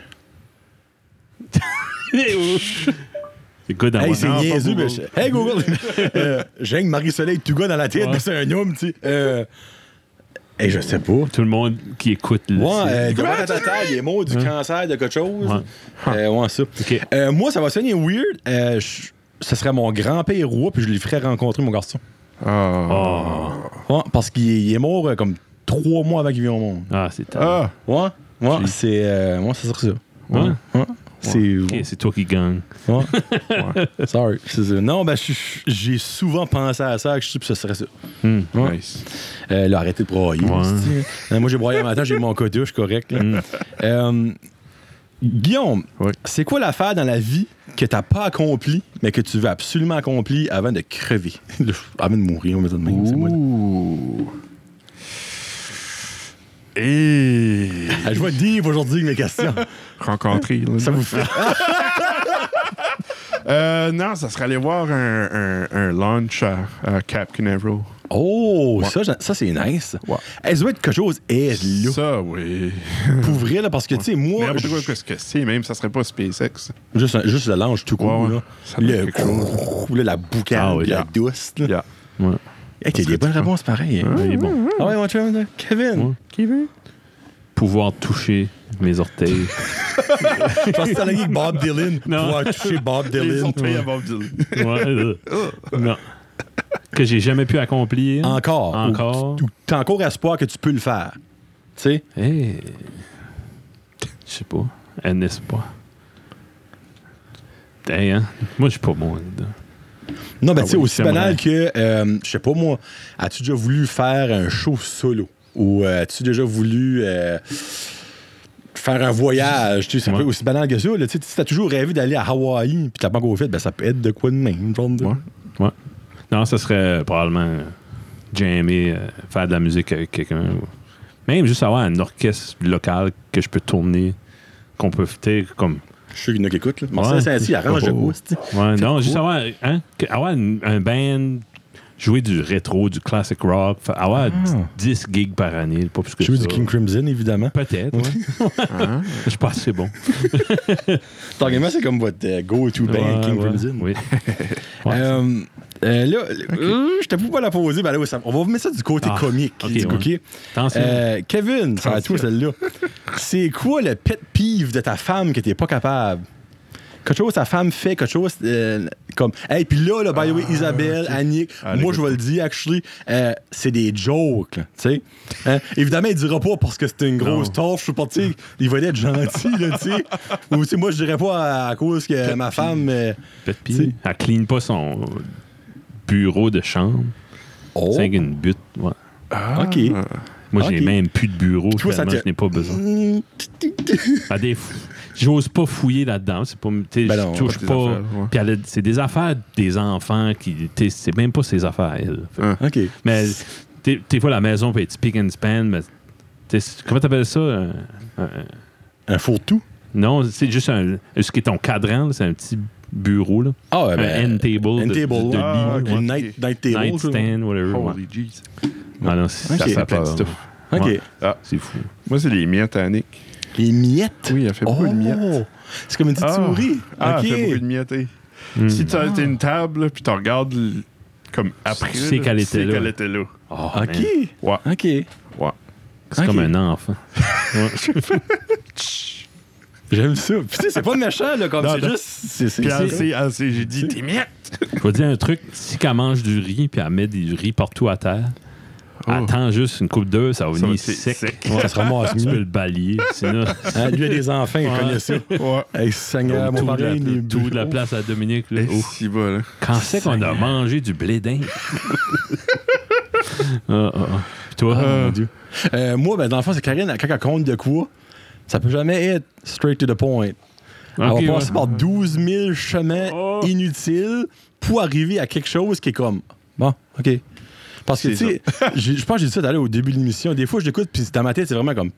C'est good d'avoir... oh. Hey, c'est non, niaiseux, mais. pas Google. je- Hey Google! *laughs* Euh, J'ai une Marie-Soleil Tuga dans la tête, Ouais. mais c'est un homme, tu sais. Euh, Hey, je sais pas. Ouais, Tout le monde qui écoute, là. euh, c'est- Gomard Tatata, il est mort du cancer de quelque chose. Euh, Hein? ouais, ça. OK. Euh, moi, ça va sonner weird. Euh, je- Ce serait mon grand-père roi, puis je lui ferais rencontrer mon garçon. Ah. Oh. Ouais, parce qu'il est- il est mort euh, comme trois mois avant qu'il vienne au monde. Ah, c'est tard. Ah. Ouais, ouais, J'ai- c'est. Euh, moi, c'est sûr que ça. Ouais. Ouais. C'est. OK, c'est toi qui gagne. Ouais. Sorry. c'est ça. Non, ben, je- j'ai souvent pensé à ça, que je suis que ce serait ça. Hmm. Ouais. Nice. Euh, là, arrêtez de broyer. Ouais. c'est-tu. Euh, moi, j'ai broyé un matin, j'ai eu mon code, je suis correct. là. Mm. Euh, Guillaume, Ouais. c'est quoi l'affaire dans la vie que t'as pas accompli, mais que tu veux absolument accomplir avant de crever? *laughs* Là, avant de mourir, on va dire de même. c'est moi. Ouh. Et Ah, je vais te dire aujourd'hui mes questions. *laughs* rencontrer. là. ça vous fait. Euh, non, ça serait aller voir un, un, un launch à, à Cap Canaveral. Oh, ça, j'a- ça c'est nice. Ouais. Elle doit être quelque chose, elle, là. Ça, oui. Pour vrai, là, parce que, tu sais, moi. N'importe quoi je- qu'est-ce que c'est, même ça serait pas SpaceX. Juste, un- juste le linge tout court, Ouais, ouais. là. Ça doit être Le quelque chose. gros, là, la boucane, Ah oui, puis la yeah. douce, là. Yeah. Ouais. Hey, t'as des bonnes réponses pareil. hein. Il est bon. Ah ouais, mon chum, là, Ouais. Kevin. Kevin. Pouvoir toucher *laughs* mes orteils. Je pense que t'as avec Bob Dylan. Non. Pouvoir toucher Bob Dylan. orteils à Bob Dylan. Ouais, euh, non. Que j'ai jamais pu accomplir. Encore. Encore. Ou- ou T'as encore espoir que tu peux le faire. Tu sais? Hey. Je sais pas. Un espoir. Hey, hein? Moi, je suis pas bon là-dedans. Non, ben, Ah tu sais, oui, aussi j'aimerais. banal que, euh, je sais pas moi, as-tu déjà voulu faire un show solo? Ou euh, as-tu déjà voulu euh, faire un voyage? Tu sais, ça peut Ouais. être aussi banal que ça. Là, Tu sais, si t'as toujours rêvé d'aller à Hawaï puis t'as pas encore fait, ben, ça peut être de quoi de même. genre de- Ouais. Non, ce serait probablement euh, jammer, euh, faire de la musique avec quelqu'un. ou- Même juste avoir un orchestre local que je peux tourner, qu'on peut fêter comme. Je suis sûr qu'il y en a qui écoutent. Là. Marcel Ouais. Saint-Cy, arrange de Oh. quoi? c'est-tu? Ouais, non, quoi? juste avoir, hein, que- avoir une- un band, jouer du rétro, du classic rock, fa- avoir 10 gigs par année, pas plus que Je veux ça. Ah. du King Crimson, évidemment. Peut-être, ouais. Hein? *laughs* Je pense que c'est bon. Targetman, c'est comme votre euh, go-to band, Ouais, King ouais. Crimson. Oui. Ouais. Euh, euh, là, euh, je t'avoue pas la poser, mais là, oui, ça- on va mettre ça du côté Ah, comique. ok, du ouais. cookie. Attention. Euh, Kevin, ça va Attention. toi celle-là. C'est quoi le pet peeve de ta femme que t'es pas capable? Quelque chose ta femme fait, quelque chose euh, comme. Hey, puis là, là, by the way, Ah, Isabelle, Annick, Allez, moi je vais go. le dire, actually, euh, c'est des jokes, là, tu sais. Hein? Évidemment, il dira pas parce que c'était une grosse torche, je sais pas, tu sais, il va être gentil, là, tu sais. *laughs* Ou, tu sais, moi je dirais pas à, à cause que ma femme. euh, Pet tu peeve. sais. Elle clean pas son bureau de chambre. Oh. C'est Ah. une butte. ouais. OK. Moi, j'ai Ok. même plus de bureau. Toi, ça *laughs* Mm. tellement te- je n'ai pas besoin. À Ah, des, f- j'ose pas fouiller là-dedans. C'est pas, tu sais, Ben non, je touche pas tes pas. affaires, ouais. Puis elle a- c'est des affaires des enfants qui, tu sais, c'est même pas ses affaires. elle. Fait que- Hein. OK. Mais t'es t'es pas la maison peut être pick and span, mais t'es- comment t'appelles ça? un- un- Un fourre-tout? non, c'est juste un. Ce qui est ton cadran, là, c'est un petit bureau là. Ah, ouais, Un ben, end table de- End de- table, de ah, lit, ok. ouais. Night, night table. Nightstand, whatever. ouais. Holy jeez. Ah non, c'est- Ok. ça, ça Plein de part. stuff. OK. Ouais. Ah, C'est fou. moi, c'est les miettes, Annick. Les miettes? Oh! Oui, elle fait beaucoup de miettes. C'est comme une petite Ah. souris. Ah, OK. elle fait beaucoup de Ah. miettes. eh. Hmm. Si tu as t'es une table, puis tu regardes l- comme après, Tu sais là, qu'elle tu était sais là. qu'elle était là. Oh, man, OK. Ouais. OK. Ouais. C'est Ok. comme un enfant. Ouais. J'aime ça. Puis, tu sais, c'est pas méchant, là, comme Non, c'est non. juste... C'est, c'est, Puis c'est- elle sait, elle sait, j'ai dit, tes miettes! Je vais te dire un truc. Si qu'elle mange du riz puis elle met du riz partout à terre, elle Oh. attends juste une coupe d'œufs, ça va Ça venir va être sec. sec. Ouais, ça se ramasse mieux. Tu peux le balayer. Sinon, Ah, lui a des enfants, il Ouais. connaît ça. Ouais. Hey, Seigneur, mon tout, père, de il la, est tout de la beau. place à Dominique. Là. Oh. si hein. bas, là. Quand c'est qu'on a mangé du blé d'Inde? Ah, ah, ah. Puis toi? Mon Dieu. Euh, moi, ben, dans le fond, c'est Karine, quand elle compte de quoi, ça peut jamais être straight to the point. Ah, Ok, on ouais. va passer par 12 000 chemins Oh. inutiles pour arriver à quelque chose qui est comme. Bon, OK. Parce que, tu C'est sais, *laughs* j'ai- je pense que j'ai dit ça tout à l'heure au début de l'émission. Des fois, je l'écoute, puis dans ma tête, c'est vraiment comme.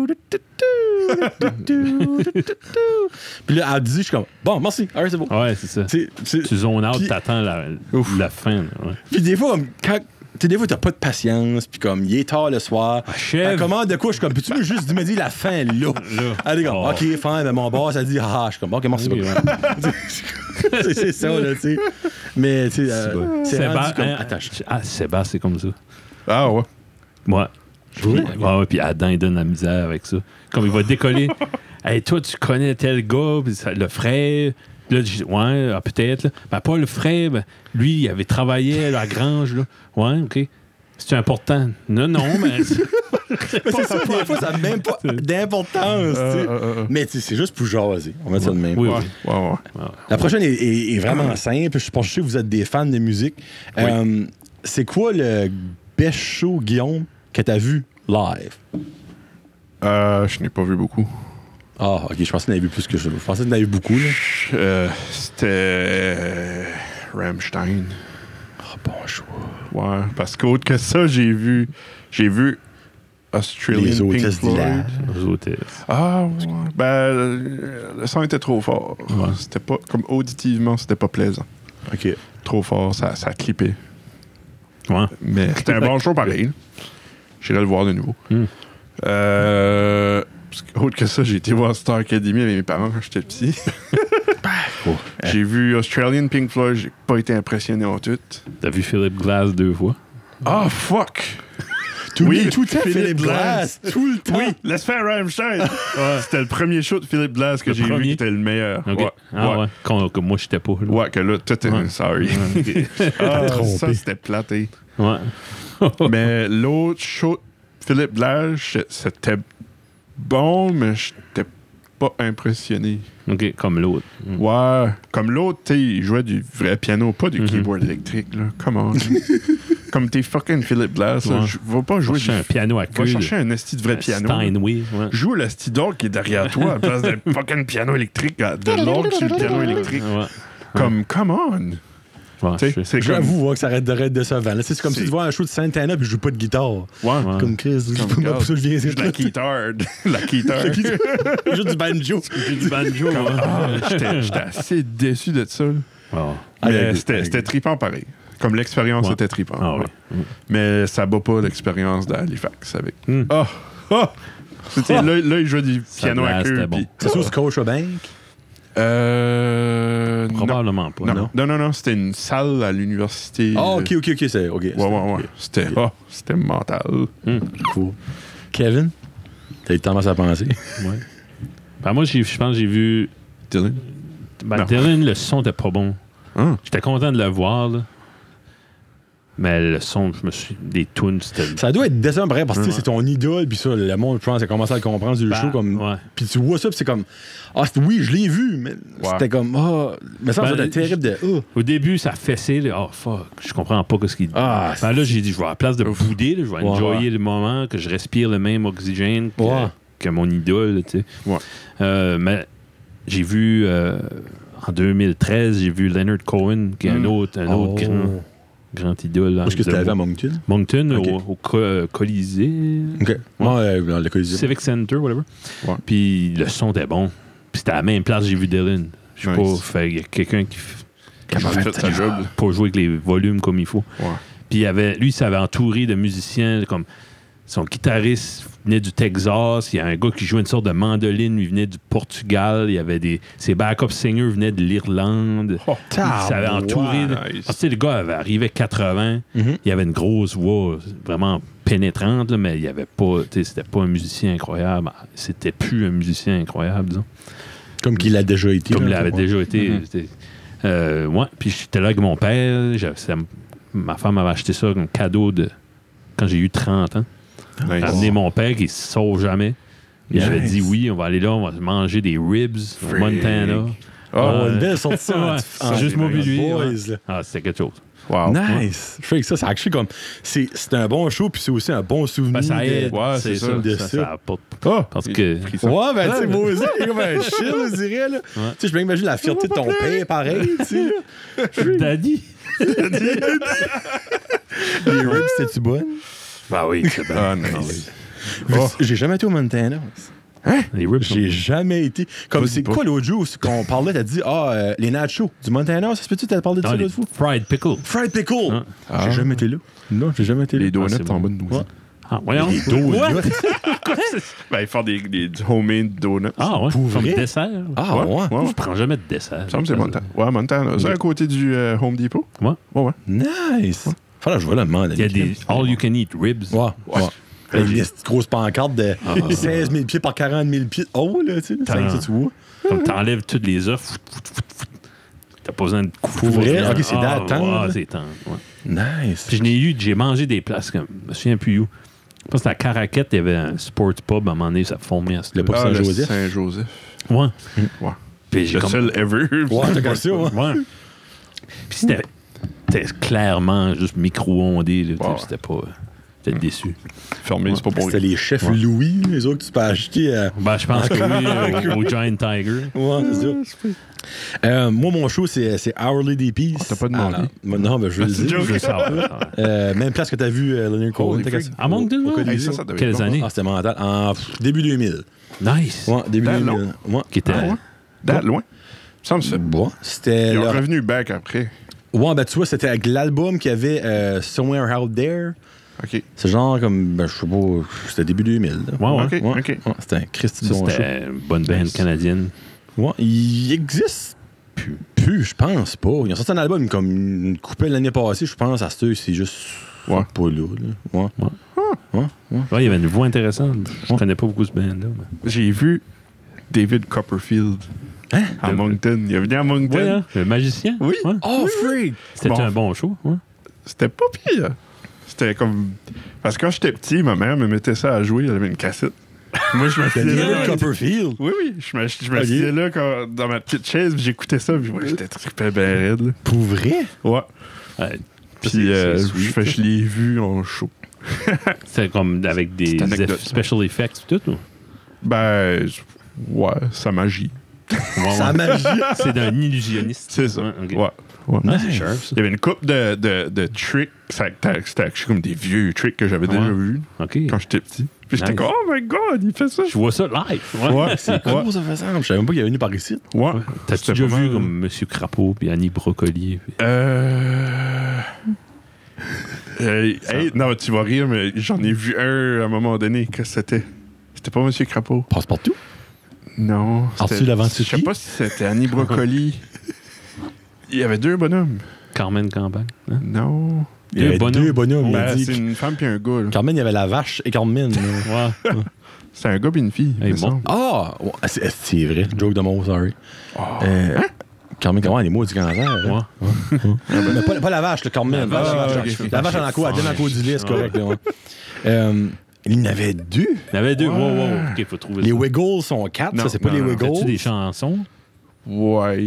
*laughs* Puis là, elle dit, je suis comme. Bon, merci. All right, c'est bon. Ouais, c'est ça. Tu sais, c'est- Tu zones out, Puis- t'attends la, Ouf. la fin. là, ouais. Puis des fois, comme, quand. Tu sais, des fois, t'as pas de patience, puis comme, il est tard le soir. Achève. Elle commande de quoi? Je suis comme, peux-tu juste me dire la fin, là? Elle est comme, Oh. OK, fin, mais mon boss, elle dit, ah, je suis comme, OK, merci Oui, beaucoup. ouais. c'est *laughs* c'est ça, là, tu sais. Mais, tu sais, euh, c'est rendu Séba- comme hein, attache. Ah, Séba, c'est comme ça. Ah ouais. Ouais. Ouais, ouais, puis Adam, il donne la misère avec ça. Comme il va décoller. *laughs* Hey, toi, tu connais tel gars, puis ça- le frère. Là, je dis, ouais, ah, peut-être. là. Ben, pas le frère. ben, lui, il avait travaillé à la grange. Là. Ouais, OK. C'est important. Non, non, *laughs* mais. Mais *laughs* c'est ça, des fois, ça n'a même pas d'importance, tu sais. Euh, euh, euh. Mais, tu sais, c'est juste pour jaser. On va dire ça de même. Oui, Ouais, oui. ouais, ouais. La prochaine est, est- est vraiment simple. Je pense que vous êtes des fans de musique. Euh, c'est quoi le best show, Guillaume, que t'as vu live? Euh, je n'ai pas vu beaucoup. Ah, ok, je pensais que t'en avais vu plus que je. Je pensais que t'en avais vu beaucoup, là. Euh, C'était. euh, Rammstein. Ah, bon choix. Ouais, parce qu'autre que ça, j'ai vu. J'ai vu. Les Australian Pink hôtesses Floyd. d'hilaire. Aux hôtels. Ah, ouais. Ben, euh, le son était trop fort. C'était pas. Comme auditivement, c'était pas plaisant. Ok. Trop fort, ça, ça clippait. Ouais. Mais *laughs* c'était un bon show pareil. J'irai le voir de nouveau. Hmm. Euh, parce que- autre que ça, j'ai été voir Star Academy avec mes parents quand j'étais petit. j'ai vu Australian Pink Floyd, j'ai pas été impressionné en tout. T'as vu Philip Glass deux fois? Ah, fuck! Tout, Oui, tout le temps, Philippe Philippe Glass. Glass. Tout le temps. Oui, laisse faire Rammstein! C'était le premier show de Philip Glass que Le j'ai vu premier? qui était le meilleur. OK. Ouais, Ah, ouais. ouais. Qu'on- que moi, j'étais pas. là. Ouais, que là, tout est... Ouais. Sorry. Ouais, *laughs* Ah, trompé. ça, c'était hein. platé. Ouais. Mais l'autre show, Philippe Blash, c'était bon, mais j'étais pas impressionné. OK, comme l'autre. Ouais. Comme l'autre, tu sais, il jouait du vrai piano, pas du Mhm. keyboard électrique, là. Come on. Comme t'es fucking Philippe Blash, Ouais. là, je- va pas jouer Chercher du... un piano Ben, à queue. Va de- chercher un esti de vrai piano. Steinway. Ouais. Joue le stidor qui est derrière toi à place d'un fucking piano électrique, Ah, de l'orgue sur le piano électrique. Ouais. Comme, come on! Ouais, Tu je sais, sais. c'est comme... J'avoue hein, que ça arrête d'arrête de se vendre. C'est comme si C'est- tu vois un show de Santana puis je joue pas de guitare. Ouais. Ouais. Comme Chris, je Comme pour ça je viens ici. La guitare. *laughs* La guitare. *laughs* Je joue du banjo. du banjo. Ah, J'étais j'étais assez déçu de ça. là. Ah, Mais d'accord. c'était c'était trippant pareil. Comme l'expérience Ouais. était trippant. Ah oui. ouais. Mais ça bat pas l'expérience d'Halifax avec. Hmm. Ah! Ah! C'était- Ah! Là, là, il jouait du Ça piano à blast, queue. c'était bon. puis- C'est sûr, coach au bank. Euh. Non. Probablement pas. Non. Non. non, non, non, c'était une salle à l'université. Ah, ok, ok, ok, c'est. Ok. Ouais, ouais, ouais. C'était ah, c'était mental. Cool. Kevin, t'as eu tendance à penser. Ouais. Ben, moi, j'ai- je pense que j'ai vu. Dylan? Ben, Non. Dylan, le son était pas bon. Hein? J'étais content de le voir, là. Mais le son, je me suis. Les tunes, c'était. Ça doit être décevant, pareil, parce que tu sais, Ouais. c'est ton idole, puis ça, le monde, je pense, a commencé à le comprendre du Ben, show. Comme... ouais. Puis tu vois ça, puis c'est comme. Ah, c'est- oui, je l'ai vu, mais c'était comme. Ah, mais ça, Ben, ça doit être terrible de. Ah. Au début, ça fessait. là. Oh fuck, je comprends pas ce qu'il dit. Ah, Ben là, j'ai dit, je vais à la place de bouder, là, je vais Ouais, enjoyer ouais. le moment, que je respire le même oxygène que, Ouais. que mon idole, tu sais. Ouais. Euh, mais j'ai vu euh, en 2013, j'ai vu Leonard Cohen, qui est un Mm. autre, un autre grand, grand idole. Hmm. Où est-ce Oh. que de c'était Mo- avant Moncton? Moncton, Ok. au, au Co- euh, Colisée, OK. Non, euh, dans le Colisée. Civic Center, whatever. Ouais. Puis le son était bon. Puis c'était à la même place que j'ai vu Dylan. Je sais pas, Nice. fait, il y a quelqu'un qui, f- qui Qui a fait sa job. pour jouer avec les volumes comme il faut. Ouais. Puis il avait, lui, il s'avait entouré de musiciens comme son guitariste venait du Texas, il y a un gars qui jouait une sorte de mandoline, il venait du Portugal, il y avait des ses backup singers venaient de l'Irlande. Oh, il s'avait entouré. de- nice. Ah, tu sais, le gars avait arrivé 80, Mhm. il avait une grosse voix vraiment pénétrante là, mais il y avait pas tu sais, c'était pas un musicien incroyable, c'était plus un musicien incroyable disons Comme qu'il a déjà été. comme là, il avait ouais. déjà été. Mm-hmm. Mhm. c'était- euh, ouais. Puis j'étais là avec mon père. J'avais- ça m- ma femme m'avait acheté ça comme cadeau de quand j'ai eu 30 ans. J'ai amené mon père qui se sauve jamais. Il Nice. avait dit oui, on va aller là, on va manger des ribs au Frig. Montana. Ah, Oh, Ouais. une belle sortie. ça, *laughs* Ouais. en- en- Juste en- moi puis lui, boys, ouais. là. Ah, c'était quelque chose. Wow. Nice. Je sais que ça, ça actually comme. C'est c'est un bon show, puis c'est aussi un bon souvenir. Ben, ça aide. de- ouais, c'est c'est ça. ça, de ça, ça. ça apporte- Ah, Parce il que- a pris ça. Ouais, ben, tu sais, moi aussi, c'est comme un chill, on dirait, là. Tu sais, je peux imaginer la fierté de ton père, pareil, tu sais. là. Daddy. Les ribs, c'était-tu bonne? Bah oui, c'est bon. Ah, nice. Vu- J'ai jamais été au Montana. Les ribs. sont- J'ai jamais été. Comme Vas-y c'est pas. quoi l'autre jour c'est qu'on parlait, t'as dit, ah, euh, les nachos du Montana, ça se peut-tu, t'as parlé de Non, ça les l'autre fois? fried Hein? pickle. Fried pickle! Ah. J'ai jamais été là. Non, j'ai jamais été là. Les donuts Ah, c'est en bon. bas de nous. Ouais. Ah, voyons. donuts. What? Ben, faire des, des du homemade donuts. Ah, ouais. Pour Comme vrai? dessert. Ah, ouais. ouais. ouais. Je prends jamais de dessert. Ça me semble que c'est Montana. Ouais, Montana. C'est Ok. à côté du euh, Home Depot. Ouais. Ouais, ouais. *laughs* Nice! Faudra que je vois le monde. Il y a des all-you-can-eat ribs. Ouais, ouais. Avec des petites grosses pancartes de Ah. 16 000 pieds par 40 000 pieds de haut, là, tu sais. Attends. Ça, tu vois. Comme t'enlèves toutes les œufs, fout, fout, fout, fout. t'as pas besoin de couper. vrai? Ok, c'est Ah, d'attendre. ouais, c'est temps, ouais. Nice. Puis je n'ai eu, j'ai mangé des places comme, je me souviens plus où. Je pense que à Caraquette, il y avait un sport pub, à un moment donné, ça formait à ce Le pub. Pour Ah, le Saint-Joseph. Saint-Joseph. Ouais. Ouais. Puis j'ai Le comme... seul ever. Ouais, c'est comme ça, ouais. Ouais. Puis c'était, c'était clairement juste micro-ondé, là, tu sais, Ouais. c'était pas... J'étais déçu. Fermé, c'est pas pour C'était les chefs Louis, les autres que tu peux acheter. à... Ben, je pense que *laughs* oui, au, au Giant Tiger. Ouais, c'est ça. Euh, moi, mon show, c'est, c'est Hourly DP. t'as pas demandé. Ah, non. non, ben, je veux le C'est dire. joke. Je veux savoir. Euh, même place que t'as vu euh, Leonard Cohen. Holy t'as- freak. À Moncton, Au ouais. Colisée. Hey, ça, ça devait Quelles être bon. années? Ah, c'était mental. En pff, début 2000. Nice. Ouais, début Ben, 2000. Ouais. Qui était... Ah, ouais. D'à loin. Ça me semble. Bon, c'était. Ils leur- ont revenu back après. Ouais, ben tu vois, c'était avec l'album qu'il y avait euh, Somewhere Out There. OK. C'est genre comme, ben je sais pas, c'était début 2000. là. Ouais, ouais. OK. Ah, Ouais, ouais, c'était un Christy Ça, bon show. c'était une bonne band canadienne. Ouais, il existe plus. Plus, je pense pas. Ils ont sorti un album comme une coupelle l'année passée, je pense, à ce c'est juste. Ouais. Pas là, là. Ouais. Ouais, il y avait une voix intéressante. Je connais pas beaucoup ce band-là. mais- J'ai vu David Copperfield à Moncton. Il est venu à Moncton. Ouais, hein, le magicien. Oui. Ah. Ouais. Oh, freak! C'était Bon. un bon show. ouais. C'était pas pire. C'était comme. Parce que quand j'étais petit, ma mère me mettait ça à jouer. Elle avait une cassette. Moi, je m'asseyais là. David Copperfield. Oui, oui. Je m'as- je m'asseyais là quand- dans ma petite chaise. puis J'écoutais ça. Puis ouais, j'étais trippé bien raide. là. Pour vrai? Ouais. Ouais. Puis euh, c'est je sweet. hein. fais- je l'ai vu en show. C'était comme avec des C'est anecdote. eff- special effects et tout. ou? Ben, je- ouais, sa magie. Ouais, ouais. Ça magie. C'est d'un illusionniste. C'est ça. Ouais, ok. Ouais. ouais. Ah, c'est sharp, ça. Il y avait une coupe de, de, de tricks. ça- ça- C'était comme des vieux tricks que j'avais déjà Ouais. vus OK. quand j'étais petit. Puis j'étais Nice. comme, oh my god, il fait ça. Je vois ça live. Ouais. Ouais, C'est ouais, cool, ça fait ça. Je savais même pas qu'il est venu par ici. ouais. T'as-tu C'était déjà pas vu mal. hein. comme Monsieur Crapaud puis Annie Brocoli? puis- *laughs* Euh. euh, hey, non, tu vas rire, mais j'en ai vu un à un moment donné. Qu'est-ce que c'était? C'était pas Monsieur Crapaud. Passe partout. Non. Arthur c'était- Lavantucci? Je sais pas si c'était Annie Brocoli. *laughs* Il y avait deux bonhommes. Carmen Campagne. hein? Non. Il y avait bonhommes. deux bonhommes. il a Ben, dit c'est que- une femme puis un gars. là. Carmen, il y avait la vache et Carmen. là. Ouais. C'est un gars puis une fille. Hey, il me bon. semble. Ah! ouais, c'est- C'est vrai. Joke de mots, sorry. Euh, Carmen, comment les mots du cancer? hein? Ouais. Mais pas, pas la vache, le Carmen. La vache, La ok, vache, ok. la vache en la cour, elle donne en cour du lit, c'est correct. là, ouais. Euh, Il y en avait deux. Il y en avait deux. Wow, wow. OK, faut trouver Les ça. Wiggles sont quatre, Non, ça, c'est pas non, les non, T'as-tu des Wiggles. chansons? Ouais.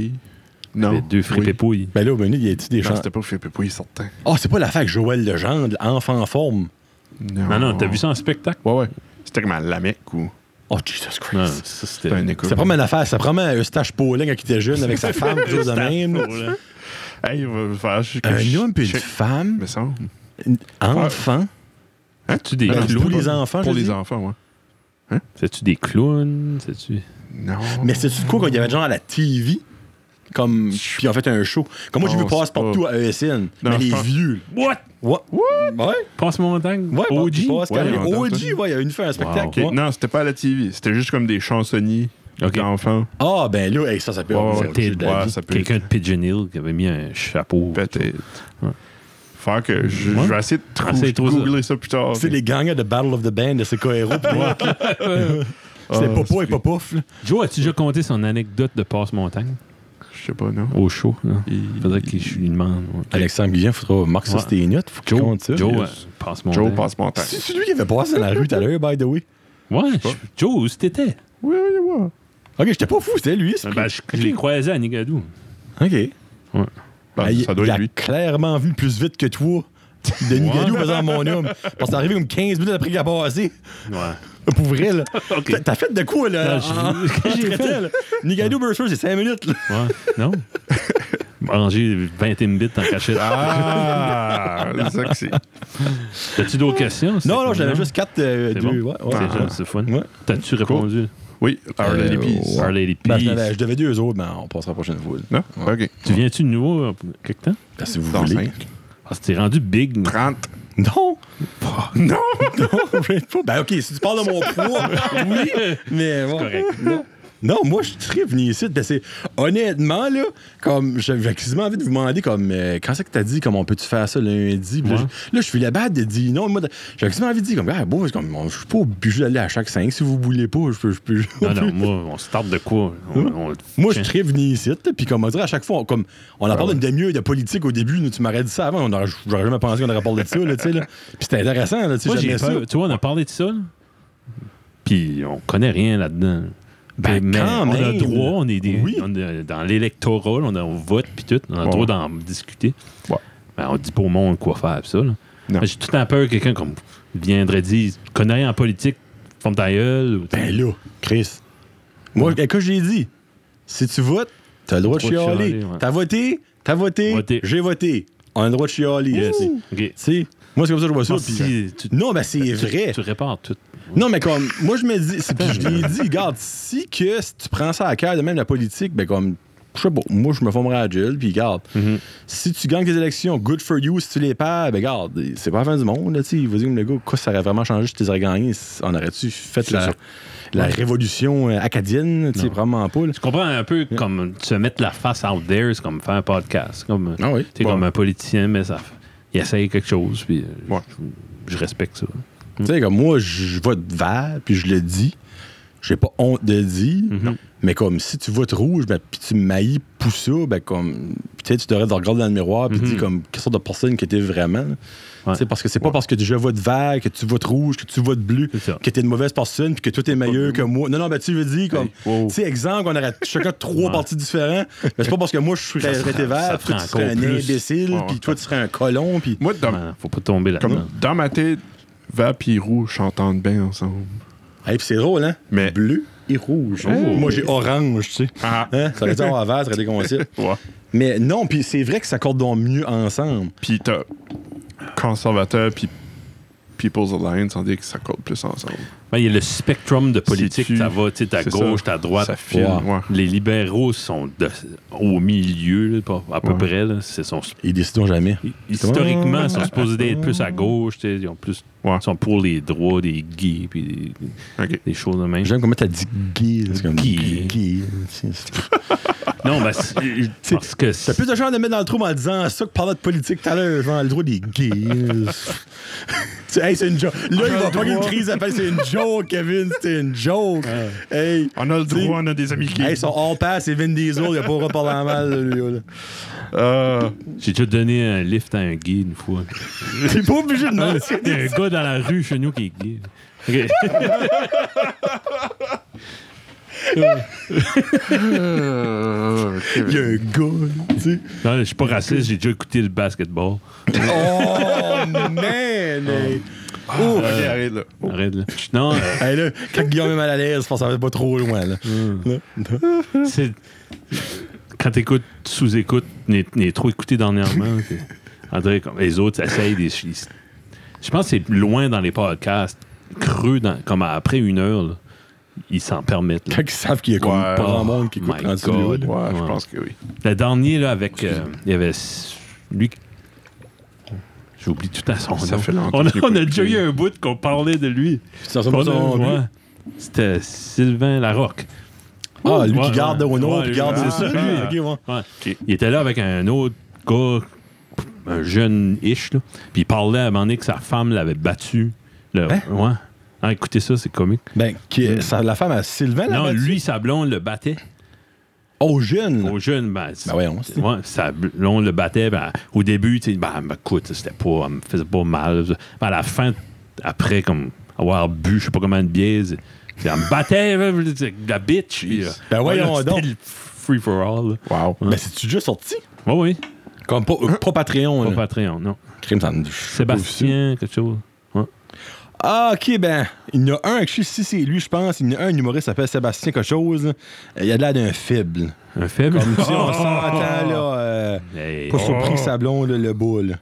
Il y Non. avait deux fripes oui. pouilles. Ben là, au menu, il y a-tu des Non, chants? c'était pas Philippe Pouille, certain. Ah, c'est pas l'affaire avec Joël Legendre, enfant en forme. Non, non, t'as vu ça en spectacle? Ouais, ouais. C'était comme à Lamec ou. Oh, Jesus Christ. Non, ça, c'était. C'est un écho. C'est vraiment une affaire. C'est vraiment Eustache Paulin quand il était jeune avec sa *laughs* femme, quelque chose de même. Paulin. Hey, il va faire. je- Un je- homme puis une check, femme, me semble. enfant. C'est-tu des, Ah, non, c'est clowns? pour les enfants, Pour je les dis. enfants, ouais. C'est-tu des clowns? C'est-tu. Non. Mais c'est du coup quand il y avait des gens à la TV, comme, puis en fait un show. Comme moi, j'ai Non, vu c'est Passe-Partout à ESN, mais je les pense- vieux. What? What? Ouais, Passe montagne? ouais, OG? Passe- Ouais, carré- on entend OG, ça. ouais, il y a une fait un Ok, spectacle. ouais. Non, c'était pas à la TV. C'était juste comme des chansonniers Ok. d'enfants. Ah, ben là, hey, ça, ça peut. Ouais, ouais, ça, C'était j'ai de la ouais, vie. ça peut quelqu'un de Pigeon Hill qui avait mis un chapeau. Peut-être. Ouais. Faire que je, Ouais. je vais essayer de trou- Essaye de trouver ça. googler ça plus tard. C'est les gagnants de Battle of the Band de Secoero. puis *laughs* moi, C'était Ah, Popo et Popouf. là. Joe, as-tu déjà compté son anecdote de passe-montagne Je sais pas, non. au show? Là? Il- Faudrait que je lui demande. ouais. Alexandre Guillaume, faudra marquer ça, Ouais. c'était ignote. Faut qu'il Joe, compte ça. Joe Yes. euh, passe-montagne. Joe passe montagne. C'est celui qui avait passé dans la rue tout à l'heure, by the way. Ouais, je- Joe, où c'était? Oui, oui, oui. Ok, j'étais pas fou, c'était lui. c'est Ben, je, je l'ai croisé à Nigadou. Ok. Ben, Ben, il ça doit il être a lui. clairement vu plus vite que toi. Denis Ouais. Galou faisant mon homme. Parce que c'est arrivé comme 15 minutes après qu'il a passé. Ouais. Pour vrai, là. T'as- *laughs* Ok. Ah, T'as fait de quoi, là? Non, j'ai- en- en- j'ai entre fait. elles? Nigadou Burser, c'est 5 minutes, là. Ouais, *laughs* non? Ranger 20 imbits en cachette. Ah, c'est ça que c'est. As-tu d'autres questions? Non, non, C'est- j'avais juste 4, C'est 2, bon. ouais. Ah. C'est ouais. juste- c'est fun. Ouais. T'as-tu répondu? Oui, Our Lady Euh, Peace. ouais. Our Lady Ben, je Peace. devais- je devais dire eux autres, mais on passera la prochaine fois. là. Non? OK. Tu viens-tu de nouveau euh, pour quelque temps? Ben, si vous Dans voulez. cinq. Ah, c'était rendu big. mais- 30. Non! Non! *laughs* Non, je sais pas. Ben, ok, si tu parles de *laughs* mon poids, oui, mais. bon. correct. Non. Non, moi, je suis venu ici. Ben, c'est- honnêtement, là, comme j'avais quasiment envie de vous demander, comme, euh, quand c'est que t'as dit, comme, on peut-tu faire ça lundi? Puis Là, Ouais. je- là, je suis la batte de dire non. Moi, j'avais quasiment envie de dire, comme, ah, bon, c'est comme, on- je suis pas obligé d'aller à chaque 5 si vous voulez pas. Je peux. je peux- *laughs* Non, non, moi, on se tape de quoi? On- on- Moi, je suis venu ici, là, puis comme on dirait à chaque fois, on, comme, on en parle une demi-heure de politique au début, nous, tu m'aurais dit ça avant, on aurait- j'aurais jamais pensé qu'on aurait parlé de ça, là, tu sais, là. Puis c'était intéressant, là, tu sais, Moi, j'ai j'aimais ça. peur. Tu vois, on a parlé de ça, là. Puis on connaît rien là-dedans. Ben, Mais quand on a même. le droit, on est des, Oui. on est dans l'électorat, là, on, a- on vote, puis tout, on a le Ouais. droit d'en discuter. Ouais. Ben, on dit pas au monde quoi faire, pis ça. là. Non. J'ai tout le temps peur que quelqu'un comme viendrait dire Je connais rien en politique, forme ta gueule. ou- Ben là, Chris. Moi, qu'est-ce que j'ai dit? Si tu votes, t'as le droit de T'as le droit de chialer. chialer, ouais. T'as voté, t'as voté, Voté. j'ai voté. On a le droit de chialer. euh, Yes. Tu Ok. sais, moi, c'est comme ça que je vois ça. Ah, si, puis- euh, tu- Non, mais c'est Ben, tu- vrai. Tu répares tout. Non, mais comme, moi, je me dis, c'est- puis je l'ai dit, regarde, si que si tu prends ça à cœur de même la politique, ben comme, je sais pas, moi, je me formerai à Jill, puis regarde, Mm-hmm. si tu gagnes tes élections, good for you, si tu les perds, ben regarde, c'est pas la fin du monde, là, tu sais. Il va dire, le gars, quoi, ça aurait vraiment changé si tu les aurais gagnés? On aurait-tu fait C'est la, ça. la révolution euh, acadienne, tu sais, Non. vraiment pas, là. Je comprends un peu comme se mettre la face out there, c'est comme faire un podcast. C'est Comme, Ah oui. T'es Bon. comme un politicien, mais ça, il essaye quelque chose, puis euh, Ouais. je, je respecte ça. Tu sais, comme moi, je vote vert, puis je le dis. J'ai pas honte de le dire. Mhm. Mais comme si tu votes rouge, ben, puis tu maillis poussa, ben comme. Peut-être tu devrais te regarder dans le miroir, puis Mhm. dire comme quelle sorte de personne que t'es vraiment. Tu sais, parce que c'est pas parce que je vote vert, que tu votes rouge, que tu votes bleu, C'est ça. que t'es une mauvaise personne, puis que toi t'es meilleur que moi. Non, non, ben tu veux dire comme. Wow. Tu sais, exemple, on aurait chacun trois Ouais. partis différents. Mais c'est pas parce que moi je suis Ça arrêté serait- ça vert, puis toi tu serait serais un encore plus. imbécile, Ouais, ouais. puis toi tu serais un colon, puis. Moi, dans, Non, faut pas tomber Ah. comme, là-dedans. dans ma tête, vert et rouge s'entendent bien ensemble. Hey, puis c'est drôle, hein? Mais- Bleu et rouge. Oh. Moi, j'ai orange, tu sais. Ah. Hein? Ça aurait été en vert, ça aurait été concile. Ouais. *laughs* Mais non, puis c'est vrai que ça corde donc mieux ensemble. Puis t'as conservateur puis People's Alliance, on dit que ça colle plus ensemble. Ben, Il y a le spectrum de politique, C'est-tu- ça va, tu sais, t'as c'est gauche, ça. t'as droite. Ça file, Ouais. ouais. Les libéraux sont de- au milieu, là, pas- à peu Ouais. près. là. C'est son- Ils décident jamais. historiquement, ils sont supposés être plus à gauche. tu sais, Ils, ont plus, Ouais. ils sont pour les droits des gays puis des, OK. des choses de même. J'aime comment t'as dit gay. là, C'est comme Gay. gay. C'est- Non, mais c'est- parce que T'as plus de chance de mettre dans le trou en disant ça que parler de politique tout à l'heure, genre le droit des gays. *laughs* C'est- hey, c'est une joke. Là, il va pas une crise après, c'est une joke, Kevin, c'est une joke. Hey. On a le T'sais- droit, on a des amis qui. Hey, ils sont hors passe, c'est Vin Diesel, il a pas reparlé en mal, là, lui. *laughs* là. Euh, j'ai déjà donné un lift à un gay une fois. T'es pas obligé de mentionner. Il y a un gars dans la rue chez nous qui est gay. Ok. euh, Kevin. Il y a un gars, là, tu sais. Non, je suis pas raciste, j'ai déjà écouté le basketball. Oh, man! hey. Ouh, Ah, ok, arrête là. Oh. Arrête, là. Non, euh, Hey, là, quand Guillaume est mal à l'aise, je pense que ça va pas trop loin. Là. c'est. Quand t'écoutes, tu sous-écoutes, n'est n'est trop écouté *laughs* dernièrement. puis on dirait comme les autres essayent des. ils- Je pense que c'est loin dans les podcasts, creux, dans- comme après une heure, là, ils s'en permettent. là. Quand ils savent qu'il y a comme Ouais. pas grand monde qui Oh écoute my 36 vidéos, God. là. Ah, Ouais, je Ouais. pense que oui. Le dernier, là, avec. euh, il y avait. s- Lui. J'oublie tout à son Ça nom. fait longtemps on, a, que je l'ai on pas a déjà écouté. eu un bout qu'on parlait de lui. Ça ressemble pas à son Ouais. but. C'était Sylvain Larocque. Ah, lui Ouais, qui garde ouais. au nom, Ouais, puis lui, garde ouais, c'est ça. ouais. lui. Ok, ouais. Ouais. Il était là avec un autre gars, un jeune ish, là. Puis il parlait à un moment donné que sa femme l'avait battu. Là. Hein? Ouais. Ah, écoutez ça, c'est comique. Ben, qui- ça- la femme à Sylvain, là. non, battu? lui, sa blonde le battait. Oh, jeune. Au jeune, ben. c'est- Ben, voyons. c'est- Ouais, sa blonde le battait. ben, au début, tu sais, ben, ben, écoute, c'était pas. Elle me faisait pas mal. Ben, à la fin, après, comme avoir bu, je sais pas comment de biaise, elle me battait, la bitch. puis, euh, Ben, voyons c'était donc. le Free for all. là. Wow. Ben, c'est-tu déjà sorti? Ouais, oui, Comme pas, euh, pas Patreon, pas là. Patreon, non. Crime, ça me- Sébastien, quelque chose. Ouais. Ah, ok, ben, il y en a un, je sais si c'est lui, je pense. Il y en a un humoriste qui s'appelle Sébastien quelque chose. Euh, Il a de l'air d'un faible. Un faible. Comme *laughs* si Oh. on s'entend, là. euh, Hey, pas oh, surpris que Sablon, là, le boule.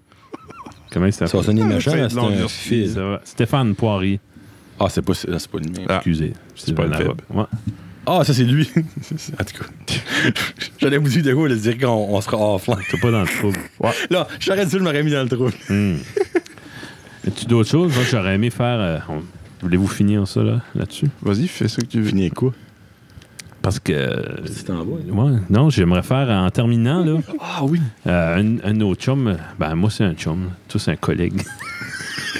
Comment il Ça va s'appelle? sonner méchant, c'est là, de c'est un l'endurci, fil. Ça va. Stéphane Poirier. Ah, c'est pas, c'est pas le mien. Ah. Excusez. c'est pas un le faible. arabe. Ouais. Ah, ça, c'est lui. *laughs* en tout cas, *laughs* j'allais vous dire de quoi, de dire qu'on on sera offline. T'es pas dans le trouble. Là, j'aurais dû, je m'aurais mis dans le trou. As-tu d'autres choses? Moi, j'aurais aimé faire. euh, on- Voulez-vous finir ça là, là-dessus? Vas-y, fais ce que tu veux. Fini quoi? Parce que. euh, C'est en bas. là. Ouais, non, j'aimerais faire en terminant, là. Ah oui. euh, un, un autre chum. euh, Ben, moi, c'est un chum. là. Toi, c'est un collègue. *laughs*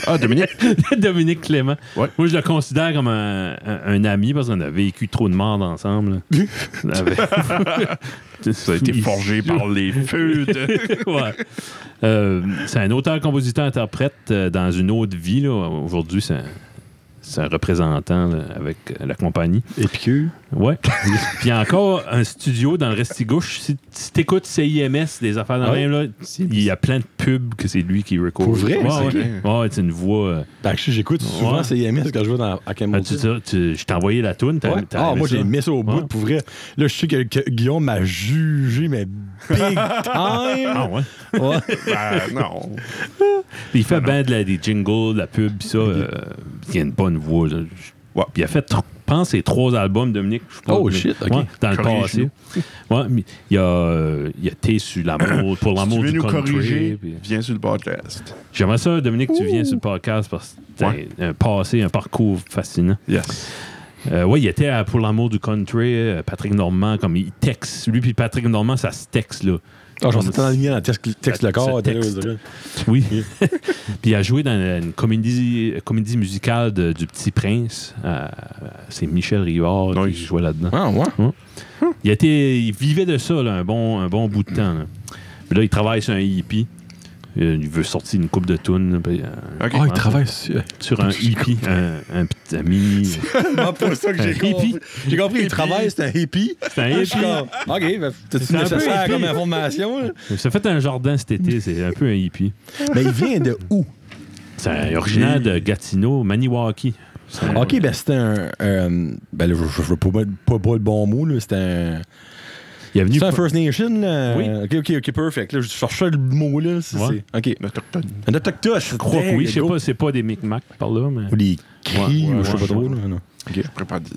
Ah, Dominique. *laughs* Dominique Clément. Ouais. Moi, je le considère comme un, un- un ami parce qu'on a vécu trop de morts ensemble. *laughs* là. On avait- *laughs* Ça a été *laughs* forgé par les feux de. Ouais. Euh, c'est un auteur, compositeur, interprète euh, dans une autre vie. là. Aujourd'hui, c'est un, c'est un représentant là, avec euh, la compagnie. Épicure. Ouais. *laughs* Puis encore un studio dans le Restigouche. Si, si t'écoutes CIMS, des affaires dans Ah le oui? même, là, il y a plein de pubs que c'est lui qui record. Pour vrai? Ouais, C'est ouais. vrai. Ouais, c'est une voix. euh, Ben, je- j'écoute souvent Ouais. CMS quand je vais dans, à ah, Camelot. tu, tu- tu- je t'ai envoyé la toune. t'as- Ouais. t'as Ah, aimé moi, ça? j'ai mis ça au bout, Ouais. pour vrai. Là, je sais que, que Guillaume m'a jugé, mais big Ah, time. ouais. Ouais. Ah, Ben, non. Il fait ben de la, des jingles, de la pub, pis ça. euh, il a une bonne voix. Là. Ouais. Puis il a fait, tr- pense, ses trois albums, Dominique. je sais pas. Oh, Mais- shit, ok. Ouais, dans le passé. Corrige-nous. Ouais, mais il y a, euh, il y a T sur l'amour, pour Si tu l'amour veux du nous country, corriger, puis- viens sur le podcast. J'aimerais ça, Dominique, que tu viennes sur le podcast parce que t'as Ouais. un passé, un parcours fascinant. Yes. Euh, ouais, il était à Pour l'amour du country, euh, Patrick Normand, comme il texte. Lui puis Patrick Normand, ça se texte, là. Ah, j'en suis en ligne dans le texte, texte le corps. Ce texte. Oui. *laughs* Puis il a joué dans une comédie, comédie musicale de- du Petit Prince. Euh, c'est Michel Rivard Nice. qui jouait là-dedans. Ah, ouais. Il, était, il vivait de ça là, un, bon, un bon bout de temps. Là. Puis là, il travaille sur un hippie. Euh, Il veut sortir une coupe de tunes. là, puis, euh, Ok. Ah, il travaille sur. Sur *laughs* un hippie, un, un petit ami. Ah, pas ça que Un j'ai compris. hippie. J'ai compris, il travaille, c'est un hippie. C'est un Je suis hippie. comme, OK, ben, t'as-tu C'est un peu nécessaire hippie. comme information? là? Ça fait un jardin cet été, c'est un peu un hippie. Mais il vient de où? C'est un originaire de Gatineau, Maniwaki. C'est un- OK, ben c'était un... euh, ben là, je je veux pas, mettre- pas, pas le bon mot, là. C'était un... Il est venu C'est un pour- First Nation, là? Oui. OK, OK, OK, perfect. Là, je cherchais le mot, là. c'est- Ouais. c'est- OK. L'autochtone. Un autochtone. Je Je crois que oui, je sais pas, c'est pas des Micmacs par là, mais. Ou des cris, Ouais, ou je sais ouais, pas trop, ouais. là, non. Je pourrais pas dire.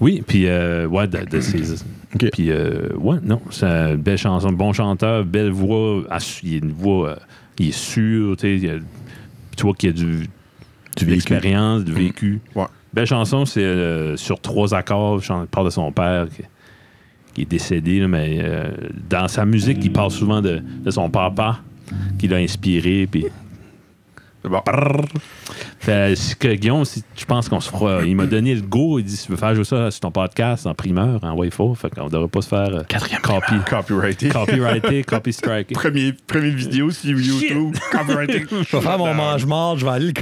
Oui, puis euh, ouais, de, de ses- Ok. Puis euh, ouais, non, c'est une belle chanson, bon chanteur, belle voix, assu- il a une voix, euh, il est sûr, tu sais, il a- tu vois qu'il y a du, du vécu. l'expérience, du vécu. Ouais. Belle Ben, chanson, c'est euh, sur trois accords, chan- il parle de son père qui, qui est décédé, là, mais euh, dans sa musique, il parle souvent de, de son papa qui l'a inspiré, puis *laughs* C'est bon. fait si que Guillaume, si, je pense qu'on se fera. Il m'a donné le go. Il dit si tu veux faire jouer ça sur ton podcast en primeur, en wave 4. Fait qu'on devrait pas se faire. euh, copy, *laughs* Copyrighté. copyrighté, copy strike. Premier, première vidéo sur YouTube. Copyrighté. Je vais faire mon mange-marde, je vais aller le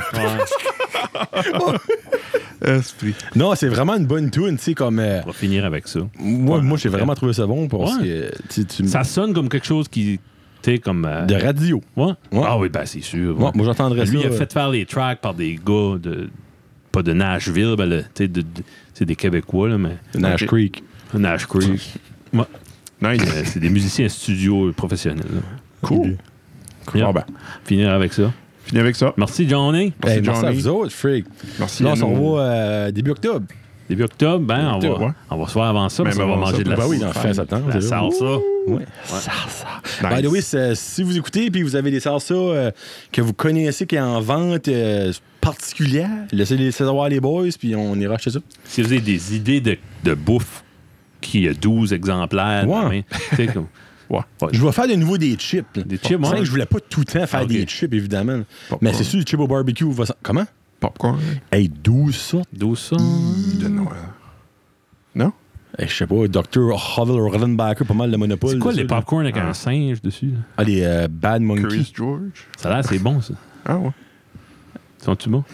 Esprit. Non, c'est vraiment une bonne tune, tu sais, comme... euh, On va finir avec ça. moi, moi j'ai vraiment trouvé ça bon parce Ouais. que... tu- tu- Ça sonne comme quelque chose qui, Tu sais, comme. euh, De radio. ouais? Ouais. Ah oui, ben c'est sûr. Ouais, ouais. moi, j'entendrais ça. Ben, Lui, il a euh, fait faire les tracks par des gars de. Pas de Nashville, ben, le- tu sais, de- de- c'est des Québécois, là, mais. de Nash Ok. Creek. Nash Creek. Ouais. Nice. Euh, c'est des musiciens studio professionnels. là. Cool. Yeah. Ah ben, Finir avec ça. finis avec ça. Merci, Johnny. Hey, Merci, merci à Johnny. vous autres, freak. Merci. Là, on à se nous. revoit euh, début octobre. Début octobre, ben, on, Octobre, va, ouais. on va se voir avant ça, parce Même qu'on va avant ça, manger de la, tout- Ben oui, dans dans le fin fin septembre. la c'est là. sauce, ça. Ouais. Ça, ça. Nice. bah, By the way, c'est- si vous écoutez et vous avez des salsas euh, que vous connaissez qui est en vente euh, particulière, laissez-les savoir les boys puis on ira acheter ça. Si vous avez des idées de, de bouffe qui a 12 exemplaires, Ouais. dans la main, tu sais, comme- Ouais. Je vais faire de nouveau des chips. là. Des chips, C'est vrai ouais. que je voulais pas tout le temps faire Ah, ok. des chips, évidemment. Popcorn. Mais c'est sûr, le chip au barbecue va. s'en- Comment? Popcorn. Hey, 12 sortes. 12 ça. *laughs* De Noël. Non? Hey, je sais pas, Dr. Hovel Rodenbacher, pas mal de monopole. C'est quoi là, les ça, popcorn avec Ah. un singe dessus? là? là. Ah, les euh, Bad Monkey. Curious George. Ça a l'air, c'est bon, ça. Ah ouais. Sont-tu bons?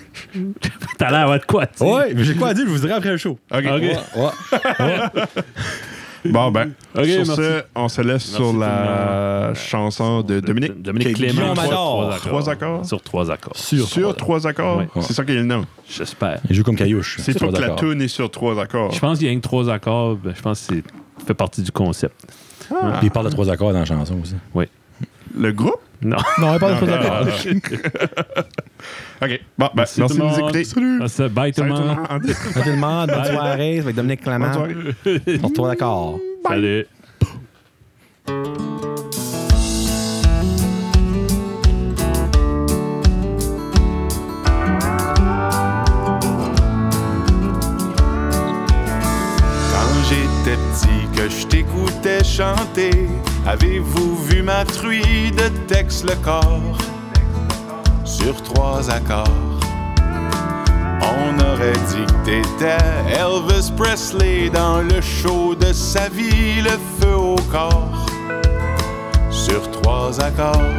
T'as l'air à de quoi, tu sais? Ouais, mais j'ai quoi à dire, je vous dirai après le show. Ok. Ok. Ouais, ouais. Bon ben, Ok, sur merci. ce, on se laisse sur tout le la monde. chanson de Dominique. Dominique qui est Clément. Guillaume sur Adore. Trois accords. Sur trois accords. Sûr. Sur trois accords, Ouais. c'est ça qu'il est le nom. J'espère. Il joue comme Caillouche. C'est Trois pas que la accords. tune est sur trois accords. Je pense qu'il y a que trois accords. ben, Je pense que c'est ça fait partie du concept. Puis il parle de trois accords dans la chanson aussi. Oui. Le groupe? Non. Non, il parle de trois accords. Ah, ok. Bon, ben, merci, tout de le nous monde. écouter. Salut. Merci, Bye tout le Salut tout le monde. monde. Bonne soirée, bonne soirée, avec Dominique Bonne Clément. soirée. Sur trois accords. Salut. Quand j'étais petit, que je t'écoutais chanter, avez-vous vu ma truie de texte le corps sur trois accords? On aurait dit que t'étais Elvis Presley dans le show de sa vie, le feu au corps sur trois accords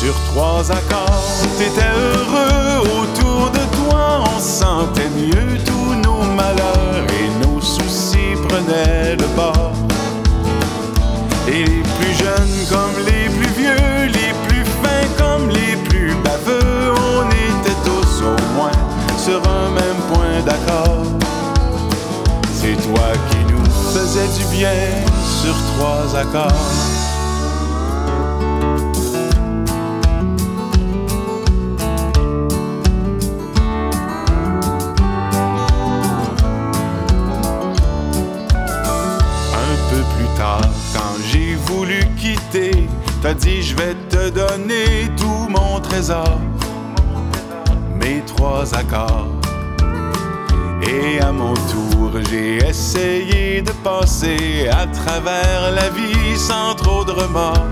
sur trois accords. T'étais heureux autour de toi, on sentait mieux tous nos malheurs et nos soucis prenaient le bord. Et les plus jeunes comme les plus vieux, les plus fins comme les plus baveux, on était tous au moins sur un même point d'accord. C'est toi qui nous faisais du bien sur trois accords. Un peu plus tard, quand j'ai voulu quitter, t'as dit je vais te donner tout mon trésor, mes trois accords. Et à mon tour, j'ai essayé de passer à travers la vie sans trop de remords,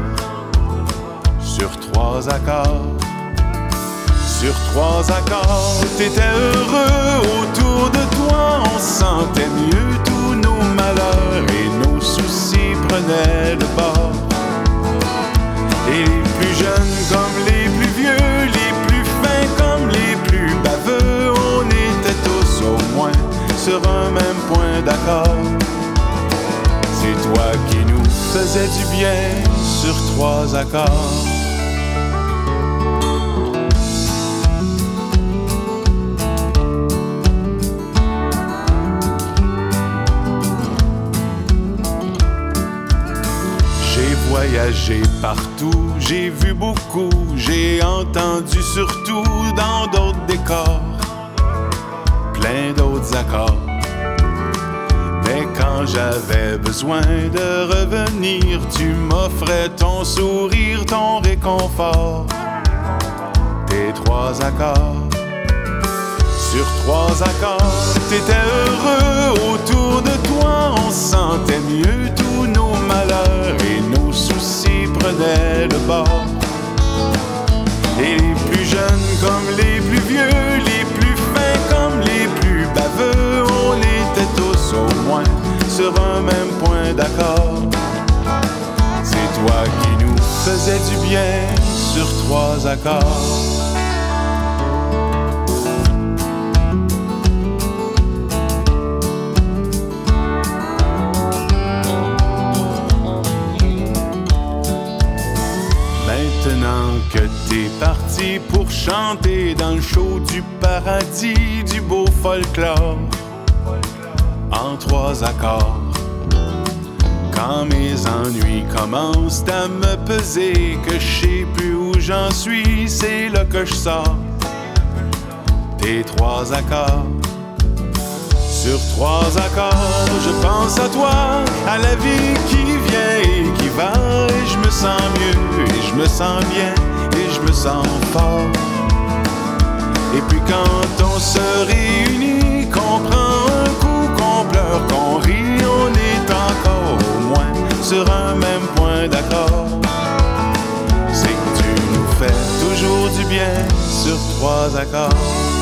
sur trois accords sur trois accords. T'étais heureux autour de toi, on sentait mieux tous nos malheurs et nos soucis prenaient le bord. Et les plus jeunes comme les plus vieux, les plus fins comme les plus baveux, on était tous au moins sur un même point d'accord. C'est toi qui nous faisais du bien sur trois accords. J'ai voyagé partout, j'ai vu beaucoup, j'ai entendu surtout dans d'autres décors, plein d'autres accords. Mais quand j'avais besoin de revenir, tu m'offrais ton sourire, ton réconfort, tes trois accords sur trois accords. T'étais heureux autour de toi, on sentait mieux tous nos malheurs et nos soucis prenaient le bord. Et les plus jeunes comme les plus vieux, les plus fins comme les plus baveux, on était tous au moins sur un même point d'accord. C'est toi qui nous faisais du bien sur trois accords. chanter dans le show du paradis du beau folklore en trois accords. Quand mes ennuis commencent à me peser, que je sais plus où j'en suis, c'est là que je sors tes trois accords. Sur trois accords, je pense à toi, à la vie qui vient et qui va, et je me sens mieux, et je me sens bien, et je me sens fort. Et puis quand on se réunit, qu'on prend un coup, qu'on pleure, qu'on rit, on est encore au moins sur un même point d'accord. C'est que tu nous fais toujours du bien sur trois accords.